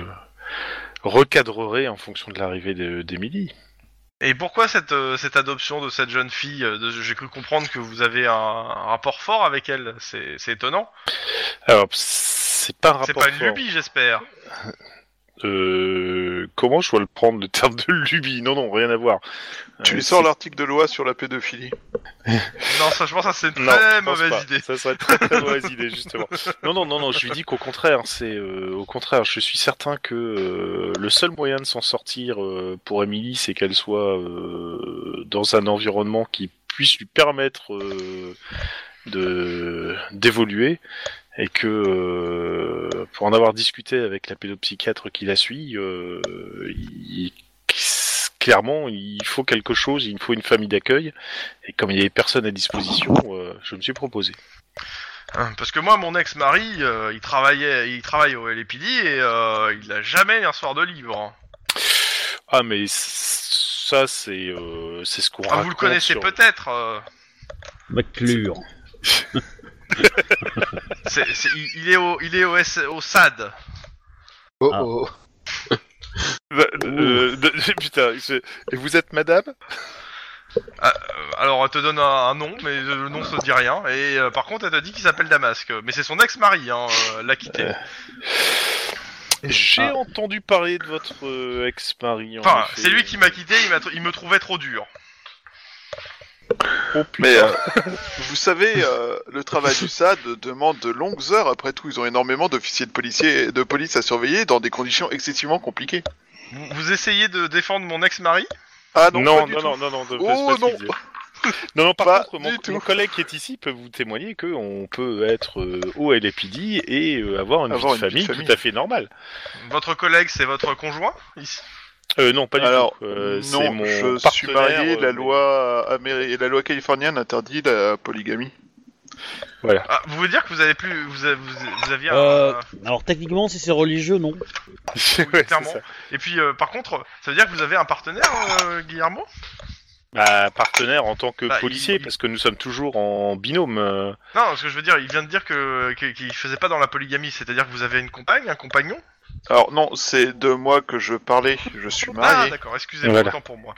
S3: recadrerai en fonction de l'arrivée de- d'Emily.
S1: Et pourquoi cette, euh, cette adoption de cette jeune fille euh, de- J'ai cru comprendre que vous avez un, un rapport fort avec elle. C'est c'est étonnant.
S3: Alors, c'est pas un
S1: C'est
S3: rapport
S1: pas une
S3: fort.
S1: lubie, j'espère.
S3: Euh, comment je dois le prendre le terme de lubie Non, non, rien à voir.
S5: Tu
S3: Euh,
S5: lui sors l'article de loi sur la pédophilie.
S1: Non, ça, je pense que ça, c'est une
S3: Non,
S1: très
S3: je pense
S1: mauvaise
S3: pas.
S1: idée.
S3: Ça serait une très, très mauvaise idée, justement. Non, non, non, non, je lui dis qu'au contraire, c'est euh, au contraire, je suis certain que euh, le seul moyen de s'en sortir euh, pour Emily, c'est qu'elle soit euh, dans un environnement qui puisse lui permettre euh, de d'évoluer et que euh, pour en avoir discuté avec la pédopsychiatre qui la suit, euh, il- clairement, il faut quelque chose, il faut une famille d'accueil. Et comme il n'y avait personne à disposition, euh, je me suis proposé.
S1: Hein, Parce que moi, mon ex-mari, euh, il travaillait, il travaille au LPD et euh, il a jamais un soir de libre. hein.
S3: Ah, mais ça, c'est euh, c'est ce qu'on
S1: Ah,
S3: raconte.
S1: vous le connaissez
S3: sur-
S1: peut-être. euh,
S2: McClure.
S1: c'est- c'est- il, il est au, il est au, S- au SAD.
S6: Oh,
S2: Ah.
S6: oh.
S3: Euh, euh, euh, putain, je- et vous êtes madame
S1: Euh, Alors, elle te donne un, un nom, mais euh, le nom se dit rien. Et euh, par contre, elle te dit qu'il s'appelle Damasque. Mais c'est son ex-mari, hein, euh, l'a quitté.
S3: J'ai
S5: Ah.
S3: entendu parler de votre euh, ex-mari. en
S1: Enfin,
S3: effet.
S1: c'est lui qui m'a quitté, il, m'a tr- il me trouvait trop dur.
S3: Oh, putain.
S5: Mais euh, vous savez, euh, le travail du SAD demande de longues heures. Après tout, ils ont énormément d'officiers de, policiers, de police à surveiller dans des conditions excessivement compliquées.
S1: Vous, vous essayez de défendre mon ex-mari
S5: Ah
S3: non,
S5: non,
S3: non,
S5: pas du
S3: non,
S5: tout.
S3: non, non, non, de-
S5: Oh,
S3: c'est pas ce qu'il
S5: non.
S3: disait. non, non, par
S5: Pas
S3: contre, mon,
S5: du tout.
S3: mon collègue qui est ici peut vous témoigner que on peut être euh, au LPD et euh, avoir une,
S5: Avoir
S3: vie, de
S5: une vie
S3: famille
S5: de famille.
S3: tout à fait normale.
S1: Votre collègue, c'est votre conjoint ici
S3: Euh, non, pas du
S5: Alors,
S3: tout. Euh, c'est
S5: non,
S3: mon
S5: je suis
S3: partenaire,
S5: marié.
S3: euh,
S5: La loi, améri- la loi californienne interdit la polygamie.
S1: Ah, Vous voulez dire que vous avez plus. Vous, avez- vous, vous aviez un-
S2: Euh, alors techniquement, si c'est religieux, non.
S1: Oui,
S3: Ouais, c'est
S1: clairement.
S3: ça.
S1: Et puis, euh, par contre, ça veut dire que vous avez un partenaire, euh, Guillermo
S3: Bah, partenaire en tant que
S1: Bah, il-
S3: policier,
S1: il-
S3: parce que nous sommes toujours en binôme. euh.
S1: Non, ce que je veux dire, il vient de dire que que- qu'il faisait pas dans la polygamie, c'est-à-dire que vous avez une compagne, un compagnon
S5: Alors non, c'est de moi que je parlais. Je suis
S1: Ah,
S5: marié.
S1: d'accord, excusez-moi,
S3: Voilà.
S1: autant pour moi.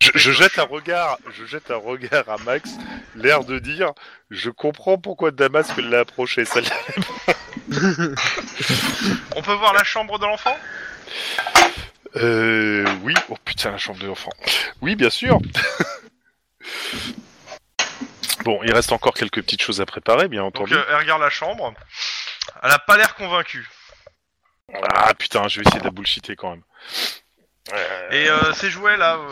S3: Je, je jette un regard, je jette un regard à Max, l'air de dire, je comprends pourquoi Damasque l'a approché. Ça l'a-
S1: On peut voir la chambre de l'enfant
S3: Euh, oui, oh putain, la chambre de l'enfant. Oui, bien sûr. Bon, il reste encore quelques petites choses à préparer, bien
S1: Donc
S3: entendu.
S1: euh, elle regarde la chambre. Elle a pas l'air convaincue.
S3: Ah putain, je vais essayer de la bullshiter quand même. Euh,
S1: Et euh, ces jouets là, euh,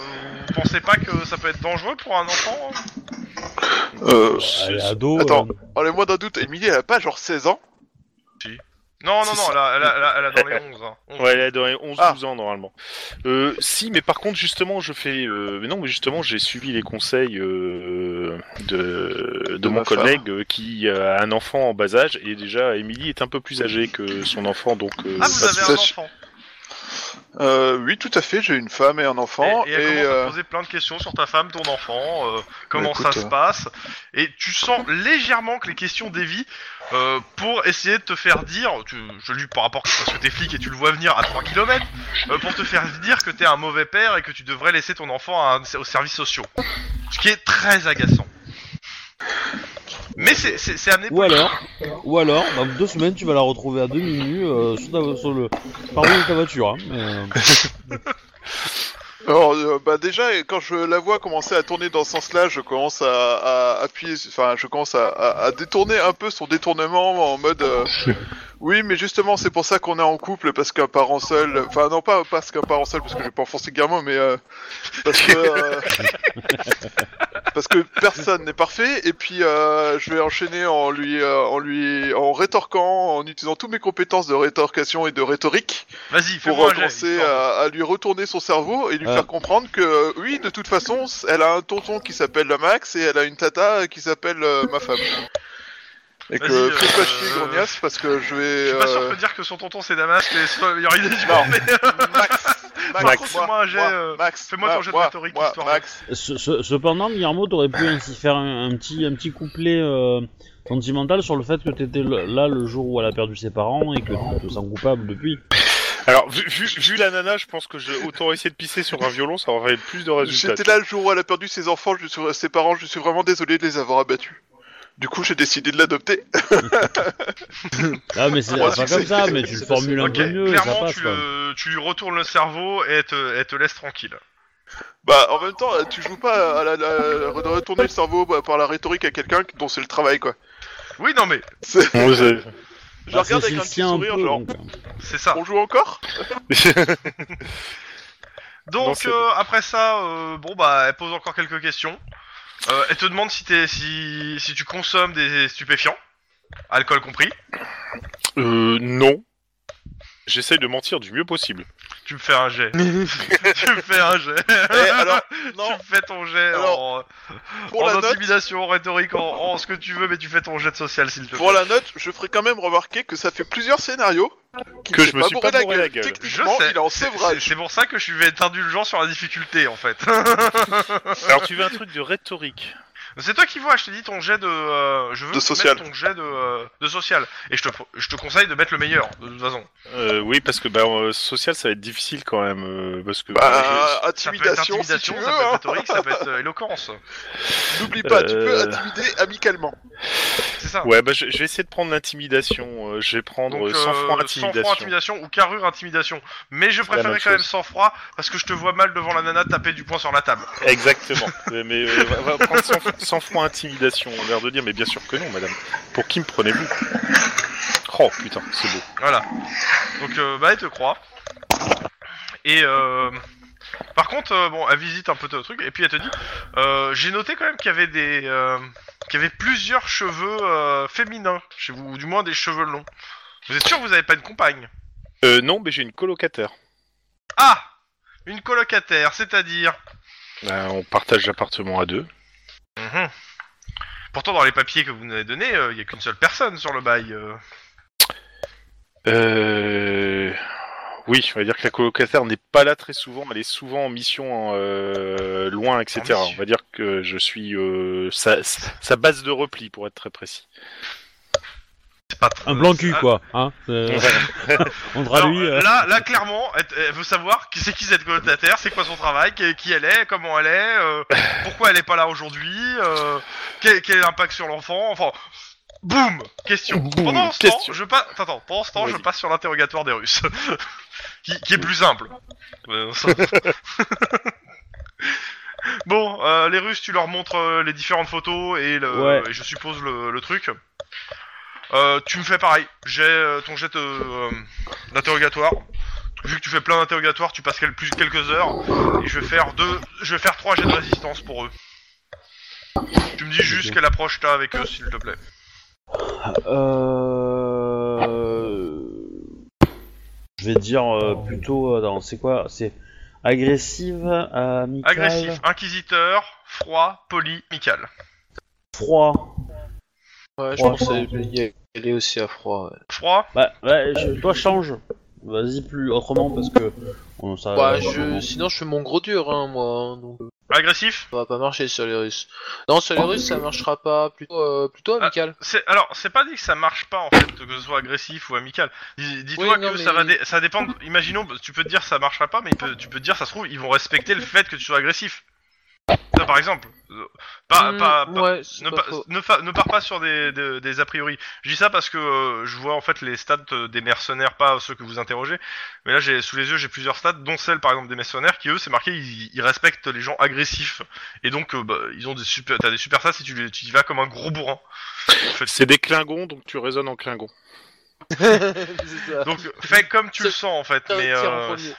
S1: vous pensez pas que ça peut être dangereux pour un enfant hein
S5: Euh,
S2: Elle est ado.
S5: Attends.
S2: euh,
S5: oh, le moins d'un doute, Emilie, elle a pas genre 16 ans
S1: Non, non,
S3: C'est
S1: non,
S3: ça.
S1: elle a, elle, a, elle a- elle a dans les 11. hein. 11.
S3: Ouais, elle est dans les 11-12
S5: Ah.
S3: ans normalement. Euh, si, mais par contre, justement, je fais. euh, mais non, mais justement, j'ai suivi les conseils euh, de, de,
S5: De
S3: mon
S5: ma femme.
S3: collègue euh, qui a un enfant en bas âge. Et déjà, Émilie est un peu plus âgée que son enfant, donc. euh,
S1: Ah, vous
S5: ça
S1: avez un
S5: se-
S1: enfant.
S5: euh, Oui, tout à fait, j'ai une femme et un
S1: Et,
S5: enfant.
S1: et
S5: Et,
S1: elle commence
S5: euh,
S1: à poser plein de questions sur ta femme, ton enfant, euh, comment
S5: écoute,
S1: ça se
S5: euh.
S1: passe. Et tu sens légèrement que les questions dévient euh, pour essayer de te faire dire, tu- je lui par rapport parce que t'es flic et tu le vois venir à 3 km, pour te faire dire que t'es un mauvais père et que tu devrais laisser ton enfant à un- aux services sociaux. Ce qui est très agaçant. Mais c'est- c'est c'est amené
S2: Ou alors, ou alors, dans deux semaines, tu vas la retrouver à demi-nue euh, sous ta- sur le paroi de ta voiture. hein, mais, euh,
S5: alors, euh, bah déjà, quand je la vois commencer à tourner dans ce sens-là, je commence à, à appuyer, enfin, je commence à, à- à détourner un peu son détournement en mode. euh, oui, mais justement, c'est pour ça qu'on est en couple parce qu'un parent seul, enfin non pas parce qu'un parent seul, parce que je vais pas enfoncer Guillermo, mais euh, parce que euh, parce que personne n'est parfait. Et puis euh, je vais enchaîner en lui, euh, en lui, en rétorquant, en utilisant toutes mes compétences de rétorcation et de rhétorique.
S1: Vas-y,
S5: pour euh,
S1: fais-moi un geste,
S5: commencer
S1: histoire.
S5: à, à lui retourner son cerveau et lui
S2: Euh.
S5: faire comprendre que euh, oui, de toute façon, c- elle a un tonton qui s'appelle la Max et elle a une tata qui s'appelle euh, ma femme. Et que
S1: Vas-y,
S5: fais
S1: euh,
S5: pas chier, grognasse, parce que je
S1: Je suis
S5: vais.
S1: pas sûr
S5: euh,
S1: de te dire que son tonton c'est Damas et soit meilleure idée du
S5: Non.
S1: monde, mais euh,
S5: Max, Max,
S1: Max, fais-moi un jet,
S5: moi,
S1: euh,
S5: Max,
S1: fais-moi
S5: moi,
S1: ton jet de
S5: Bah, moi,
S1: rhétorique,
S5: moi,
S1: histoire de-
S5: Max.
S2: ce- ce- cependant, Guillermo, t'aurais pu ainsi faire un, un petit, un petit couplet euh, sentimental sur le fait que t'étais le- là le jour où elle a perdu ses parents et que tu te sens coupable depuis.
S3: Alors, vu, vu, vu la nana, je pense que je, autant essayer de pisser sur un violon, ça aurait plus de résultats.
S5: J'étais là le jour où elle a perdu ses enfants, je suis- ses parents, je suis vraiment désolé de les avoir abattus. Du coup, j'ai décidé de l'adopter.
S2: Ah, mais c'est
S5: Ouais,
S2: pas
S5: c'est-
S2: comme ça,
S5: c'est-
S2: mais tu le
S4: c'est-
S2: formules un
S1: ok,
S2: peu mieux et ça
S1: clairement
S2: passe.
S1: tu,
S2: quoi.
S1: le- tu lui retournes le cerveau et elle te, elle te laisse tranquille.
S5: Bah, en même temps, tu joues pas à la, la- retourner le cerveau bah, par la rhétorique à quelqu'un dont c'est le travail, quoi.
S1: Oui, non, mais
S5: C'est-
S3: Bon, c'est-
S5: Je
S2: Bah,
S5: la regarde
S2: c'est-
S5: avec un
S2: c'est
S5: petit
S2: un
S5: sourire,
S2: peu,
S5: genre,
S2: donc, euh,
S1: c'est ça.
S5: on joue encore
S3: Non,
S1: Donc
S3: c'est-
S1: euh, après ça, euh, bon bah elle pose encore quelques questions. Euh, elle te demande si, t'es- si, si tu consommes des stupéfiants, alcool compris.
S3: Euh, non. J'essaye de mentir du mieux possible.
S1: Tu me fais un jet. tu me fais un jet.
S5: Eh, alors,
S1: tu
S5: non,
S1: me fais ton jet
S5: Alors,
S1: en,
S5: pour
S1: en
S5: la, note,
S1: intimidation, en rhétorique, en, en ce que tu veux, mais tu fais ton jet de social s'il te plaît.
S5: pour la note, je ferais quand même remarquer que ça fait plusieurs scénarios qu'il
S3: Que
S5: s'est
S3: je me suis pas bourré la gueule.
S5: Techniquement,
S1: Je sais.
S5: il est en
S1: C'est- C'est
S5: sévrage.
S1: c'est pour ça que je vais être indulgent sur la difficulté en fait.
S3: Alors, tu veux un truc de rhétorique
S1: C'est toi qui vois, je t'ai dit ton jet de. euh, je veux
S5: De
S1: que tu
S5: social.
S1: mettes ton jet de, euh, de social. Et je te, pro- je te conseille de mettre le meilleur, de toute façon.
S3: euh, Oui, parce que bah, euh, social, ça va être difficile quand même. euh, parce que
S5: Bah,
S1: Ça peut être
S5: intimidation,
S1: intimidation,
S5: si tu
S1: ça
S5: veux,
S1: peut être
S5: hein.
S1: rhétorique, ça peut être euh, éloquence.
S5: N'oublie pas, tu peux
S3: Euh.
S5: intimider amicalement.
S1: C'est ça.
S3: Ouais, bah, je, je vais essayer de prendre l'intimidation. euh, je vais prendre
S1: Donc,
S3: euh, sang froid
S1: euh, sang-froid,
S3: intimidation.
S1: intimidation ou carrure intimidation. Mais je
S3: C'est la
S1: préférais
S3: même
S1: quand même
S3: chose.
S1: sang-froid parce que je te vois mal devant la nana taper du poing sur la table.
S3: Exactement. Euh, mais euh, va, va prendre sang, sang froid intimidation. On a l'air de dire, mais bien sûr que non, madame. Pour qui me prenez-vous Oh putain, c'est beau.
S1: Voilà. Donc, euh, bah, elle te croit. Et euh, par contre, euh, bon, elle visite un peu ton truc et puis elle te dit euh, J'ai noté quand même qu'il y avait des. euh, qu'il y avait plusieurs cheveux euh, féminins chez vous, ou du moins des cheveux longs. Vous êtes sûr que vous n'avez pas une compagne
S3: Euh, non, mais j'ai une colocataire.
S1: Ah Une colocataire, c'est-à-dire.
S3: Euh, on partage l'appartement à deux.
S1: Mhm. Pourtant, dans les papiers que vous nous avez donnés, euh, il n'y a qu'une seule personne sur le bail. euh.
S3: Euh... Oui, on va dire que la colocataire n'est pas là très souvent, elle est souvent en mission euh, loin, etc.
S1: En mission.
S3: On va dire que je suis euh, sa, sa base de repli, pour être très précis.
S1: C'est pas trop-
S2: Un blanc cul,
S1: Ah,
S2: quoi. Hein c'est- On te
S1: Alors,
S2: lui. euh,
S1: là, là, clairement, elle, elle veut savoir qui c'est qui cette colocataire, c'est quoi son travail, qui, qui elle est, comment elle est, euh, pourquoi elle est pas là aujourd'hui, euh, quel, quel est l'impact sur l'enfant, enfin. Boum Question.
S3: Boum,
S1: pendant ce
S3: question.
S1: temps, je passe. Attends, pendant ce temps, je
S3: Vas-y.
S1: passe sur l'interrogatoire des Russes, qui, qui est plus simple. Euh, ça- Bon, euh, les Russes, tu leur montres euh, les différentes photos et, le,
S2: Ouais.
S1: et je suppose le, le truc. Euh, tu me fais pareil. J'ai euh, ton jet euh, d'interrogatoire. Vu que tu fais plein d'interrogatoires, tu passes quel- plus quelques heures. Et je vais faire deux, je vais faire trois jets de résistance pour eux. Tu me dis juste quelle approche t'as avec eux, s'il te plaît.
S2: Euh... Je vais dire euh, plutôt. euh, non, c'est quoi C'est agressive, euh, amicale,
S1: Agressif, inquisiteur, froid, poli, amical.
S2: froid.
S4: Ouais, je
S2: Ouais.
S4: pense qu'il y aller aussi à froid. ouais.
S1: Froid,
S2: Bah, ouais, je- toi change. Vas-y plus autrement parce que. on ça-
S4: Bah, je... Sinon, je fais mon gros dur, hein, moi. hein, donc euh,
S1: agressif.
S4: ça va pas marcher sur les Russes. Non, sur les Russes, ça marchera pas. Plutôt, euh, plutôt
S1: Ah,
S4: amical.
S1: C'est alors c'est pas dit que ça marche pas en fait que ce soit agressif ou amical. Dis- Dis-toi
S4: Oui, non,
S1: que
S4: mais-
S1: ça va dé- ça dépend. Imaginons tu peux te dire ça marchera pas mais il peut- tu peux te dire ça se trouve ils vont respecter le fait que tu sois agressif. Ça par exemple. Euh, Pas,
S4: Hmm,
S1: pas- pas-
S4: ouais, c'est
S1: ne,
S4: pas
S1: pa-
S4: faux.
S1: ne fa- ne pars pas sur des, de- des a priori. Je dis ça parce que euh, je vois en fait les stats euh, des mercenaires, pas ceux que vous interrogez. Mais là, j'ai sous les yeux, j'ai plusieurs stats, dont celle par exemple des mercenaires qui eux, c'est marqué, ils, ils respectent les gens agressifs. Et donc, euh, bah, ils ont des super, t'as des super stats si tu, les- tu y vas comme un gros bourrin.
S3: C'est des clingons, donc tu raisonnes en clingon.
S4: C'est ça.
S1: Donc, fais comme tu le sens en fait.
S4: Tire-
S1: Mais
S4: tire en
S1: euh,
S4: premier.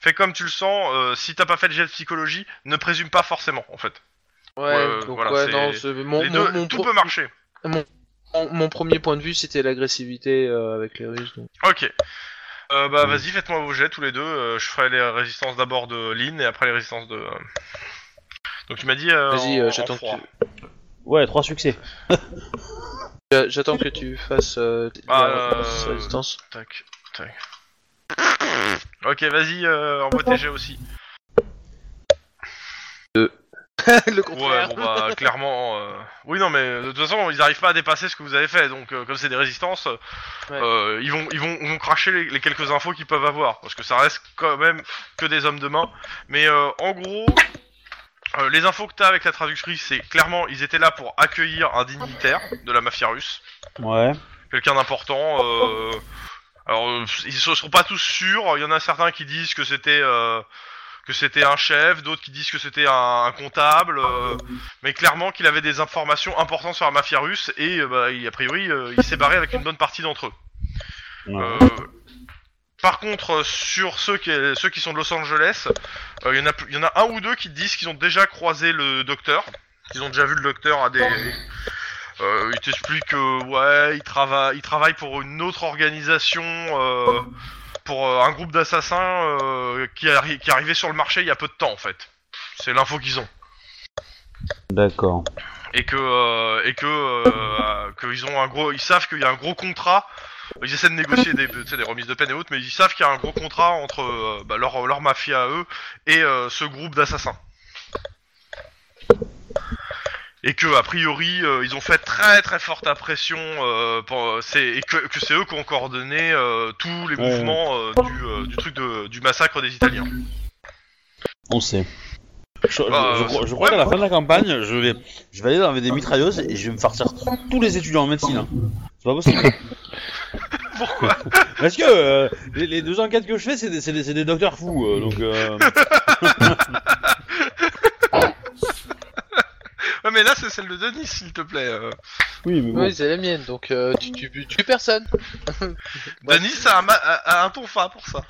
S1: fais comme tu le sens. euh, si t'as pas fait le jet de psychologie, ne présume pas forcément en fait.
S4: Ouais,
S1: ouais,
S4: donc
S1: voilà,
S4: ouais,
S1: c'est-
S4: non, c'est- mon,
S1: les
S4: mon-
S1: deux,
S4: mon
S1: tout
S4: pro-
S1: peut marcher.
S4: mon- mon premier point de vue, c'était l'agressivité euh, avec les Russes. donc.
S1: Ok. Euh,
S4: Mm.
S1: bah vas-y, faites-moi vos jets tous les deux. Euh, je ferai les résistances d'abord de Lynn et après les résistances de. euh, Donc tu m'as dit. euh,
S4: Vas-y,
S1: en-
S4: euh,
S1: en
S4: j'attends
S1: froid.
S4: que tu-
S2: Ouais, trois succès.
S4: j'a- Euh, j'attends que tu fasses euh, t-
S1: Ah,
S4: la-
S1: euh,
S4: la résistance.
S1: Tac, tac. Ok, vas-y, euh, envoie tes jets aussi.
S4: Le
S1: Ouais, bon bah clairement. euh, Oui, non, mais de toute façon, ils arrivent pas à dépasser ce que vous avez fait. Donc euh, comme c'est des résistances, euh,
S4: Ouais.
S1: euh, ils vont, ils vont, ils vont cracher les, les quelques infos qu'ils peuvent avoir parce que ça reste quand même que des hommes de main. Mais euh, en gros. euh, les infos que t'as avec la traductrice, c'est clairement ils étaient là pour accueillir un dignitaire de la mafia russe.
S2: Ouais.
S1: quelqu'un d'important. euh, Alors, euh, ils ne sont pas tous sûrs. Il y en a certains qui disent que c'était euh, que c'était un chef, d'autres qui disent que c'était un, un comptable, euh, mais clairement qu'il avait des informations importantes sur la mafia russe et euh, bah, il- a priori euh, il s'est barré avec une bonne partie d'entre eux. Euh, par contre, euh, sur ceux qui, ceux qui sont de Los Angeles, euh, il y en a plus- il y, en a un ou deux qui disent qu'ils ont déjà croisé le docteur, qu'ils ont déjà vu le docteur à des... Euh, il t'explique que ouais, il travaille, il travaille pour une autre organisation, euh, pour euh, un groupe d'assassins euh, qui, arri- qui est arrivé sur le marché il y a peu de temps en fait. C'est l'info qu'ils ont
S2: D'accord.
S1: et que euh, et que euh, que ils ont un gros ils savent qu'il y a un gros contrat ils essaient de négocier des, tu sais, des remises de peine et autres mais ils savent qu'il y a un gros contrat entre euh, bah, leur leur mafia à eux et euh, ce groupe d'assassins et que a priori euh, ils ont fait très très forte pression euh, pour- c'est et que, que c'est eux qui ont coordonné euh, tous les
S2: Ouais.
S1: mouvements euh, du, euh, du truc de, du massacre des Italiens
S2: On sait. Je, je-
S1: Bah,
S2: je
S1: euh,
S2: crois- je
S1: ouais,
S2: crois qu'à la
S1: bah.
S2: fin de la campagne, je vais, je vais aller dans des mitrailleuses et je vais me farcir tous les étudiants en médecine. hein. C'est pas possible.
S1: pourquoi
S2: Parce que euh, les, les deux enquêtes que je fais, c'est des, c'est des- c'est des docteurs fous. euh, donc, euh,
S1: Ouais, mais là c'est celle de Denis s'il te plaît euh.
S2: oui, mais bon.
S4: Oui, c'est la mienne, donc euh, tu, tu, tu tues personne. Ouais.
S1: Denis a un, ma- a- a un ton fin pour ça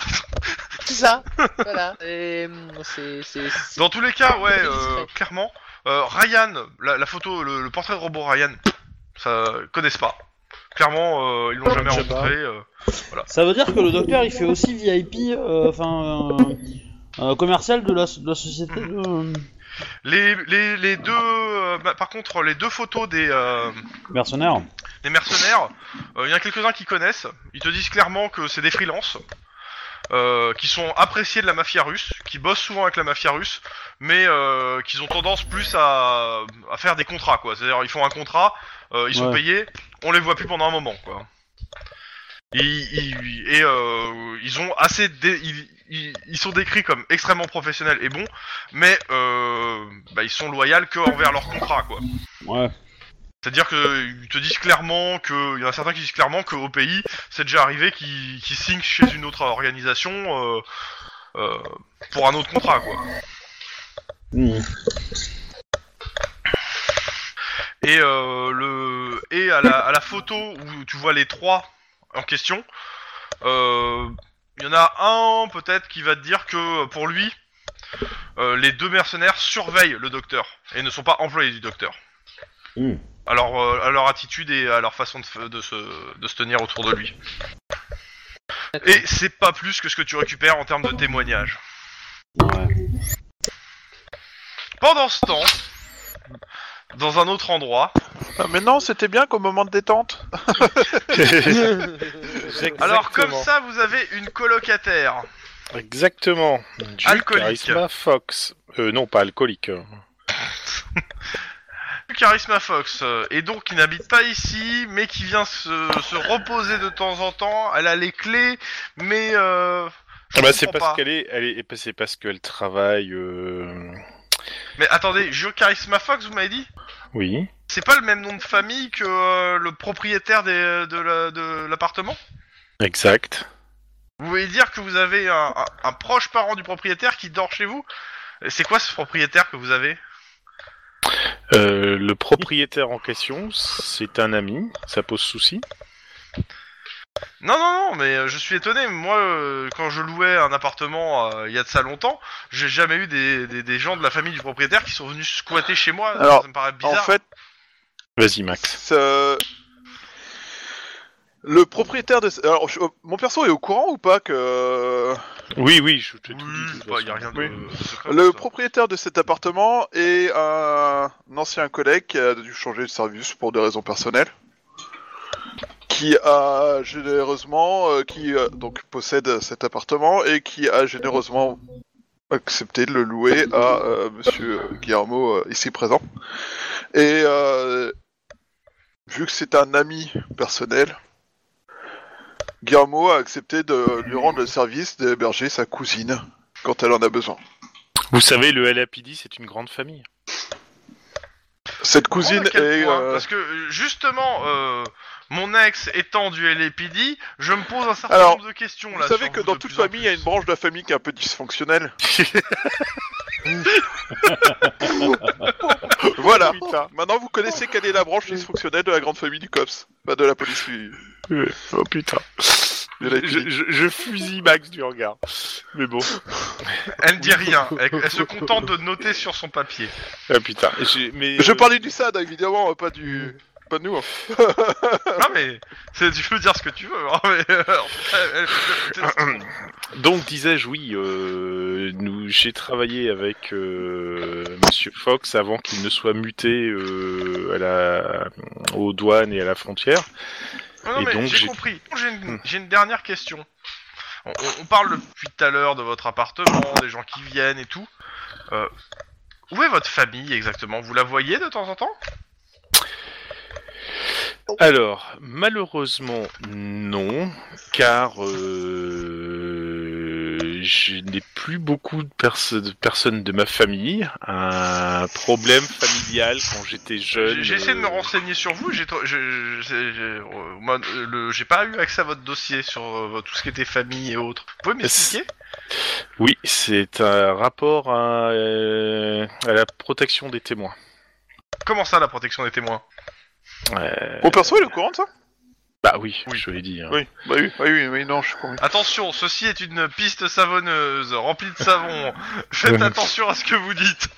S4: C'est ça. voilà. Et, hum, c'est, c'est, c'est-
S1: Dans tous les cas, ouais,
S4: Très
S1: euh,
S4: discret.
S1: clairement. euh, Ryan, la, la photo, le, le portrait de robot Ryan, ça connaissent pas. Clairement, euh, ils l'ont jamais
S4: Oh, Je sais
S1: rencontré. euh.
S2: Ça veut dire que le docteur, il fait aussi VIP, euh, enfin, euh, euh, commercial de la, de la société. De...
S1: Les, les, les deux, euh, bah, par contre, les deux photos des, euh,
S2: Mercenaire.
S1: des mercenaires, euh, il y en a quelques-uns qui connaissent. Ils te disent clairement que c'est des freelances. euh, qui sont appréciés de la mafia russe, qui bossent souvent avec la mafia russe, mais euh, qu'ils ont tendance plus à, à faire des contrats, quoi. C'est-à-dire, ils font un contrat, euh, ils sont
S2: Ouais.
S1: payés, on les voit plus pendant un moment, quoi. Et, ils- et, euh, ils ont assez, dé- ils, ils- ils sont décrits comme extrêmement professionnels et bons, mais euh, bah, ils sont loyaux que envers leur contrat, quoi.
S2: Ouais.
S1: C'est-à-dire que ils te disent clairement que il y en a certains qui disent clairement qu'au pays c'est déjà arrivé qu'ils qu'ils signent chez une autre organisation euh, euh, pour un autre contrat quoi.
S2: Hmm.
S1: Et, euh, le... et à, la, à la photo où tu vois les trois en question, euh, il y en a un peut-être qui va te dire que pour lui, euh, les deux mercenaires surveillent le docteur et ne sont pas employés du docteur.
S2: Mm.
S1: Alors, euh, à leur attitude et à leur façon de, f- de se, de se tenir autour de lui. Et c'est pas plus que ce que tu récupères en termes de témoignages. Pendant ce temps, dans un autre endroit,
S5: Ah, mais non, c'était bien qu'au moment de détente.
S1: alors comme ça, vous avez une colocataire.
S3: Exactement. Du
S1: Alcoolique.
S3: Charisma Fox. Euh, non, pas alcoolique.
S1: Charisma Fox, euh, et donc qui n'habite pas ici, mais qui vient se, se reposer de temps en temps. Elle a les clés, mais euh, je
S3: Ah bah, c'est
S1: comprends
S3: parce
S1: pas.
S3: qu'elle est, elle est, c'est parce qu'elle travaille. euh,
S1: Mais attendez, Gio Charisma Fox, vous m'avez dit
S3: Oui.
S1: C'est pas le même nom de famille que euh, le propriétaire des- de la- de l'appartement
S3: Exact.
S1: Vous voulez dire que vous avez un, un- un proche parent du propriétaire qui dort chez vous C'est quoi ce propriétaire que vous avez
S3: Euh, le propriétaire en question, c'est un ami. Ça pose souci.
S1: Non, non, non, mais euh, je suis étonné. Moi, euh, quand je louais un appartement euh, il y a de ça longtemps, j'ai jamais eu des, des- des gens de la famille du propriétaire qui sont venus squatter chez moi.
S5: Alors,
S1: ça me paraît bizarre.
S5: En fait,
S3: Vas-y, Max.
S5: ça- le propriétaire de. Alors, je- mon perso est au courant ou pas que euh,
S3: Oui, oui, je te
S1: oui,
S3: tout dit. de toute
S1: bah, y a
S3: façon.
S1: rien de,
S3: Oui.
S1: de secret
S5: Le
S1: dans ça.
S5: propriétaire de cet appartement est un ancien collègue qui a dû changer de service pour des raisons personnelles. Qui a généreusement, euh, qui euh, donc possède cet appartement et qui a généreusement accepté de le louer à euh, Monsieur Guillermo euh, ici présent. Et euh, vu que c'est un ami personnel, Guillermo a accepté de lui rendre le service d'héberger sa cousine quand elle en a besoin.
S3: Vous savez, le LAPD, c'est une grande famille.
S5: Cette
S1: Prendre
S5: cousine
S1: à
S5: est.
S1: quel point
S5: euh,
S1: Parce que euh, justement, euh, mon ex étant du LAPD, je me pose un certain
S5: Alors,
S1: nombre de questions là.
S5: Vous savez
S1: sur
S5: que
S1: vous
S5: dans
S1: de
S5: toute
S1: plus en
S5: famille, il y a
S1: plus.
S5: une branche de la famille qui est un peu dysfonctionnelle. voilà.
S3: Putain.
S5: Maintenant, vous connaissez quelle est la branche dysfonctionnelle de la grande famille du COPS. Pas de la police du.
S3: Euh, Oh putain.
S5: de la
S3: Je, je- je fusille Max du regard. Mais bon.
S1: Elle ne dit rien, elle, elle se contente de noter sur son papier.
S3: Ah putain. J'ai- Mais,
S5: Je
S3: euh,
S5: parlais du SAD, évidemment, pas du. Pas de nous. hein.
S1: Non mais, c'est- tu peux dire ce que tu veux. hein, mais, euh, en tout cas, elle- elle-
S3: Donc disais-je oui, euh, nous j'ai travaillé avec euh, Monsieur Fox avant qu'il ne soit muté euh, à la, aux douanes et à la frontière.
S1: Non, Ah non,
S3: Et
S1: mais
S3: donc,
S1: j'ai
S3: j'ai-
S1: compris. J'ai une,
S3: Hmm.
S1: j'ai une dernière question. On, on- on parle depuis tout à l'heure de votre appartement, des gens qui viennent et tout. Euh, où est votre famille exactement Vous la voyez de temps en temps
S3: Alors malheureusement non, car euh, je n'ai plus beaucoup de, perso- de personnes de ma famille. Un problème familial quand j'étais jeune.
S1: J'ai j'ai essayé de me
S3: euh,
S1: renseigner sur vous, j'ai tr- je- je- j'ai j'ai- euh, moi, euh, le- j'ai pas eu accès à votre dossier sur euh, tout ce qui était famille et autres. Vous pouvez m'expliquer
S3: Oui, c'est un rapport à, euh, à la protection des témoins.
S1: Comment ça la protection des témoins
S3: Euh,
S5: Mon perso, il est au courant de ça
S3: bah oui, je l'ai dit. hein.
S5: Oui. Bah oui, oui, oui, oui, non, je suis convaincu.
S1: Attention, ceci est une piste savonneuse remplie de savon. Faites attention à ce que vous dites.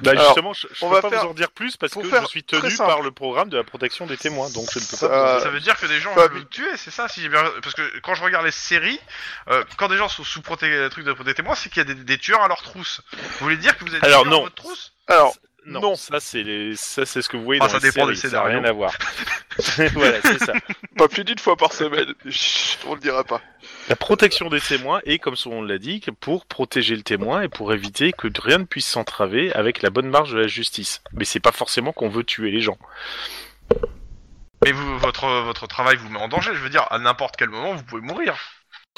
S3: Bah,
S5: Alors,
S3: justement, je, je
S5: on
S3: peux
S5: va
S3: pas
S5: faire-
S3: vous en dire plus parce
S5: faut
S3: que
S5: faire
S3: je suis
S5: très
S3: tenu
S5: simple.
S3: par le programme de la protection des témoins, donc je ne peux
S5: Ça-
S3: Euh, pas.
S1: Ça veut dire que des gens
S5: Pas-
S1: veulent le tuer, c'est ça si j'ai bien... Parce que quand je regarde les séries, euh, quand des gens sont sous proté- euh, truc de protéger témoins, c'est qu'il y a des, des tueurs à leur trousse. Vous voulez dire que vous êtes
S3: Alors,
S1: tueur à
S3: non.
S1: votre trousse
S5: Alors,
S3: Non,
S5: non.
S3: ça c'est les... ça c'est ce que vous voyez
S1: Ah,
S3: dans
S1: ça
S3: les
S1: dépend
S3: séries,
S1: des
S3: ça n'a rien
S1: scénarios.
S3: à voir. voilà, c'est ça.
S5: pas plus d'une fois par semaine. Chut, On le dira pas.
S3: La protection des témoins est, comme on l'a dit, pour protéger le témoin et pour éviter que rien ne puisse s'entraver avec la bonne marge de la justice. Mais c'est pas forcément qu'on veut tuer les gens.
S1: euh, Mais vous, votre, votre travail vous met en danger, je veux dire, à n'importe quel moment, vous pouvez mourir.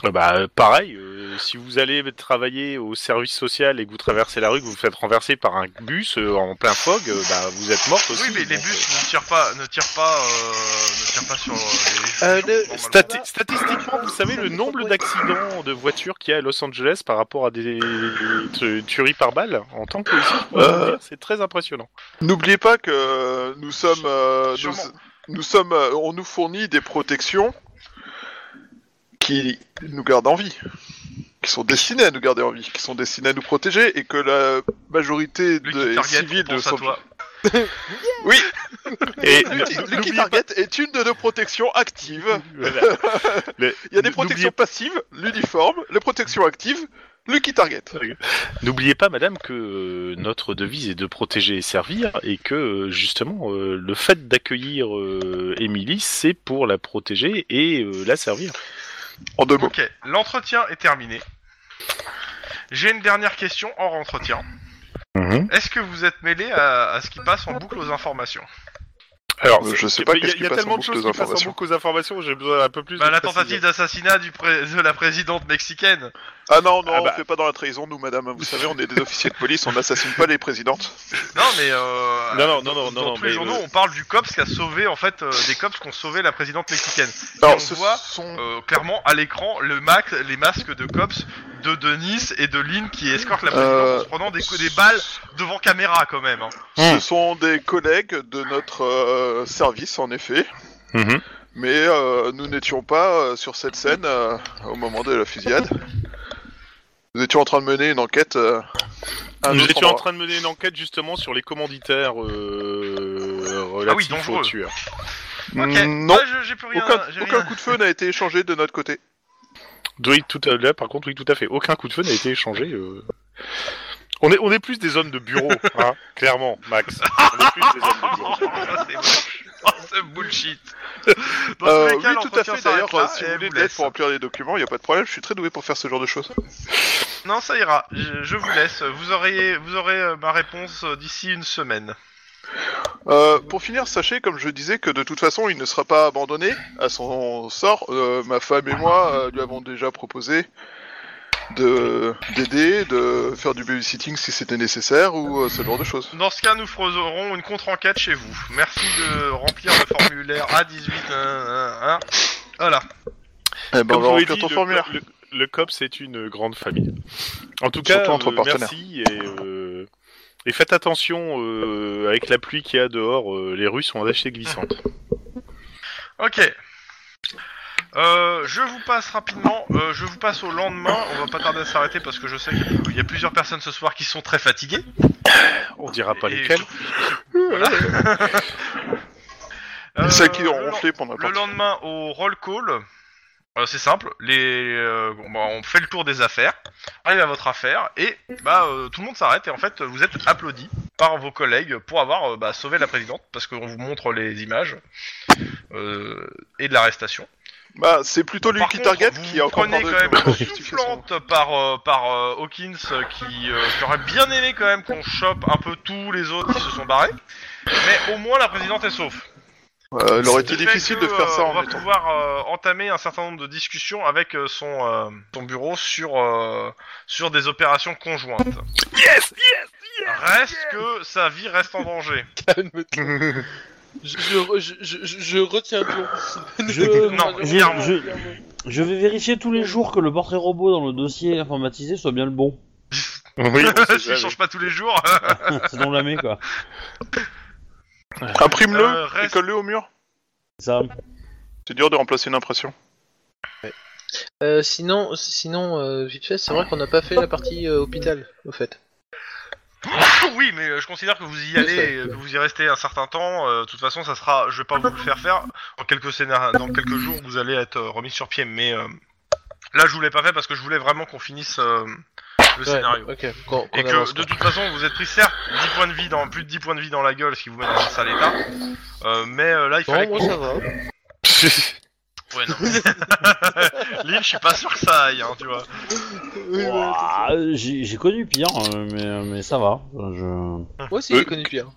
S3: Euh, Bah, euh, pareil, euh, si vous allez travailler au service social et que vous traversez la rue, que vous vous faites renverser par un bus euh, en plein fog, euh, bah, vous êtes morte aussi.
S1: Oui, mais les
S3: donc,
S1: bus ne tirent pas, ne tirent pas, euh, ne tirent pas sur euh, les.
S3: Euh,
S1: les gens,
S3: le-
S1: normalement.
S3: stati- statistiquement, vous savez le nombre d'accidents de voitures qu'il y a à Los Angeles par rapport à des tu- tueries par balle En tant que policier, je peux vous
S5: Euh.
S3: dire, c'est très impressionnant.
S5: N'oubliez pas que euh, nous sommes, euh, nous,
S1: Sûrement.
S5: nous sommes, euh, on nous fournit des protections qui nous gardent en vie, qui sont destinées à nous garder en vie, qui sont destinées à nous protéger, et que la majorité
S1: Lucky
S5: des
S1: Target,
S5: civils
S1: on
S5: de
S1: pense à
S5: San
S1: toi.
S5: Oui,
S3: Et
S5: Lucky, Lucky
S3: n'oubliez pas-
S5: Target est une de nos protections actives.
S3: Voilà. Le-
S5: Il y a des
S3: n'oubliez-
S5: protections passives, l'uniforme, les protections actives, Lucky Target.
S3: N'oubliez pas, madame, que euh, notre devise est de protéger et servir, et que euh, justement, euh, le fait d'accueillir euh, Émilie, c'est pour la protéger et euh, la servir.
S5: En deux mots.
S1: Ok, l'entretien est terminé. J'ai une dernière question hors entretien. Est-ce que vous êtes mêlé à, à ce qui passe en boucle aux informations
S3: Alors,
S5: Euh,
S3: c'est-
S5: je sais pas
S3: il y a-
S5: qu'est-ce
S3: il y a
S5: qui passe en
S3: tellement de
S5: boucle
S3: choses
S5: aux
S3: qui passent en
S5: informations.
S3: boucle aux informations, j'ai besoin d'un peu plus
S1: Bah,
S3: de
S1: la tentative
S3: précision.
S1: d'assassinat du pré- de la présidente mexicaine.
S5: Ah non, non,
S3: Ah bah.
S5: on fait pas dans la trahison, nous, madame. Vous savez, on est des officiers de police, on n'assassine pas les présidentes.
S1: Non, mais euh,
S3: Non, non, non, non,
S1: dans
S3: non,
S1: tous les
S3: mais,
S1: journaux,
S3: euh,
S1: on parle du cops qui a sauvé en fait euh, des cops qui ont sauvé la présidente mexicaine. Et on
S5: Alors, ce
S1: voit
S5: sont...
S1: euh, clairement à l'écran le max, les masques de cops de Denis et de Lynn qui escortent la présidente
S5: Euh,
S1: en se prenant des, coups- des balles devant caméra quand même. hein.
S5: Ce sont des collègues de notre euh, service, en effet,
S3: Mhm.
S5: mais euh, nous n'étions pas euh, sur cette scène euh, au moment de la fusillade. Nous étions en train de mener une enquête. euh, à un
S3: Nous
S5: autre
S3: étions en
S5: endroit.
S3: train de mener une enquête justement sur les commanditaires euh,
S1: Ah oui,
S3: relatifs
S1: dangereux.
S3: aux tueurs.
S1: Ok,
S5: Mm, Non,
S1: Ouais, je- j'ai plus rien.
S5: aucun,
S1: j'ai
S5: aucun
S1: rien.
S5: coup de feu n'a été échangé de notre côté.
S3: Oui, tout à, là, par contre, oui, tout à fait. Aucun coup de feu n'a été échangé. euh. On, est, on est plus des hommes de bureau, hein, clairement, Max. On est plus des hommes de bureau.
S1: Oh, Ça, c'est moche. Oh, ce bullshit. Dans tous
S5: Euh,
S1: les
S5: oui,
S1: cas,
S5: tout à
S1: l'entretien
S5: fait.
S1: s'arrête
S5: D'ailleurs,
S1: là,
S5: euh, si
S1: et
S5: vous
S1: elle
S5: voulez de
S1: vous
S5: l'aide
S1: laisse.
S5: pour remplir les documents, il n'y a pas de problème. Je suis très doué pour faire ce genre de choses.
S1: Non, ça ira. Je, je vous laisse. Vous aurez, vous aurez euh, ma réponse euh, d'ici une semaine.
S5: Euh, pour finir, sachez, comme je disais, que de toute façon, il ne sera pas abandonné à son sort. Euh, ma femme et moi euh, lui avons déjà proposé de d'aider, de faire du babysitting si c'était nécessaire ou euh, ce genre de choses.
S1: Dans ce cas, nous ferons une contre-enquête chez vous. Merci de remplir le formulaire A18. euh, euh, euh. Voilà.
S5: Eh ben,
S3: Comme je
S5: on va
S3: vous l'ai
S5: remplir
S3: dit,
S5: ton
S3: le,
S5: formulaire.
S3: le, le COP, c'est une grande famille. En tout
S5: Surtout
S3: cas,
S5: entre
S3: euh,
S5: partenaires.
S3: merci et, euh, et faites attention euh, avec la pluie qu'il y a dehors. euh, les rues sont lâchées glissantes.
S1: Ok. Euh, je vous passe rapidement, euh, je vous passe au lendemain, on va pas tarder à s'arrêter parce que je sais qu'il y a plusieurs personnes ce soir qui sont très fatiguées.
S3: On dira Ah, pas
S1: Et-
S3: lesquelles.
S1: Voilà. Euh,
S5: Celles qui ont
S1: le-
S5: ronflé pendant la
S1: Le
S5: partie.
S1: lendemain au roll call, euh, c'est simple, les, euh, bon, bah, on fait le tour des affaires, arrive à votre affaire et bah euh, tout le monde s'arrête et en fait vous êtes applaudi par vos collègues pour avoir euh, bah, sauvé la présidente parce qu'on vous montre les images euh, et de l'arrestation.
S5: Bah, c'est plutôt
S1: Par
S5: Lucky
S1: contre,
S5: Target
S1: vous
S5: qui a encore
S1: prenez
S5: parlé
S1: quand
S5: de-
S1: même une
S5: justification.
S1: soufflante par euh, par euh, Hawkins euh, qui euh, j'aurais bien aimé quand même qu'on chope un peu tous les autres qui se sont barrés, mais au moins la présidente est sauf.
S5: Euh, il aurait été
S1: Ce qui fait
S5: difficile
S1: que,
S5: de faire ça
S1: euh,
S5: en
S1: On va
S5: étant.
S1: pouvoir euh, entamer un certain nombre de discussions avec euh, son, euh, son bureau sur, euh, sur des opérations conjointes. Yes, Reste que sa vie reste en danger.
S4: Calme-toi. je, je, re- je, je, je- je retiens tout.
S2: Je-
S1: non,
S4: je-
S1: clairement.
S4: je-
S2: Je vais vérifier tous les jours que le portrait robot dans le dossier informatisé soit bien le bon.
S3: Oui, on
S1: S'il
S3: sait
S1: change pas tous les jours.
S2: C'est dans jamais quoi.
S5: Imprime-le
S1: Euh,
S5: et
S1: reste-
S5: colle-le au mur.
S2: Ça.
S5: C'est dur de remplacer une impression.
S4: Euh, sinon, sinon euh, vite fait, c'est vrai qu'on n'a pas fait la partie euh, hôpital, au fait.
S1: oui, mais euh, je considère que vous y allez, euh, que vous y restez un certain temps. euh, De toute façon, ça sera, je vais pas vous le faire faire. Dans quelques scénar- dans quelques jours, vous allez être euh, remis sur pied. Mais euh, là, je vous l'ai pas fait parce que je voulais vraiment qu'on finisse euh, le scénario.
S4: Ok. Qu'on- qu'on
S1: Et
S4: avance,
S1: que de
S4: quoi.
S1: toute façon, vous êtes pris certes 10 points de vie dans, plus de 10 points de vie dans la gueule, ce qui vous met dans un sale état. Euh, mais euh, là, il fallait.
S4: Non, moi ça va.
S1: que- Ouais, non. Lille, je suis pas sûr que ça aille, hein, tu vois.
S4: Oui, voilà.
S2: Ah, Ouah, J'ai j'ai connu pire, euh, hein, mais, mais ça va. Je...
S4: Moi aussi
S3: Euh,
S4: j'ai connu pire.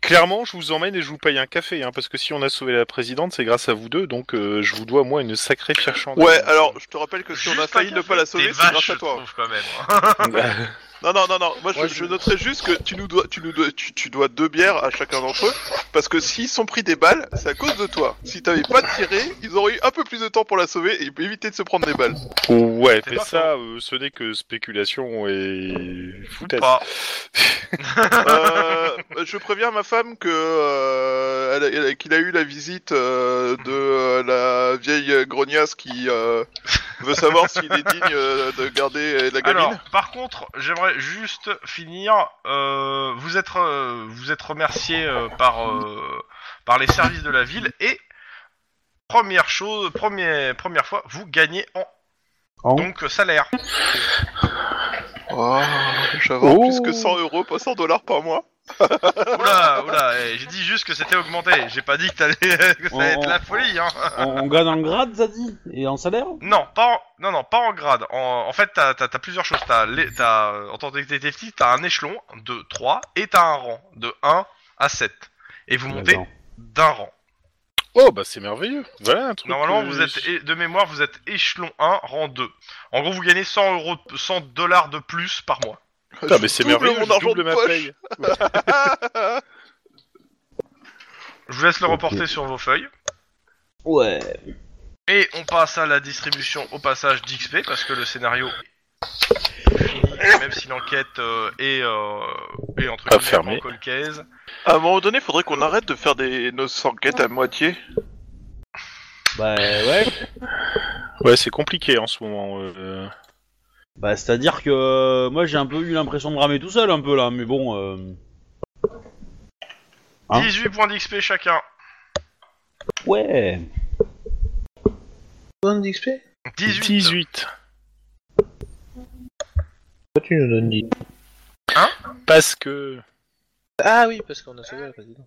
S3: Clairement, je vous emmène et je vous paye un café, hein, parce que si on a sauvé la présidente, c'est grâce à vous deux, donc euh, je vous dois moi une sacrée fière chandelle.
S5: Ouais, alors je te rappelle que si on a
S1: Juste
S5: failli
S1: un
S5: ne pas la
S1: café.
S5: sauver,
S1: T'es
S5: c'est
S1: vache,
S5: grâce à
S1: je
S5: toi.
S1: trouve, quand même. hein.
S5: Non, non, non, non. Moi, je,
S2: Ouais,
S5: je
S2: je-
S5: noterais juste que tu nous dois, tu nous dois, tu, tu dois deux bières à chacun d'entre eux, parce que s'ils sont pris des balles, c'est à cause de toi. Si t'avais pas tiré, ils auraient eu un peu plus de temps pour la sauver et éviter de se prendre des balles.
S3: ouais,
S1: C'est
S3: mais
S1: pas
S3: ça, euh, ce n'est que spéculation et foutaise.
S1: Pas.
S5: Euh, je préviens ma femme que euh, elle a- elle a- qu'il a eu la visite euh, de euh, la vieille grognasse qui euh, veut savoir s'il est digne euh, de garder euh, la gamine.
S1: Alors, par contre, j'aimerais juste finir. euh, vous êtes euh, vous êtes remercié euh, par euh, par les services de la ville et première chose, première première fois, vous gagnez en
S2: En
S1: donc euh, salaire.
S5: Oh, j'avais
S3: Oh.
S5: plus que 100 euros, pas 100 dollars par mois.
S1: oula, oula, eh, j'ai dit juste que c'était augmenté. J'ai pas dit que, t'allais- que ça allait être la folie. Hein.
S2: on, on gagne en grade, ça dit Et en salaire
S1: Non, pas en, non, non, pas en grade. En, en fait, t'as, t'as, t'as plusieurs choses. T'as, les- t'as, euh, en tant que détective, t'as un échelon de 3 et t'as un rang de 1 à 7. Et vous montez
S2: Attends.
S1: d'un rang.
S3: Oh, bah c'est merveilleux. Voilà un truc.
S1: Normalement,
S3: euh,
S1: vous êtes, é- de mémoire, vous êtes échelon 1, rang 2. En gros, vous gagnez 100 euros, 100 dollars de plus par mois.
S3: Putain, mais Ah, bah, c'est
S5: Double
S3: merveilleux,
S5: mon
S3: je
S5: argent
S3: double
S5: de
S3: ma
S5: poche.
S3: paye.
S1: Je vous laisse le reporter sur vos feuilles.
S2: Ouais.
S1: Et on passe à la distribution au passage d'XP parce que le scénario finit, même si l'enquête euh, est, euh, est entre
S3: Pas
S1: guillemets
S3: fermée.
S1: en cold case.
S5: À un moment donné, faudrait qu'on arrête de faire des nos enquêtes à moitié.
S2: Bah ouais.
S3: Ouais, c'est compliqué en ce moment. euh.
S2: Bah c'est à dire que euh, moi j'ai un peu eu l'impression de ramer tout seul un peu là, mais bon. euh, Hein
S1: 18 points d'XP chacun.
S2: Ouais.
S4: Donne d'XP
S1: 18.
S3: 18.
S4: Pourquoi tu nous donnes 10
S3: Parce que.
S4: Ah oui, parce qu'on a sauvé la présidente.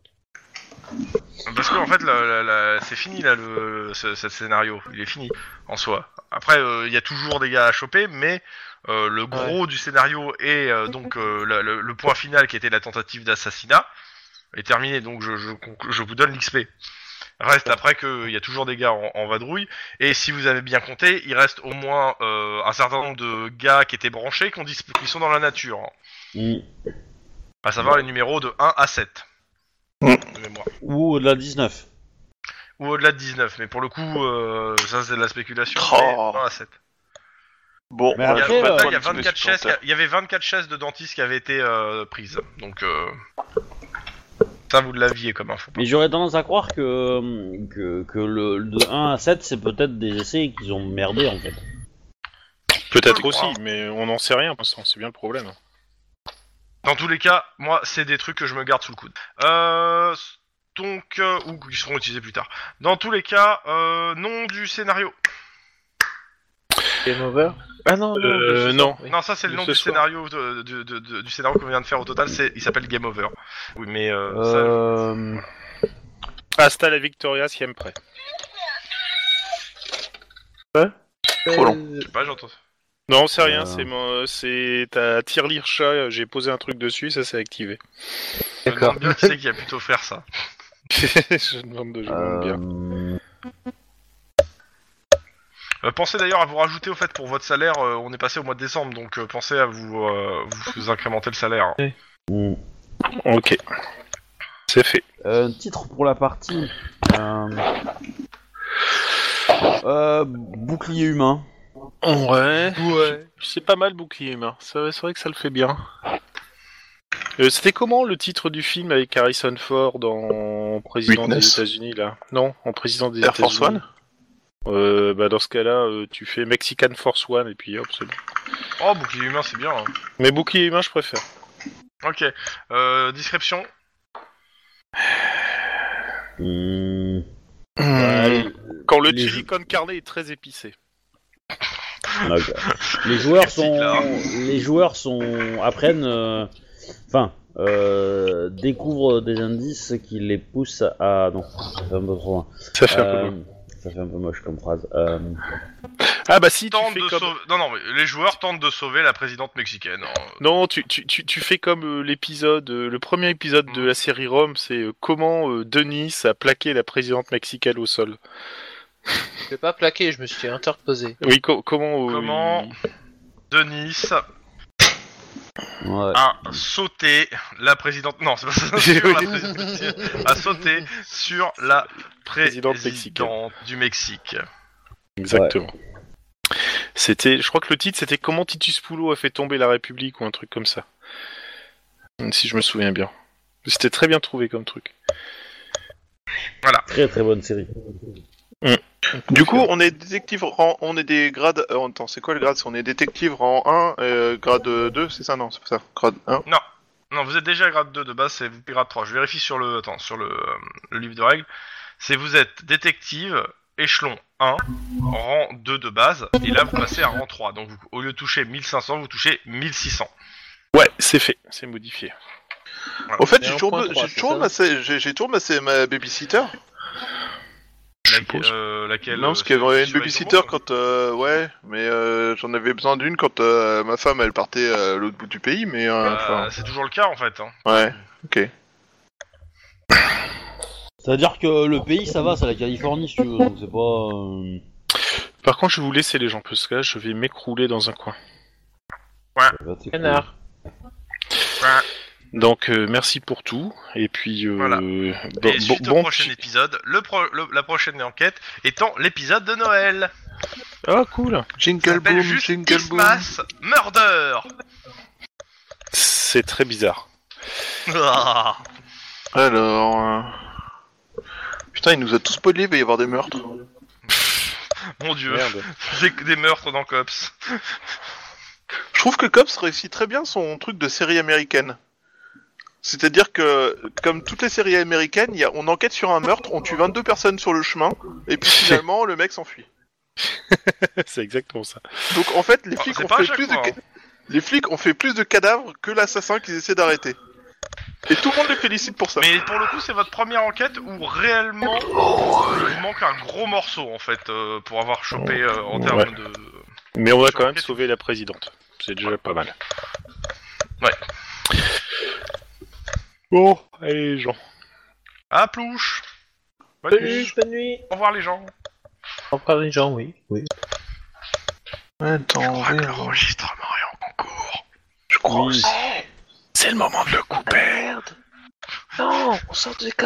S1: Parce que en fait, la- la- la- c'est fini là, le, ce, ce scénario. Il est fini en soi. Après, euh, il y a toujours des gars à choper, mais euh, le gros du scénario et euh, donc euh, la- le, le point final qui était la tentative d'assassinat est terminé. Donc je, je, conclu- je vous donne l'XP. Reste après qu'il y a toujours des gars en, en vadrouille. Et si vous avez bien compté, il reste au moins euh, un certain nombre de gars qui étaient branchés qui, ont dis- qui sont dans la nature. hein.
S2: Mm.
S1: À savoir les numéros de 1 à 7.
S5: Mm.
S1: De mémoire.
S2: Ou de la 19.
S1: ou au-delà de 19, mais pour le coup, euh, ça c'est de la spéculation.
S5: Oh.
S1: mais non, à 7.
S5: Bon,
S2: Mais
S5: bah,
S1: Il y a,
S2: après,
S5: je vais
S2: euh,
S5: pas
S1: il y a
S5: prendre de
S1: 24 chaises,
S5: supplémentaires.
S1: il y avait 24 chaises de dentistes qui avaient été euh, prises, donc euh, ça vous l'aviez comme info.
S2: Mais j'aurais tendance à croire que, euh, que, que le de 1 à 7 c'est peut-être des essais qu'ils ont merdé en fait.
S3: Peut-être
S1: Je le
S3: aussi,
S1: crois.
S3: mais on n'en sait rien pour l'instant, c'est bien le problème.
S1: Dans tous les cas, moi, c'est des trucs que je me garde sous le coude. Euh, donc, euh, ou qui seront utilisés plus tard. Dans tous les cas, euh, nom du scénario.
S4: Game over Ah non, non,
S3: Euh,
S4: c'est ça,
S3: non.
S4: oui.
S1: Non, ça c'est le
S3: De
S1: nom
S3: ce
S1: du
S3: soir.
S1: scénario, de- de- de- de- du scénario qu'on vient de faire au total. C'est, il s'appelle Game Over. Oui, mais euh, ça,
S2: Euh...
S3: Hasta la Victoria, siempre.
S5: Trop long.
S4: euh,
S1: je sais pas, j'entends.
S3: Non, c'est rien,
S2: Euh.
S3: c'est mon, c'est ta tirelire chat, j'ai posé un truc dessus, ça s'est activé.
S1: Je me
S4: D'accord.
S1: demande bien qui c'est qui a plutôt faire ça.
S3: je demande de je demande bien.
S2: euh,
S1: Euh, pensez d'ailleurs à vous rajouter au fait pour votre salaire, euh, on est passé au mois de décembre, donc euh, pensez à vous, euh, vous, vous incrémenter le salaire. hein.
S2: mm.
S3: Ok. C'est fait.
S2: Euh, titre pour la partie. Euh... euh, bouclier humain.
S3: Ouais.
S4: Ouais.
S3: C'est pas mal bouclier humain. Ça- C'est vrai que ça le fait bien. Euh, C'était comment le titre du film avec Harrison Ford en président
S5: Witness.
S3: des États-Unis là Non, en président des
S5: Air
S3: États-Unis.
S5: Force One
S3: euh, bah dans ce cas-là, euh, tu fais Mexican Force One et puis hop, c'est bon.
S1: Oh, bouclier humain, c'est bien. hein.
S3: Mais bouclier humain, je préfère.
S1: Ok, euh, description.
S2: Mm.
S3: Euh,
S2: Ouais,
S3: Quand le
S2: les
S3: chili con carne est très épicé.
S2: D'accord. les joueurs
S1: Merci,
S2: sont,
S1: Clara.
S2: les joueurs sont apprennent, euh, enfin, euh, découvrent des indices qui les poussent à non, ça fait un peu trop loin.
S3: Ça fait un peu
S2: Euh, ça fait un peu moche comme phrase. Euh,
S3: Ah bah si, tu
S1: tentent
S3: fais
S1: de
S3: comme...
S1: sauver... Non, non, mais les joueurs tentent de sauver la présidente mexicaine. Euh,
S3: Non, tu, tu, tu, tu fais comme euh, l'épisode, euh, le premier épisode
S1: Mm.
S3: de la série Rome, c'est euh, comment euh, Denis a plaqué la présidente mexicaine au sol.
S4: Je l'ai pas plaqué, je me suis interposé.
S3: Oui, co- comment... euh,
S1: Comment
S3: il-
S1: Denis
S2: Ouais.
S1: a sauté la présidente... Non, c'est pas ça. Sur la présidente... a sauté sur la
S3: Présidente
S1: présidente
S3: mexicaine.
S1: du Mexique.
S3: Exactement. C'était, je crois que le titre c'était comment Titus Poulo a fait tomber la République ou un truc comme ça. Mm, Si je me souviens bien. C'était très bien trouvé comme truc.
S2: Très très bonne série.
S5: Du coup, on est détective rang, on est des grades. euh, attends, c'est quoi le grade On est détective rang 1, euh, grade 2, c'est ça Non, c'est pas ça. Grade 1.
S1: Non, vous êtes déjà grade 2 de base, c'est vous grade 3. Je vérifie sur le, attends, sur le, euh, le livre de règles. C'est vous êtes détective, échelon 1, rang 2 de base, et là vous passez à rang 3. Donc vous- au lieu de toucher 1500, vous touchez 1600.
S3: Ouais, c'est fait, c'est modifié.
S5: Au fait,
S4: Mais
S5: j'ai
S4: un
S5: toujours,
S4: point
S5: deux-
S4: trois,
S5: j'ai
S4: c'est
S5: toujours
S4: ça
S5: ma, sé- j'ai j'ai toujours ma, sé- ma babysitter.
S3: Je
S1: Laque-
S3: suppose.
S1: euh, laquelle
S5: non,
S1: euh,
S5: parce qu'il y avait une
S1: sur les
S5: babysitter
S1: euros,
S5: quand. euh, ouais, mais euh, j'en avais besoin d'une quand euh, ma femme elle partait euh, à l'autre bout du pays, mais. euh,
S1: euh,
S5: enfin,
S1: c'est toujours le cas en fait. hein.
S5: ouais.
S2: C'est-à-dire que le pays, ça va, c'est la Californie, si tu veux, donc c'est pas... euh,
S3: Par contre, je vais vous laisser les gens parce que là, je vais m'écrouler dans un coin.
S2: ça va, bah, c'est cool.
S4: Canard.
S3: Donc euh, merci pour tout et puis euh,
S1: Voilà.
S3: bon,
S1: et
S3: bon-
S1: suite au
S3: bon
S1: prochain
S3: petit-
S1: épisode, le pro- le- la prochaine enquête étant l'épisode de Noël.
S3: Ah cool.
S1: Ça
S5: Jingle
S1: s'appelle
S5: boom,
S1: juste
S5: jingle boom.
S1: Christmas Murder.
S3: C'est très bizarre.
S1: Ah.
S5: Alors. euh, Putain, il nous a tous spoilé, il va y avoir des meurtres.
S1: Mon dieu,
S3: Merde.
S1: j'ai que des meurtres dans Cops.
S5: Je trouve que Cops réussit très bien son truc de série américaine. C'est-à-dire que, comme toutes les séries américaines, il y a- on enquête sur un meurtre, on tue 22 personnes sur le chemin, et puis finalement, le mec s'enfuit.
S3: c'est exactement ça.
S5: Donc en fait, les
S1: Ah,
S5: flics,
S1: c'est
S5: ont
S1: pas à
S5: fait
S1: chaque
S5: plus de...
S1: fois, hein.
S5: ca- les flics ont fait plus de cadavres que l'assassin qu'ils essaient d'arrêter. Et tout le monde les félicite pour ça.
S1: Mais pour le coup, c'est votre première enquête où réellement euh, il manque un gros morceau en fait euh, pour avoir chopé euh, en termes
S3: Ouais.
S1: de.
S3: Mais on a
S1: Sur
S3: quand même
S1: enquête.
S3: sauvé la présidente. C'est déjà pas mal.
S1: Ouais.
S3: Bon, allez les gens.
S1: Ah plouche. Bonne nuit.
S4: bonne nuit.
S1: Au revoir les gens.
S4: Au revoir les gens, oui. oui.
S5: Attends,
S1: l'enregistrement est en cours.
S5: je crois
S2: Oui.
S5: aussi.
S3: C'est le moment de le couper.
S4: Merde. Ah, Non, on sort de